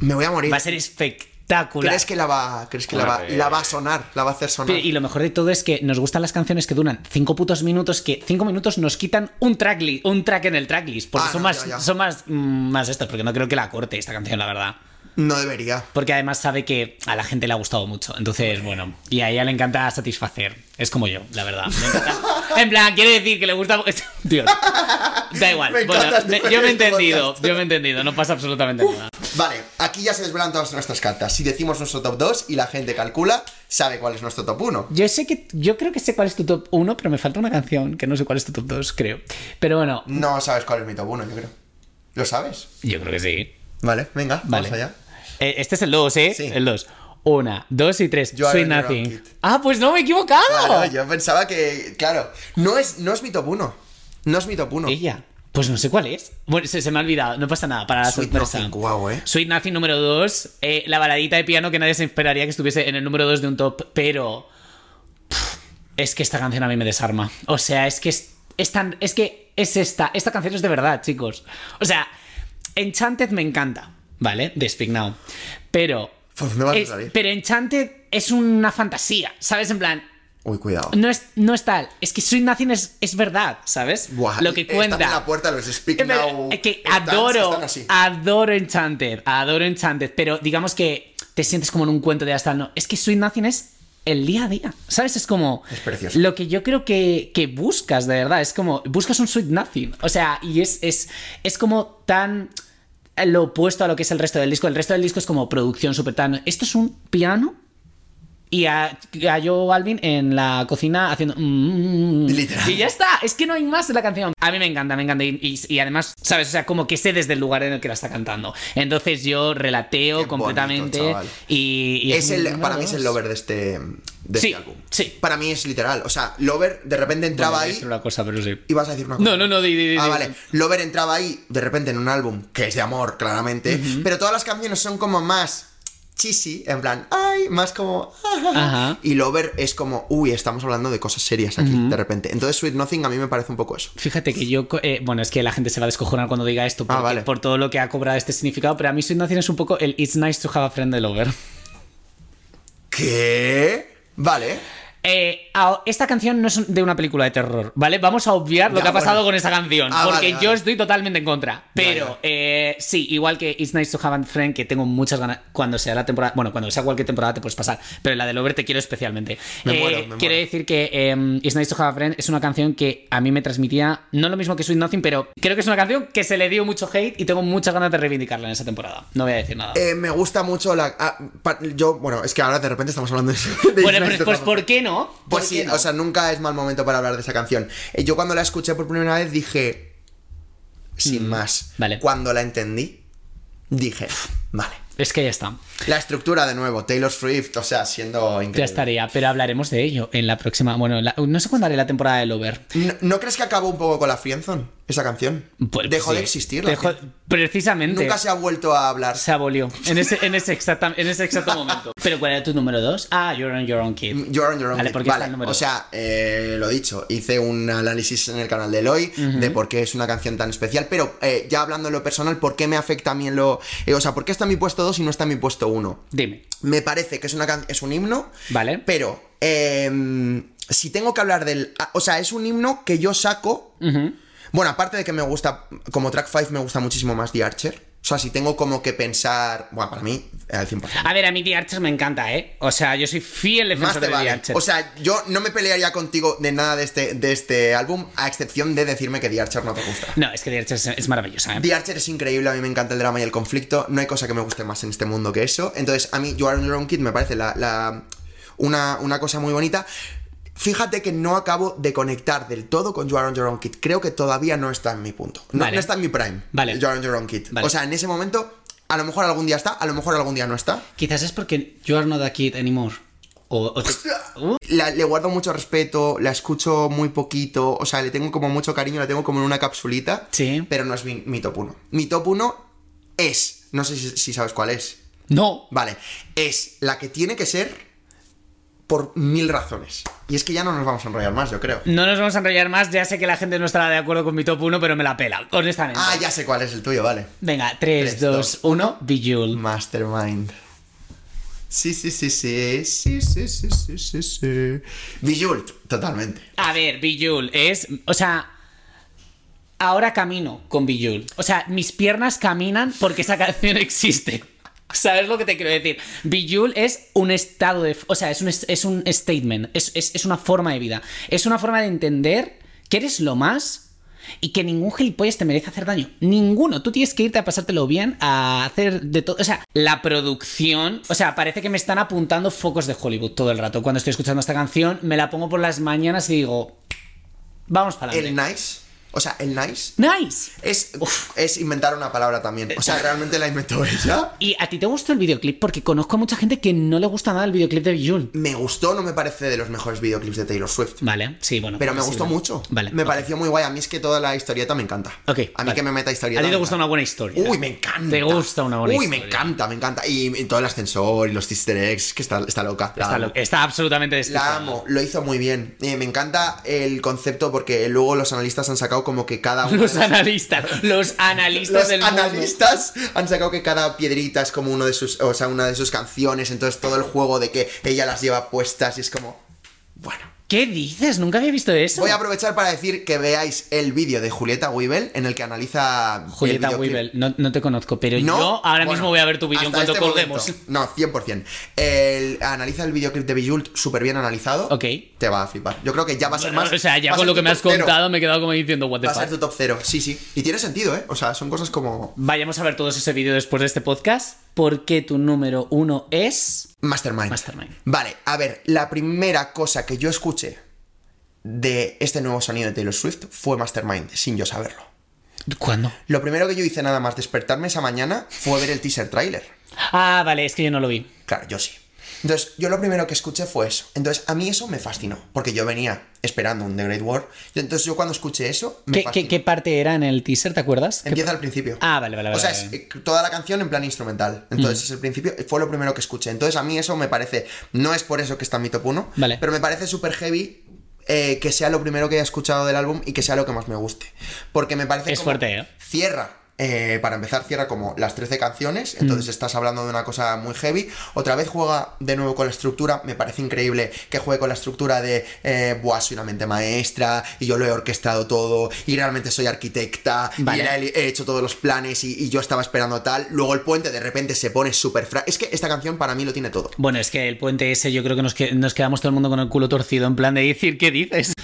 [SPEAKER 2] Me voy a morir.
[SPEAKER 1] Va a ser espectacular.
[SPEAKER 2] ¿Crees que la va, crees que la va,
[SPEAKER 1] Hombre.
[SPEAKER 2] la va a sonar? La va a hacer sonar.
[SPEAKER 1] Pero- pues- Y lo mejor de todo es que nos gustan las canciones que duran cinco putos minutos, que cinco minutos nos quitan un track, un track en el tracklist. Porque
[SPEAKER 2] Ah,
[SPEAKER 1] son,
[SPEAKER 2] no,
[SPEAKER 1] más,
[SPEAKER 2] ya, ya.
[SPEAKER 1] son más, mm, más estas, porque no creo que la corte esta canción, la verdad.
[SPEAKER 2] No debería.
[SPEAKER 1] Porque además sabe que a la gente le ha gustado mucho. Entonces, bueno, y a ella le encanta satisfacer. Es como yo, la verdad. Le encanta- *laughs* En plan, quiere decir que le *laughs* gusta. Dios. Da igual.
[SPEAKER 2] Me
[SPEAKER 1] bueno,
[SPEAKER 2] encanta este
[SPEAKER 1] me- yo me he
[SPEAKER 2] este
[SPEAKER 1] entendido.
[SPEAKER 2] podcast.
[SPEAKER 1] Yo me he entendido. No pasa absolutamente nada.
[SPEAKER 2] Vale, aquí ya se desvelan todas nuestras cartas. Si decimos nuestro top 2 y la gente calcula, sabe cuál es nuestro top 1.
[SPEAKER 1] Yo sé que. Yo creo que sé cuál es tu top 1, pero me falta una canción que no sé cuál es tu top 2, creo. Pero bueno,
[SPEAKER 2] No sabes cuál es mi top 1, yo creo. ¿Lo sabes?
[SPEAKER 1] yo creo que sí.
[SPEAKER 2] Vale, venga,
[SPEAKER 1] Vale.
[SPEAKER 2] vamos allá.
[SPEAKER 1] Eh, Este es el 2, ¿eh?
[SPEAKER 2] Sí.
[SPEAKER 1] El 2. Una, dos y tres.
[SPEAKER 2] You are
[SPEAKER 1] Sweet
[SPEAKER 2] on your own,
[SPEAKER 1] Nothing.
[SPEAKER 2] kid.
[SPEAKER 1] Ah, pues no, me he equivocado.
[SPEAKER 2] Claro, yo pensaba que. Claro, no es, no es mi top 1. No es mi top 1.
[SPEAKER 1] Ella. Pues no sé cuál es. Bueno, se, se me ha olvidado, no pasa nada, para la
[SPEAKER 2] Sweet
[SPEAKER 1] sorpresa.
[SPEAKER 2] Nothing, guau, eh.
[SPEAKER 1] Sweet Nothing número 2, la baladita de piano que nadie se esperaría que estuviese en el número 2 de un top, pero. pff, es que esta canción a mí me desarma. O sea, es que es, es tan. Es que es esta. Esta canción es de verdad, chicos. O sea, Enchanted me encanta, ¿vale? De Speak Now. Pero.
[SPEAKER 2] Por dónde vas a
[SPEAKER 1] es-
[SPEAKER 2] salir.
[SPEAKER 1] Eh, pero Enchanted es una fantasía, ¿sabes? En plan,
[SPEAKER 2] Uy, cuidado.
[SPEAKER 1] no es, no es tal. Es que Sweet Nothing es, es verdad, ¿sabes?
[SPEAKER 2] Buah,
[SPEAKER 1] Lo que cuenta.
[SPEAKER 2] Están en la puerta los Speak
[SPEAKER 1] Es verdad,
[SPEAKER 2] Now.
[SPEAKER 1] es que
[SPEAKER 2] stands,
[SPEAKER 1] adoro,
[SPEAKER 2] están así.
[SPEAKER 1] adoro Enchanted, adoro Enchanted, pero digamos que te sientes como en un cuento de hasta no. Es que Sweet Nothing es el día a día. ¿Sabes? Es como.
[SPEAKER 2] Es precioso.
[SPEAKER 1] Lo que yo creo que, que buscas, de verdad. Es como. Buscas un sweet nothing. O sea, y es, es, es como tan. Lo opuesto a lo que es el resto del disco. El resto del disco es como producción súper tan. Esto es un piano. Y a, a Joe Alvin en la cocina haciendo. mm, mm, mm.
[SPEAKER 2] Literal.
[SPEAKER 1] Y ya está. Es que no hay más de la canción. A mí me encanta, me encanta. Y, y- y además, ¿sabes? O sea, como que sé desde el lugar en el que la está cantando. Entonces yo relateo
[SPEAKER 2] Qué bonito,
[SPEAKER 1] completamente.
[SPEAKER 2] chaval.
[SPEAKER 1] y, y
[SPEAKER 2] Es
[SPEAKER 1] muy
[SPEAKER 2] el,
[SPEAKER 1] bueno,
[SPEAKER 2] para mí es el
[SPEAKER 1] ¿no?
[SPEAKER 2] lover de este, de
[SPEAKER 1] Sí,
[SPEAKER 2] este álbum.
[SPEAKER 1] sí.
[SPEAKER 2] Para mí es literal. O sea, lover de repente entraba
[SPEAKER 1] Bueno, voy a
[SPEAKER 2] ahí
[SPEAKER 1] decir una cosa, pero sí.
[SPEAKER 2] y vas a decir una cosa.
[SPEAKER 1] No, no, no, di, di, di,
[SPEAKER 2] Ah,
[SPEAKER 1] di.
[SPEAKER 2] vale. Lover entraba ahí de repente en un álbum que es de amor, claramente. Pero todas las canciones son como más cheesy, en plan, ay, más como. *laughs*
[SPEAKER 1] Ajá.
[SPEAKER 2] Y Lover es como, uy, estamos hablando de cosas serias aquí, de repente. Entonces, Sweet Nothing a mí me parece un poco eso.
[SPEAKER 1] Fíjate que yo. co- eh, bueno, es que la gente se va a descojonar cuando diga esto porque-
[SPEAKER 2] Ah, vale.
[SPEAKER 1] por todo lo que ha cobrado este significado, pero a mí Sweet Nothing es un poco el It's nice to have a friend de lover.
[SPEAKER 2] ¿Qué? Vale.
[SPEAKER 1] Eh, a- esta canción no es de una película de terror, ¿vale? Vamos a obviar lo
[SPEAKER 2] Ya,
[SPEAKER 1] que ha pasado
[SPEAKER 2] bueno.
[SPEAKER 1] con esta canción,
[SPEAKER 2] Ah,
[SPEAKER 1] porque
[SPEAKER 2] vale, vale.
[SPEAKER 1] yo estoy totalmente en contra. Pero
[SPEAKER 2] ya.
[SPEAKER 1] eh, sí, igual que It's Nice to Have a Friend, que tengo muchas ganas, cuando sea la temporada, bueno, cuando sea cualquier temporada te puedes pasar, pero la de Lover te quiero especialmente.
[SPEAKER 2] Me
[SPEAKER 1] Eh,
[SPEAKER 2] muero, me muero.
[SPEAKER 1] Quiero decir que eh, It's Nice to Have a Friend es una canción que a mí me transmitía, no lo mismo que Sweet Nothing, pero creo que es una canción que se le dio mucho hate y tengo muchas ganas de reivindicarla en esa temporada. No voy a decir nada.
[SPEAKER 2] Eh, me gusta mucho la. ah, pa- yo, bueno, es que ahora de repente estamos hablando de. *laughs* de
[SPEAKER 1] bueno,
[SPEAKER 2] Ignacio
[SPEAKER 1] pues, pues,
[SPEAKER 2] Zapata.
[SPEAKER 1] ¿por qué no? ¿Por
[SPEAKER 2] Pues sí,
[SPEAKER 1] qué no?
[SPEAKER 2] o sea, nunca es mal momento para hablar de esa canción. Eh, Yo cuando la escuché por primera vez dije. Sin más.
[SPEAKER 1] Mm, vale.
[SPEAKER 2] Cuando la entendí, dije. Vale.
[SPEAKER 1] es que ya está.
[SPEAKER 2] La estructura de nuevo, Taylor Swift, o sea, siendo increíble.
[SPEAKER 1] Ya estaría, pero hablaremos de ello en la próxima. Bueno, en la- no sé cuándo haré la temporada del Over.
[SPEAKER 2] ¿No, no crees que acabó un poco con la Friendzone? Esa canción.
[SPEAKER 1] Pues,
[SPEAKER 2] Dejó
[SPEAKER 1] sí.
[SPEAKER 2] de existir. la
[SPEAKER 1] Dejó-
[SPEAKER 2] Friendzone.
[SPEAKER 1] precisamente.
[SPEAKER 2] Nunca se ha vuelto a hablar.
[SPEAKER 1] se abolió en ese, en, ese exacta- en ese exacto
[SPEAKER 2] *laughs*
[SPEAKER 1] momento. ¿Pero cuál era tu número 2? Ah, You're on Your Own Kid.
[SPEAKER 2] You're on your own.
[SPEAKER 1] Vale,
[SPEAKER 2] kid.
[SPEAKER 1] porque está el número
[SPEAKER 2] o
[SPEAKER 1] dos.
[SPEAKER 2] sea, eh, lo dicho, hice un análisis en el canal de Eloy de por qué es una canción tan especial, pero eh, ya hablando en lo personal, ¿por qué me afecta a mí en lo... eh, o sea, ¿por qué está en mi puesto 2 y no está en mi puesto 1?
[SPEAKER 1] Dime.
[SPEAKER 2] Me parece que es, una can- es un himno,
[SPEAKER 1] Vale.
[SPEAKER 2] pero eh, si tengo que hablar del... ah, O sea, es un himno que yo saco... Bueno, aparte de que me gusta, como track 5 me gusta muchísimo más The Archer. O sea, si tengo como que pensar... Bueno, para mí, al 100%.
[SPEAKER 1] A ver, a mí The Archer me encanta, ¿eh? O sea, yo soy fiel
[SPEAKER 2] Más
[SPEAKER 1] defensor de
[SPEAKER 2] te
[SPEAKER 1] The
[SPEAKER 2] vale.
[SPEAKER 1] Archer.
[SPEAKER 2] O sea, yo no me pelearía contigo de nada de este, de este álbum, a excepción de decirme que The Archer no te gusta.
[SPEAKER 1] no, es que The Archer es, es maravillosa, ¿eh?
[SPEAKER 2] The Archer es increíble, a mí me encanta el drama y el conflicto. No hay cosa que me guste más en este mundo que eso. Entonces, a mí, You Are on Your Own Kid me parece la, la- una, una cosa muy bonita. Fíjate que no acabo de conectar del todo con You Are on Your Own Kid. Creo que todavía no está en mi punto. No,
[SPEAKER 1] Vale.
[SPEAKER 2] no está en mi prime.
[SPEAKER 1] Vale.
[SPEAKER 2] You Are on Your Own Kid.
[SPEAKER 1] Vale.
[SPEAKER 2] O sea, en ese momento, a lo mejor algún día está, a lo mejor algún día no está.
[SPEAKER 1] Quizás es porque You are not a kid anymore. O, o te- Uh,
[SPEAKER 2] La- le guardo mucho respeto, la escucho muy poquito, o sea, le tengo como mucho cariño, la tengo como en una capsulita.
[SPEAKER 1] Sí.
[SPEAKER 2] Pero no es mi, mi top 1. Mi top 1 es, no sé si, si sabes cuál es.
[SPEAKER 1] No.
[SPEAKER 2] Vale, es la que tiene que ser por mil razones. Y es que ya no nos vamos a enrollar más, yo creo.
[SPEAKER 1] No nos vamos a enrollar más. Ya sé que la gente no estará de acuerdo con mi top 1, pero me la pela, honestamente.
[SPEAKER 2] Ah, ya sé cuál es el tuyo, vale.
[SPEAKER 1] Venga,
[SPEAKER 2] Tres,
[SPEAKER 1] 3,
[SPEAKER 2] dos,
[SPEAKER 1] 2, 1, Bijul.
[SPEAKER 2] Mastermind. Sí, sí, sí, sí, sí, sí, sí, sí, sí, sí. Bijult, totalmente.
[SPEAKER 1] A ver, Bijul es. O sea. Ahora camino con Bijul. O sea, mis piernas caminan porque esa canción existe. ¿Sabes lo que te quiero decir? Bijul es un estado de. O sea, es un, es es un statement. Es, es- es una forma de vida. Es una forma de entender que eres lo más y que ningún gilipollas te merece hacer daño. Ninguno. Tú tienes que irte a pasártelo bien, a hacer de todo. O sea, la producción. O sea, parece que me están apuntando focos de Hollywood todo el rato. Cuando estoy escuchando esta canción, me la pongo por las mañanas y digo. Vamos para
[SPEAKER 2] El
[SPEAKER 1] adelante.
[SPEAKER 2] nice, o sea, el nice
[SPEAKER 1] Nice.
[SPEAKER 2] Es, es inventar una palabra también. O
[SPEAKER 1] Eh,
[SPEAKER 2] sea, realmente la inventó ella.
[SPEAKER 1] ¿Y a ti te gustó el videoclip? Porque conozco a mucha gente que no le gusta nada el videoclip de Bijul.
[SPEAKER 2] Me gustó, no me parece de los mejores videoclips de Taylor Swift.
[SPEAKER 1] Vale, sí, bueno.
[SPEAKER 2] Pero me
[SPEAKER 1] sí,
[SPEAKER 2] gustó
[SPEAKER 1] vale.
[SPEAKER 2] mucho.
[SPEAKER 1] Vale.
[SPEAKER 2] Me
[SPEAKER 1] ok.
[SPEAKER 2] pareció muy guay. A mí es que toda la historieta me encanta.
[SPEAKER 1] Ok,
[SPEAKER 2] A mí
[SPEAKER 1] vale.
[SPEAKER 2] que me meta historieta.
[SPEAKER 1] A ti te
[SPEAKER 2] me
[SPEAKER 1] gusta
[SPEAKER 2] encanta.
[SPEAKER 1] una buena historia.
[SPEAKER 2] Uy, me encanta.
[SPEAKER 1] Te gusta una buena
[SPEAKER 2] Uy,
[SPEAKER 1] historia.
[SPEAKER 2] me encanta, me encanta. Y, y todo el ascensor y los easter eggs, que está, está loca. La
[SPEAKER 1] Está,
[SPEAKER 2] amo.
[SPEAKER 1] lo- está absolutamente
[SPEAKER 2] La
[SPEAKER 1] desquiciada.
[SPEAKER 2] amo, lo hizo muy bien. Eh, me encanta el concepto porque luego los analistas han sacado como
[SPEAKER 1] *laughs*
[SPEAKER 2] que cada
[SPEAKER 1] *laughs*
[SPEAKER 2] uno.
[SPEAKER 1] Los analistas, los analistas
[SPEAKER 2] Los
[SPEAKER 1] del mundo.
[SPEAKER 2] analistas han sacado que cada piedrita es como uno de sus, o sea, una de sus canciones, entonces todo el juego de que ella las lleva puestas y es como, bueno,
[SPEAKER 1] ¿Qué dices? Nunca había visto eso.
[SPEAKER 2] Voy a aprovechar para decir que veáis el vídeo de Julieta Weibel en el que analiza. el
[SPEAKER 1] Julieta
[SPEAKER 2] videoclip.
[SPEAKER 1] Weibel, no, no te conozco, pero
[SPEAKER 2] No,
[SPEAKER 1] yo ahora
[SPEAKER 2] bueno,
[SPEAKER 1] mismo voy a ver tu vídeo en
[SPEAKER 2] hasta
[SPEAKER 1] cuanto
[SPEAKER 2] este
[SPEAKER 1] colguemos.
[SPEAKER 2] momento. No, 100%. El- analiza el videoclip de Bijult, súper bien analizado.
[SPEAKER 1] Ok.
[SPEAKER 2] Te va a flipar. Yo creo que ya va a ser más.
[SPEAKER 1] o sea, ya
[SPEAKER 2] va a
[SPEAKER 1] con
[SPEAKER 2] ser
[SPEAKER 1] lo que
[SPEAKER 2] tu
[SPEAKER 1] me has
[SPEAKER 2] top cero.
[SPEAKER 1] contado me he quedado como diciendo, what the
[SPEAKER 2] Va a ser tu
[SPEAKER 1] fuck.
[SPEAKER 2] top cero, sí, sí. Y tiene sentido, ¿eh? O sea, son cosas como
[SPEAKER 1] Vayamos a ver todos ese vídeo después de este podcast, porque tu número uno es...
[SPEAKER 2] Mastermind.
[SPEAKER 1] Mastermind.
[SPEAKER 2] Vale, a ver, la primera cosa que yo escuché de este nuevo sonido de Taylor Swift fue Mastermind, sin yo saberlo.
[SPEAKER 1] ¿Cuándo?
[SPEAKER 2] Lo primero que yo hice nada más despertarme esa mañana fue ver el teaser trailer.
[SPEAKER 1] Ah, vale, es que yo no lo vi.
[SPEAKER 2] Claro, yo sí. Entonces, yo lo primero que escuché fue eso. Entonces, a mí eso me fascinó, porque yo venía esperando un The Great War. Y entonces, yo cuando escuché eso, me
[SPEAKER 1] ¿Qué, qué,
[SPEAKER 2] fascinó.
[SPEAKER 1] qué parte era en el teaser, te acuerdas? ¿Qué-
[SPEAKER 2] Empieza al principio.
[SPEAKER 1] Ah, vale, vale,
[SPEAKER 2] O
[SPEAKER 1] vale.
[SPEAKER 2] sea, es
[SPEAKER 1] vale. Mm.
[SPEAKER 2] eh, toda la canción en plan instrumental. Entonces, es el principio, fue lo primero que escuché. Entonces, a mí eso me parece, no es por eso que está en mi top 1,
[SPEAKER 1] Vale.
[SPEAKER 2] pero me parece súper heavy eh, que sea lo primero que haya escuchado del álbum y que sea lo que más me guste. Porque me parece
[SPEAKER 1] Es
[SPEAKER 2] como-
[SPEAKER 1] fuerte, ¿eh?
[SPEAKER 2] Cierra. eh, para empezar, cierra como las 13 canciones,
[SPEAKER 1] Mm.
[SPEAKER 2] entonces estás hablando de una cosa muy heavy. Otra vez juega de nuevo con la estructura, me parece increíble que juegue con la estructura de, eh, buah, soy una mente maestra y yo lo he orquestado todo y realmente soy arquitecta
[SPEAKER 1] Vale.
[SPEAKER 2] y era el- he hecho todos los planes y, y yo estaba esperando tal. Luego el puente de repente se pone súper fra... Es que esta canción para mí lo tiene todo.
[SPEAKER 1] Bueno, es que el puente ese yo creo que nos, que- nos quedamos todo el mundo con el culo torcido en plan de decir, ¿qué
[SPEAKER 2] *laughs*
[SPEAKER 1] dices?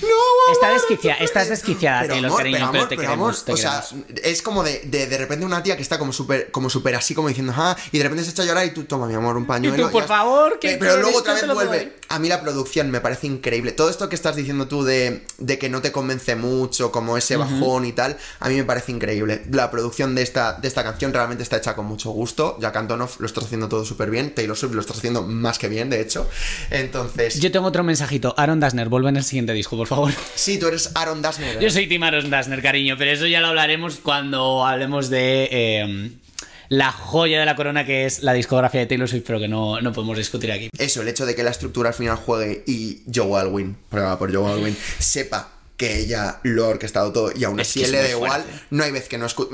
[SPEAKER 1] Está desquiciada, estás desquiciada,
[SPEAKER 2] Pero
[SPEAKER 1] Taylor,
[SPEAKER 2] amor,
[SPEAKER 1] cariño,
[SPEAKER 2] pero
[SPEAKER 1] pero,
[SPEAKER 2] amor,
[SPEAKER 1] te
[SPEAKER 2] pero
[SPEAKER 1] queremos,
[SPEAKER 2] amor.
[SPEAKER 1] te
[SPEAKER 2] o sea,
[SPEAKER 1] queremos.
[SPEAKER 2] es como de, de, de repente una tía que está como súper como super así, como diciendo, ah, y de repente se echa a llorar y tú toma, mi
[SPEAKER 1] *laughs*
[SPEAKER 2] amor, un pañuelo.
[SPEAKER 1] por
[SPEAKER 2] ya-
[SPEAKER 1] favor, que
[SPEAKER 2] Eh, Pero
[SPEAKER 1] yo
[SPEAKER 2] luego
[SPEAKER 1] esto
[SPEAKER 2] otra vez
[SPEAKER 1] te lo
[SPEAKER 2] vuelve.
[SPEAKER 1] doy.
[SPEAKER 2] A mí la producción me parece increíble. Todo esto que estás diciendo tú de, de que no te convence mucho, como ese bajón y tal, a mí me parece increíble. La producción de esta, de esta canción realmente está hecha con mucho gusto. Jack Antonoff lo está haciendo todo súper bien. Taylor Swift lo está haciendo más que bien, de hecho. Entonces,
[SPEAKER 1] Yo tengo otro mensajito. Aaron Dasner, vuelve en el siguiente disco, por favor.
[SPEAKER 2] sí, tú eres Aaron Dasner.
[SPEAKER 1] Yo soy Tim Aaron Dasner, cariño, pero eso ya lo hablaremos cuando hablemos de eh, la joya de la corona que es la discografía de Taylor Swift, pero que no, no podemos discutir aquí.
[SPEAKER 2] Eso, el hecho de que la estructura al final juegue y Joe Alwyn, prueba por Joe Alwyn, sepa que ella lo ha orquestado todo y aún
[SPEAKER 1] Es
[SPEAKER 2] así
[SPEAKER 1] que es
[SPEAKER 2] le da
[SPEAKER 1] muy
[SPEAKER 2] igual,
[SPEAKER 1] fuerte.
[SPEAKER 2] no hay vez que no escuche.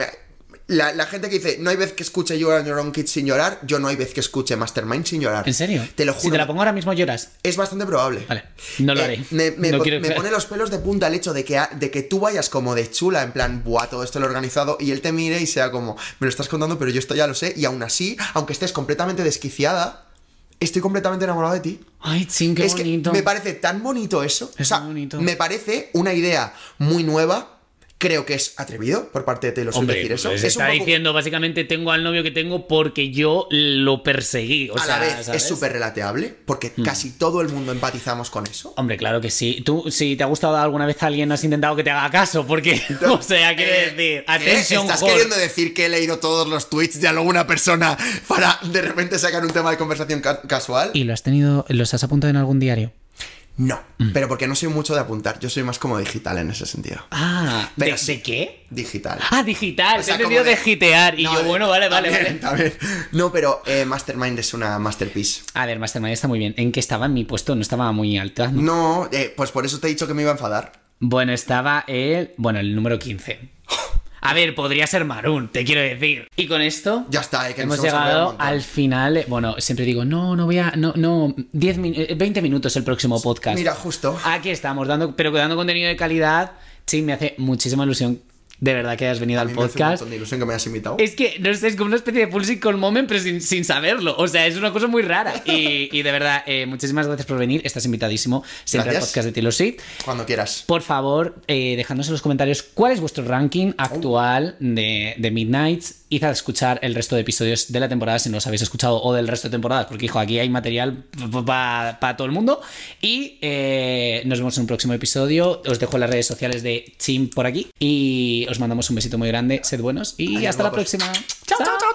[SPEAKER 2] La, la gente que dice, no hay vez que escuche You Are On Your Own Kids sin llorar, yo no hay vez que escuche Mastermind sin llorar.
[SPEAKER 1] ¿En serio?
[SPEAKER 2] Te lo
[SPEAKER 1] Si
[SPEAKER 2] juro.
[SPEAKER 1] te la pongo ahora mismo lloras.
[SPEAKER 2] Es bastante probable.
[SPEAKER 1] Vale, no lo
[SPEAKER 2] Eh,
[SPEAKER 1] haré.
[SPEAKER 2] Me, me
[SPEAKER 1] No
[SPEAKER 2] pon-
[SPEAKER 1] quiero-
[SPEAKER 2] me pone los pelos de punta el hecho de que, ha- de que tú vayas como de chula, en plan, buah, todo esto lo he organizado, y él te mire y sea como, me lo estás contando, pero yo esto ya lo sé, y aún así, aunque estés completamente desquiciada, estoy completamente enamorado de ti
[SPEAKER 1] Ay, ching, qué
[SPEAKER 2] es
[SPEAKER 1] bonito.
[SPEAKER 2] que me parece tan bonito eso.
[SPEAKER 1] Es
[SPEAKER 2] o sea,
[SPEAKER 1] muy bonito.
[SPEAKER 2] me parece una idea muy nueva. Creo que es atrevido por parte de Taylor Swift
[SPEAKER 1] Hombre,
[SPEAKER 2] decir eso.
[SPEAKER 1] pues
[SPEAKER 2] es un
[SPEAKER 1] está
[SPEAKER 2] poco-
[SPEAKER 1] diciendo básicamente tengo al novio que tengo porque yo lo perseguí. O
[SPEAKER 2] a
[SPEAKER 1] sea,
[SPEAKER 2] la vez
[SPEAKER 1] ¿sabes? Hmm.
[SPEAKER 2] es súper relateable porque casi todo el mundo empatizamos con eso.
[SPEAKER 1] Hombre, claro que sí. Tú, si te ha gustado alguna vez a alguien, has intentado que te haga caso, porque, *laughs* o sea, quiero
[SPEAKER 2] Eh,
[SPEAKER 1] decir,
[SPEAKER 2] ¿qué?
[SPEAKER 1] atención,
[SPEAKER 2] ¿Estás
[SPEAKER 1] whore.
[SPEAKER 2] queriendo decir que he leído todos los tweets de alguna persona para de repente sacar un tema de conversación ca- casual?
[SPEAKER 1] ¿Y lo has tenido, los has apuntado en algún diario?
[SPEAKER 2] No,
[SPEAKER 1] Mm.
[SPEAKER 2] pero porque no soy mucho de apuntar, yo soy más como digital en ese sentido.
[SPEAKER 1] Ah, ¿de,
[SPEAKER 2] Pero sí.
[SPEAKER 1] de qué?
[SPEAKER 2] Digital.
[SPEAKER 1] Ah, digital,
[SPEAKER 2] O sea,
[SPEAKER 1] te he entendido
[SPEAKER 2] como
[SPEAKER 1] de
[SPEAKER 2] de-
[SPEAKER 1] gitear. Y
[SPEAKER 2] No, eh,
[SPEAKER 1] yo, bueno, vale, vale,
[SPEAKER 2] también,
[SPEAKER 1] vale.
[SPEAKER 2] también. No, pero eh, Mastermind es una masterpiece.
[SPEAKER 1] A ver, Mastermind está muy bien. ¿En qué estaba en mi puesto? No estaba muy alta. ¿no?
[SPEAKER 2] No, eh, pues por eso te he dicho que me iba a enfadar.
[SPEAKER 1] Bueno, estaba el. Bueno, el número
[SPEAKER 2] *laughs*
[SPEAKER 1] 15. A ver, podría ser Maroon, te quiero decir. Y con esto.
[SPEAKER 2] Ya está, eh, que nos
[SPEAKER 1] Hemos
[SPEAKER 2] hablado un
[SPEAKER 1] llegado
[SPEAKER 2] montón.
[SPEAKER 1] al final. eh, Bueno, siempre digo, no, no voy a. No, no. 10 min- eh, 20 minutos el próximo podcast.
[SPEAKER 2] Mira, justo.
[SPEAKER 1] Aquí estamos, dando, pero dando contenido de calidad. Sí, me hace muchísima ilusión de verdad que hayas venido
[SPEAKER 2] A
[SPEAKER 1] al
[SPEAKER 2] mí me hace un
[SPEAKER 1] podcast.
[SPEAKER 2] montón de ilusión que me hayas invitado.
[SPEAKER 1] Es que, no sé, es como una especie de pulsing con moment, pero sin, sin saberlo. O sea, es una cosa muy rara. Y, y de verdad, eh, muchísimas gracias por venir. Estás invitadísimo siempre al
[SPEAKER 2] Gracias.
[SPEAKER 1] podcast de Taylor Swift.
[SPEAKER 2] Cuando quieras.
[SPEAKER 1] Pues, Por favor, eh, dejadnos en los comentarios cuál es vuestro ranking actual de, de Midnights. Id a escuchar el resto de episodios de la temporada si no los habéis escuchado o del resto de temporadas, porque hijo, aquí hay material para todo el mundo. Y eh, nos vemos en un próximo episodio. Os dejo las redes sociales de Chim por aquí y os mandamos un besito muy grande. Sed buenos y
[SPEAKER 2] Adiós,
[SPEAKER 1] hasta la
[SPEAKER 2] guapos.
[SPEAKER 1] próxima. chao. chao.